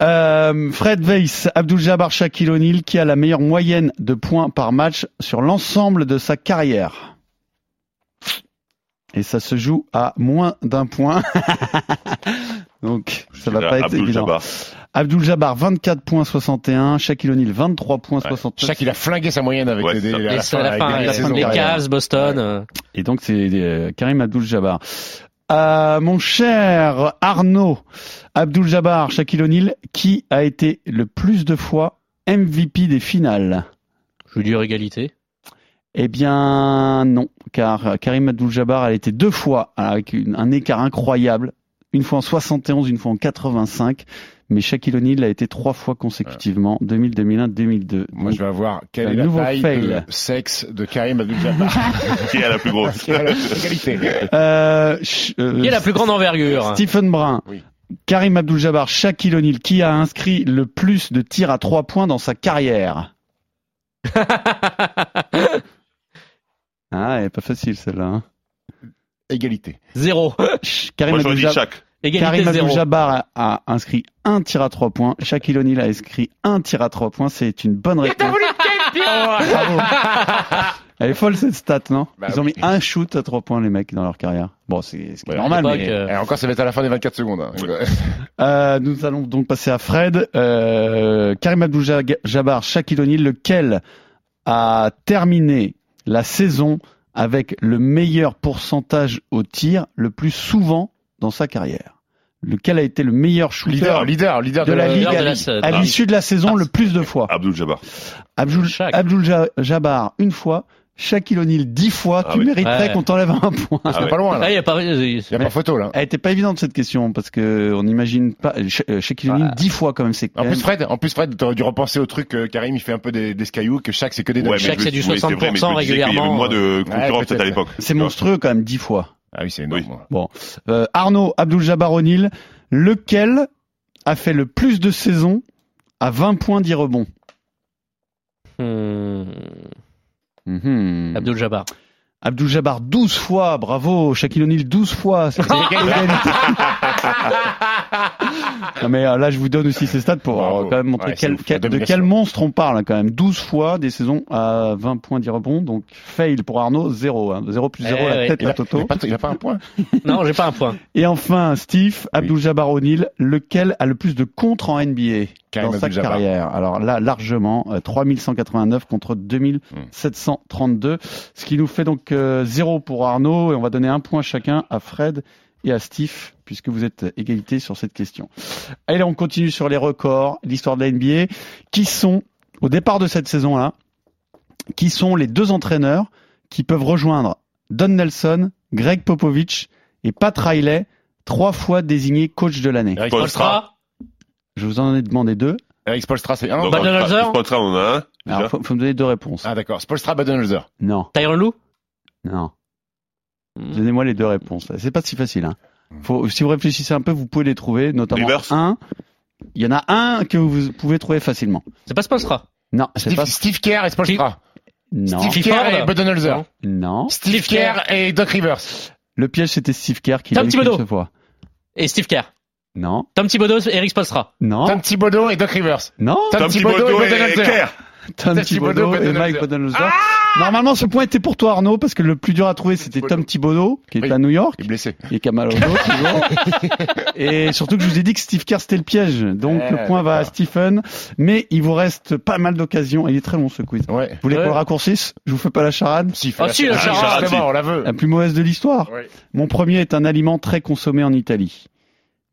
[SPEAKER 5] Euh, Fred Weiss, Abdul Jabbar, Shaquille O'Neal qui a la meilleure moyenne de points par match sur l'ensemble de sa carrière. Et ça se joue à moins d'un point. <laughs> Donc,
[SPEAKER 8] Je
[SPEAKER 5] ça va
[SPEAKER 8] dirais
[SPEAKER 5] pas être
[SPEAKER 8] Abdul
[SPEAKER 5] évident.
[SPEAKER 8] Jabbar.
[SPEAKER 5] Abdul Jabbar, 24 points 61. Shaquille O'Neal, 23 points
[SPEAKER 9] Chaque, il a flingué sa moyenne avec
[SPEAKER 8] Ouais,
[SPEAKER 9] les,
[SPEAKER 8] c'est ça.
[SPEAKER 9] les- à
[SPEAKER 7] Et
[SPEAKER 9] la
[SPEAKER 7] c'est
[SPEAKER 9] fin,
[SPEAKER 7] à la
[SPEAKER 9] avec
[SPEAKER 7] fin,
[SPEAKER 9] les-
[SPEAKER 7] les,
[SPEAKER 9] les saisons
[SPEAKER 7] les
[SPEAKER 9] derrière.
[SPEAKER 7] Cavs, Boston.
[SPEAKER 9] Ouais.
[SPEAKER 7] euh,
[SPEAKER 5] Et donc, c'est euh, Karim Abdul-Jabbar. Euh, mon cher Arnaud Abdul-Jabbar, Shaquille O'Neal, qui a été le plus de fois MVP des finales
[SPEAKER 7] Je veux dire égalité.
[SPEAKER 5] Eh bien, non, car Karim Abdul-Jabbar a été deux fois avec une- un écart incroyable, une fois en 71, une fois en 85, mais Shaquille O'Neal a été trois fois consécutivement, 2000, 2001, 2002.
[SPEAKER 9] Moi, je vais avoir quelle
[SPEAKER 5] Un
[SPEAKER 9] est la
[SPEAKER 5] nouveau
[SPEAKER 9] taille
[SPEAKER 5] fail.
[SPEAKER 9] de sexe de Karim Abdul-Jabbar.
[SPEAKER 8] Qui est la plus grosse
[SPEAKER 9] Quelle est la qualité
[SPEAKER 5] Euh, ch- euh,
[SPEAKER 7] Qui est la plus grande envergure
[SPEAKER 5] Stephen Brun,
[SPEAKER 9] Oui.
[SPEAKER 5] Karim Abdul-Jabbar, Shaquille O'Neal, qui a inscrit le plus de tirs à trois points dans sa carrière Ah, elle est pas facile celle-là. hein.
[SPEAKER 9] Égalité.
[SPEAKER 7] <laughs> Zéro.
[SPEAKER 5] Ch- Karim
[SPEAKER 8] Moi, j'aurais dit
[SPEAKER 5] Abdul-Jab-
[SPEAKER 8] Shaq.
[SPEAKER 7] Égalité
[SPEAKER 5] Karim
[SPEAKER 7] zéro.
[SPEAKER 5] Abdul-Jabbar a, a inscrit un tir à trois points. Shaquille O'Neal a inscrit un tir à trois points. C'est une bonne réponse.
[SPEAKER 9] Ah,
[SPEAKER 5] Bravo. Elle est folle cette stat, non
[SPEAKER 9] Bah
[SPEAKER 5] Ils ont
[SPEAKER 9] oui.
[SPEAKER 5] mis un shoot à trois points les mecs dans leur carrière. Bon, c'est ce qui est
[SPEAKER 9] Ouais,
[SPEAKER 5] normal.
[SPEAKER 7] à
[SPEAKER 5] Mais...
[SPEAKER 7] l'époque, euh,
[SPEAKER 9] Et Eh, encore, ça va être à la fin des 24 secondes. hein.
[SPEAKER 5] Euh, nous allons donc passer à Fred. Euh, Karim Abdul-Jabbar, Shaquille O'Neal, lequel a terminé la saison avec le meilleur pourcentage au tir le plus souvent dans sa carrière Lequel a été le meilleur shooter
[SPEAKER 9] <laughs> Leader, leader, leader
[SPEAKER 5] de la Ligue
[SPEAKER 7] leader de
[SPEAKER 5] à
[SPEAKER 7] la
[SPEAKER 5] l'is-
[SPEAKER 7] saison.
[SPEAKER 5] à l'issue de la saison le plus de fois
[SPEAKER 8] Abdul Jabbar.
[SPEAKER 5] Abdul-
[SPEAKER 7] Shaq.
[SPEAKER 5] Abdul-Jabbar, une fois. Shaquille O'Neal, dix fois.
[SPEAKER 8] Ah
[SPEAKER 5] tu
[SPEAKER 8] oui.
[SPEAKER 5] mériterais
[SPEAKER 7] Ouais.
[SPEAKER 5] qu'on t'enlève un point.
[SPEAKER 8] <laughs> Ah
[SPEAKER 9] C'est
[SPEAKER 8] ouais.
[SPEAKER 9] pas loin,
[SPEAKER 7] Là,
[SPEAKER 9] là.
[SPEAKER 7] il y a pas. euh,
[SPEAKER 9] Il y a pas photo, là.
[SPEAKER 5] Elle était pas évidente cette question parce que on n'imagine pas. Sha- euh, Shaquille O'Neal, dix fois quand même, c'est quand
[SPEAKER 9] En
[SPEAKER 5] même-
[SPEAKER 9] plus, Fred, en plus, Fred, t'aurais dû repenser au truc, euh, Karim, il fait un peu des, des skyhooks, que chaque, c'est que des
[SPEAKER 8] Ouais, mais
[SPEAKER 9] dunks.
[SPEAKER 8] je
[SPEAKER 7] Shaq,
[SPEAKER 8] me-
[SPEAKER 7] c'est du
[SPEAKER 8] oui, c'est vrai, mais je
[SPEAKER 7] 60%
[SPEAKER 8] me disais qu'il y avait
[SPEAKER 7] régulièrement.
[SPEAKER 8] moins de concurrence
[SPEAKER 9] Ouais,
[SPEAKER 8] peut-être à
[SPEAKER 9] peut-être.
[SPEAKER 8] l'époque.
[SPEAKER 5] C'est monstrueux quand même, dix fois.
[SPEAKER 9] Ah oui, c'est énorme.
[SPEAKER 8] Oui.
[SPEAKER 5] Bon, Euh, Arnaud Abdul-Jabbar O'Neal, lequel a fait le plus de saisons à 20 points d'y rebond
[SPEAKER 7] hmm,
[SPEAKER 9] Mm-hmm.
[SPEAKER 7] Abdul Jabbar.
[SPEAKER 5] Abdul-Jabbar 12 fois, bravo. Shaquille O'Neal 12 fois.
[SPEAKER 9] <laughs>
[SPEAKER 5] C'était l'égalité. non mais euh, là je vous donne aussi ces stats pour euh,
[SPEAKER 9] Bravo.
[SPEAKER 5] quand même montrer
[SPEAKER 9] Ouais, c'est
[SPEAKER 5] quel-
[SPEAKER 9] ouf, la
[SPEAKER 5] quel- de
[SPEAKER 9] domination.
[SPEAKER 5] quel monstre on parle hein, quand même. 12 fois des saisons à 20 points d'y rebond. Donc fail pour Arnaud, 0. 0 plus 0,
[SPEAKER 7] Eh
[SPEAKER 5] la
[SPEAKER 7] ouais.
[SPEAKER 5] tête
[SPEAKER 9] Il
[SPEAKER 5] à
[SPEAKER 9] a,
[SPEAKER 5] Toto.
[SPEAKER 9] il a pas, il a pas un point.
[SPEAKER 7] Non, j'ai pas un point.
[SPEAKER 5] Et enfin, Steve, Abdul Jabbar O'Neal, lequel a le plus de contre en NBA
[SPEAKER 9] Karim
[SPEAKER 5] dans sa
[SPEAKER 9] Abdul-Jabbar.
[SPEAKER 5] carrière. Alors là, largement, euh, 3189 contre 2732, ce qui nous fait donc 0 pour Arnaud, et on va donner un point chacun à Fred et à Steve, puisque vous êtes égalité sur cette question. Allez, on continue sur les records, l'histoire de la NBA, qui sont, au départ de cette saison-là, qui sont les deux entraîneurs qui peuvent rejoindre Don Nelson, Greg Popovich et Pat Riley, trois fois désignés coach de l'année.
[SPEAKER 9] Eric Spoelstra.
[SPEAKER 5] Je vous en ai demandé deux.
[SPEAKER 9] Eric Spolstra, c'est un.
[SPEAKER 8] Non, Badenholzer Spoelstra, on en a un.
[SPEAKER 5] Alors, faut, faut me donner deux réponses.
[SPEAKER 9] Ah d'accord. Spolstra, Badenholzer.
[SPEAKER 5] Non.
[SPEAKER 7] Tyron Hmm. Lou
[SPEAKER 5] Non.
[SPEAKER 9] Hmm.
[SPEAKER 5] Donnez-moi les deux réponses. là. C'est pas si facile. hein. Faut- si vous réfléchissez un peu, vous pouvez les trouver, notamment
[SPEAKER 7] Rivers.
[SPEAKER 5] un. Il y en a un que vous pouvez trouver facilement.
[SPEAKER 7] C'est pas Spolstra.
[SPEAKER 5] Non, c'est
[SPEAKER 9] Steve,
[SPEAKER 5] pas.
[SPEAKER 9] Steve Kerr et Spolstra.
[SPEAKER 5] Non.
[SPEAKER 9] Steve Kerr et Badenholzer.
[SPEAKER 5] Non.
[SPEAKER 9] Steve Kerr et Doc Rivers.
[SPEAKER 5] Le piège, c'était Steve Kerr qui
[SPEAKER 7] Tom
[SPEAKER 5] l'a eu
[SPEAKER 7] Thibodeau.
[SPEAKER 5] qu'une seule fois.
[SPEAKER 7] Et Steve Kerr.
[SPEAKER 5] Non.
[SPEAKER 7] Tom Thibodeau, Eric Spolstra.
[SPEAKER 5] Non.
[SPEAKER 9] Tom Thibodeau et Doc Rivers.
[SPEAKER 5] Non.
[SPEAKER 9] Tom Tom Thibodeau Thibodeau et et Budenholzer. Kerr.
[SPEAKER 5] Tom
[SPEAKER 9] Tom
[SPEAKER 5] Thibodeau
[SPEAKER 9] Thibodeau, Ah
[SPEAKER 5] et Mike Budenholzer. Normalement, ce point était pour toi, Arnaud, parce que le plus dur à trouver, c'était Tom Thibodeau, qui est à New York.
[SPEAKER 9] Il est blessé.
[SPEAKER 5] Et qui a
[SPEAKER 9] <laughs>
[SPEAKER 5] mal au dos, toujours. Et surtout que je vous ai dit que Steve Kerr, c'était le piège. Donc,
[SPEAKER 9] Eh,
[SPEAKER 5] le point va à Stephen. Mais il vous reste pas mal d'occasions. Il est très long, ce quiz. Vous voulez
[SPEAKER 9] Ouais.
[SPEAKER 5] qu'on le raccourcisse? Je vous fais pas la charade?
[SPEAKER 9] Si,
[SPEAKER 7] Oh,
[SPEAKER 9] fais Ah, la si, la charade. charade, c'est bon, on la veut.
[SPEAKER 5] La plus mauvaise de l'histoire.
[SPEAKER 9] Ouais.
[SPEAKER 5] Mon premier est un aliment très consommé en Italie.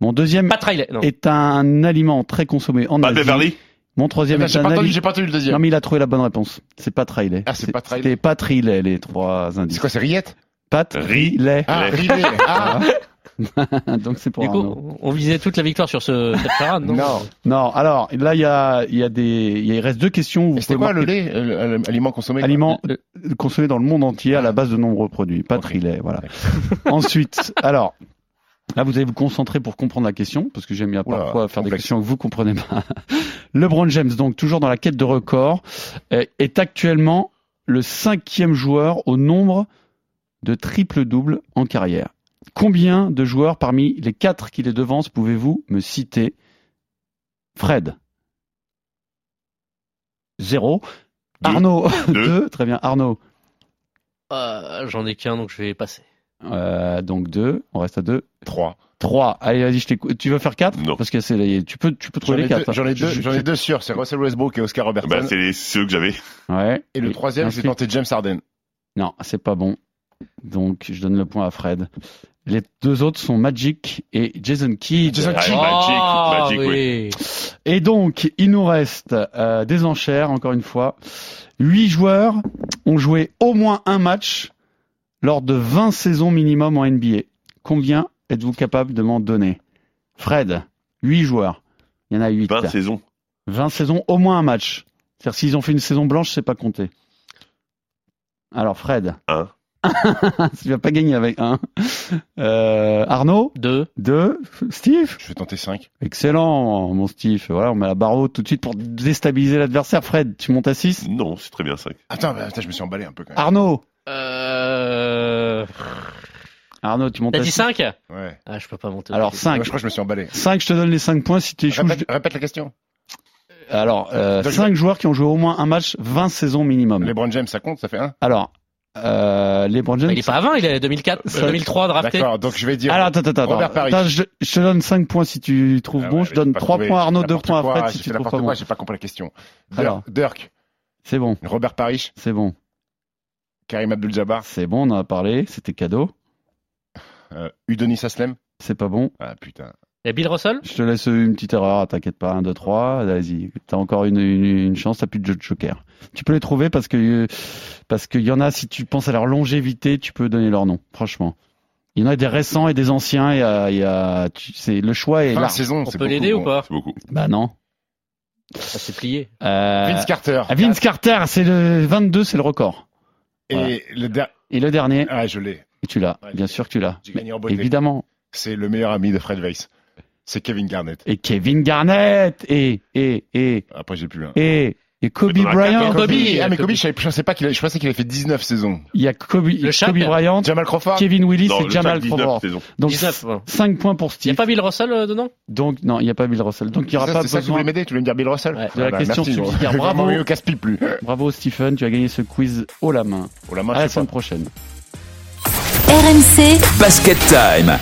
[SPEAKER 5] Mon deuxième
[SPEAKER 7] non.
[SPEAKER 5] est un aliment très consommé en Asie.
[SPEAKER 8] Beverly
[SPEAKER 5] Mon troisième
[SPEAKER 9] Attends,
[SPEAKER 5] est
[SPEAKER 9] j'ai
[SPEAKER 5] un
[SPEAKER 9] pas entendu,
[SPEAKER 5] aliment-
[SPEAKER 9] j'ai pas entendu le deuxième.
[SPEAKER 5] Non, mais il a trouvé la bonne réponse. C'est pas Riley.
[SPEAKER 9] Ah, c'est Pat Riley.
[SPEAKER 5] C'était Pat Riley, les trois indices. C'est
[SPEAKER 9] quoi, c'est Riette
[SPEAKER 5] Pat Riley.
[SPEAKER 9] Ah, Riley. Ah.
[SPEAKER 5] <laughs> Donc c'est pour
[SPEAKER 7] Du coup,
[SPEAKER 5] Arnaud.
[SPEAKER 7] on visait toute la victoire sur ce, cette charade, non
[SPEAKER 5] Non, alors là, il y a, il y a des. Il y a- il reste deux questions. où vous
[SPEAKER 9] C'était
[SPEAKER 5] pouvez
[SPEAKER 9] quoi le
[SPEAKER 5] marquer-
[SPEAKER 9] lait, euh, le- euh, l'aliment consommé quoi
[SPEAKER 5] Aliment consommé dans le monde entier à la base de nombreux produits. Pas de Riley, voilà. <laughs> Ensuite, alors. Là, vous allez vous concentrer pour comprendre la question, parce que j'aime bien
[SPEAKER 9] Oula,
[SPEAKER 5] parfois faire des questions que vous comprenez pas. <laughs> LeBron James, donc toujours dans la quête de record, euh, est actuellement le cinquième joueur au nombre de triple-double en carrière. Combien de joueurs parmi les quatre qui les devancent pouvez-vous me citer Fred 0. Arnaud <laughs> 2. Très bien, Arnaud.
[SPEAKER 7] Euh, J'en ai qu'un, donc je vais passer.
[SPEAKER 5] Euh, donc 2, on reste à 2.
[SPEAKER 9] 3.
[SPEAKER 5] 3. Allez, vas-y, je t'écoute. Tu veux faire 4 Non. Parce que c'est, tu peux, tu peux
[SPEAKER 9] J'en
[SPEAKER 5] trouver
[SPEAKER 9] ai
[SPEAKER 5] les
[SPEAKER 9] deux,
[SPEAKER 5] 4.
[SPEAKER 9] j'en ai deux, j'en ai deux sûrs, c'est Russell Westbrook et Oscar Robertson.
[SPEAKER 8] Bah, c'est les- ceux que j'avais.
[SPEAKER 5] Ouais.
[SPEAKER 9] Et le troisième,
[SPEAKER 5] ensuite-
[SPEAKER 9] c'est tenté James Harden.
[SPEAKER 5] Non, c'est pas bon. Donc, je donne le point à Fred. Les deux autres sont Magic et Jason Kidd.
[SPEAKER 9] Jason Kidd.
[SPEAKER 7] Ah,
[SPEAKER 8] Magic, Magic,
[SPEAKER 7] oui.
[SPEAKER 5] Et donc, il nous reste euh, des enchères, encore une fois. Huit joueurs ont joué au moins un match lors de 20 saisons minimum en NBA. Combien êtes-vous capable de m'en donner Fred, 8 joueurs. Il y en a 8.
[SPEAKER 8] 20 saisons.
[SPEAKER 5] 20 saisons, au moins un match. C'est-à-dire s'ils ont fait une saison blanche, c'est pas compté. Alors Fred,
[SPEAKER 8] Un.
[SPEAKER 5] <laughs> tu vas pas gagner avec un. Euh, Arnaud
[SPEAKER 7] 2.
[SPEAKER 5] 2. Steve
[SPEAKER 9] Je vais tenter 5.
[SPEAKER 5] Excellent, mon Steve. Voilà, on met la barre haute tout de suite pour déstabiliser l'adversaire. Fred, tu montes à 6
[SPEAKER 8] Non, c'est très bien 5.
[SPEAKER 9] Attends, bah, attends, je me suis emballé un peu quand même.
[SPEAKER 5] Arnaud
[SPEAKER 7] Euh...
[SPEAKER 5] Arnaud, tu montes
[SPEAKER 7] T'as
[SPEAKER 5] à
[SPEAKER 7] dit
[SPEAKER 5] 6
[SPEAKER 7] 5
[SPEAKER 9] Ouais.
[SPEAKER 7] Ah, je peux pas monter.
[SPEAKER 5] Alors
[SPEAKER 9] Moi,
[SPEAKER 5] 5.
[SPEAKER 9] je crois que je me suis emballé.
[SPEAKER 5] 5, je te donne les 5 points si tu échoues.
[SPEAKER 9] Répète, répète la question.
[SPEAKER 5] Alors, euh,
[SPEAKER 9] Donc,
[SPEAKER 5] 5 joueurs qui ont joué au moins un match 20 saisons minimum.
[SPEAKER 9] LeBron James, ça compte, ça fait 1.
[SPEAKER 5] Alors, euh, LeBron James.
[SPEAKER 7] Bah, Il est pas avant, il est 2004,
[SPEAKER 5] Ça-
[SPEAKER 7] 2003 drafté.
[SPEAKER 9] D'accord, donc je vais dire.
[SPEAKER 5] Alors, attends, attends, attends.
[SPEAKER 9] Robert Parrish. Ah
[SPEAKER 5] Attends, je, je te donne 5 points si tu trouves bon. Je donne 3 points à Arnaud, 2 points à Fred si tu
[SPEAKER 9] fais
[SPEAKER 5] trouves
[SPEAKER 9] n'importe
[SPEAKER 5] pas bon.
[SPEAKER 9] quoi, Ah, j'ai pas compris la question.
[SPEAKER 5] Alors.
[SPEAKER 9] Dirk, Dirk,
[SPEAKER 5] C'est bon,
[SPEAKER 9] Robert Parrish,
[SPEAKER 5] c'est bon,
[SPEAKER 9] Karim Abdul-Jabbar,
[SPEAKER 5] c'est bon, on en a parlé, c'était cadeau.
[SPEAKER 9] euh, Udonis Aslem.
[SPEAKER 5] C'est pas bon.
[SPEAKER 9] Ah putain.
[SPEAKER 7] Et Bill Russell
[SPEAKER 5] Je te laisse une petite erreur, t'inquiète pas, 1, 2, 3, vas-y. T'as encore une, une, une chance, t'as plus de jeu de joker. Tu peux les trouver parce que parce qu'il y en a, si tu penses à leur longévité, tu peux donner leur nom, franchement. Il y en a des récents et des anciens, il y a, il y a- tu sais, le choix est
[SPEAKER 9] Fin de
[SPEAKER 5] large.
[SPEAKER 9] saison,
[SPEAKER 7] On
[SPEAKER 9] c'est
[SPEAKER 7] peut
[SPEAKER 9] beaucoup,
[SPEAKER 7] l'aider ou
[SPEAKER 9] bon.
[SPEAKER 7] pas
[SPEAKER 8] C'est beaucoup.
[SPEAKER 5] Bah non.
[SPEAKER 7] Ah, C'est plié.
[SPEAKER 5] Euh,
[SPEAKER 9] Vince Carter.
[SPEAKER 5] Ah, Vince Carter, c'est le 22, c'est le record.
[SPEAKER 9] Et le der-
[SPEAKER 5] Et le dernier,
[SPEAKER 9] Ah, je l'ai.
[SPEAKER 5] et tu l'as, bien sûr que tu l'as.
[SPEAKER 9] J'ai
[SPEAKER 5] Mais
[SPEAKER 9] gagné en beauté.
[SPEAKER 5] Évidemment.
[SPEAKER 9] C'est le meilleur ami de Fred Weiss. C'est Kevin Garnett.
[SPEAKER 5] Et Kevin Garnett, et, et, et,
[SPEAKER 9] Après, j'ai plus un.
[SPEAKER 5] et, et Kobe
[SPEAKER 8] Mais dans la
[SPEAKER 5] Bryant.
[SPEAKER 8] carte,
[SPEAKER 9] Kobe,
[SPEAKER 7] Kobe,
[SPEAKER 9] ah mais Kobe,
[SPEAKER 7] Kobe.
[SPEAKER 9] je savais- je pensais pas qu'il, a- je pensais qu'il avait fait 19 saisons.
[SPEAKER 5] Il y a Kobe,
[SPEAKER 7] Shaq.
[SPEAKER 5] Kobe Bryant,
[SPEAKER 9] Jamal Crawford.
[SPEAKER 5] Kevin Willis
[SPEAKER 8] Non,
[SPEAKER 5] et
[SPEAKER 8] le
[SPEAKER 5] Jamal
[SPEAKER 8] Shaq, 19
[SPEAKER 5] Crawford.
[SPEAKER 8] saisons.
[SPEAKER 5] Donc
[SPEAKER 7] 19, voilà.
[SPEAKER 5] 5 points pour
[SPEAKER 7] Il n'y a
[SPEAKER 5] Steve.
[SPEAKER 7] pas Bill Russell euh, dedans
[SPEAKER 5] Donc non, il n'y a pas Bill Russell. Donc il n'y aura
[SPEAKER 9] Ça,
[SPEAKER 5] pas
[SPEAKER 9] c'est ça que vous
[SPEAKER 5] besoin.
[SPEAKER 9] voulez m'aider, tu voulais me dire Bill Russell Ah, bah,
[SPEAKER 5] de la question
[SPEAKER 9] <laughs>
[SPEAKER 5] subsidiaire. Bravo.
[SPEAKER 9] Bravo, au casse-pipe plus.
[SPEAKER 5] Bravo Stephen, tu as gagné ce quiz haut la main.
[SPEAKER 9] Oh la main,
[SPEAKER 5] À la
[SPEAKER 9] je sais
[SPEAKER 5] semaine
[SPEAKER 9] pas.
[SPEAKER 5] prochaine.
[SPEAKER 19] RMC,
[SPEAKER 20] Basket Time.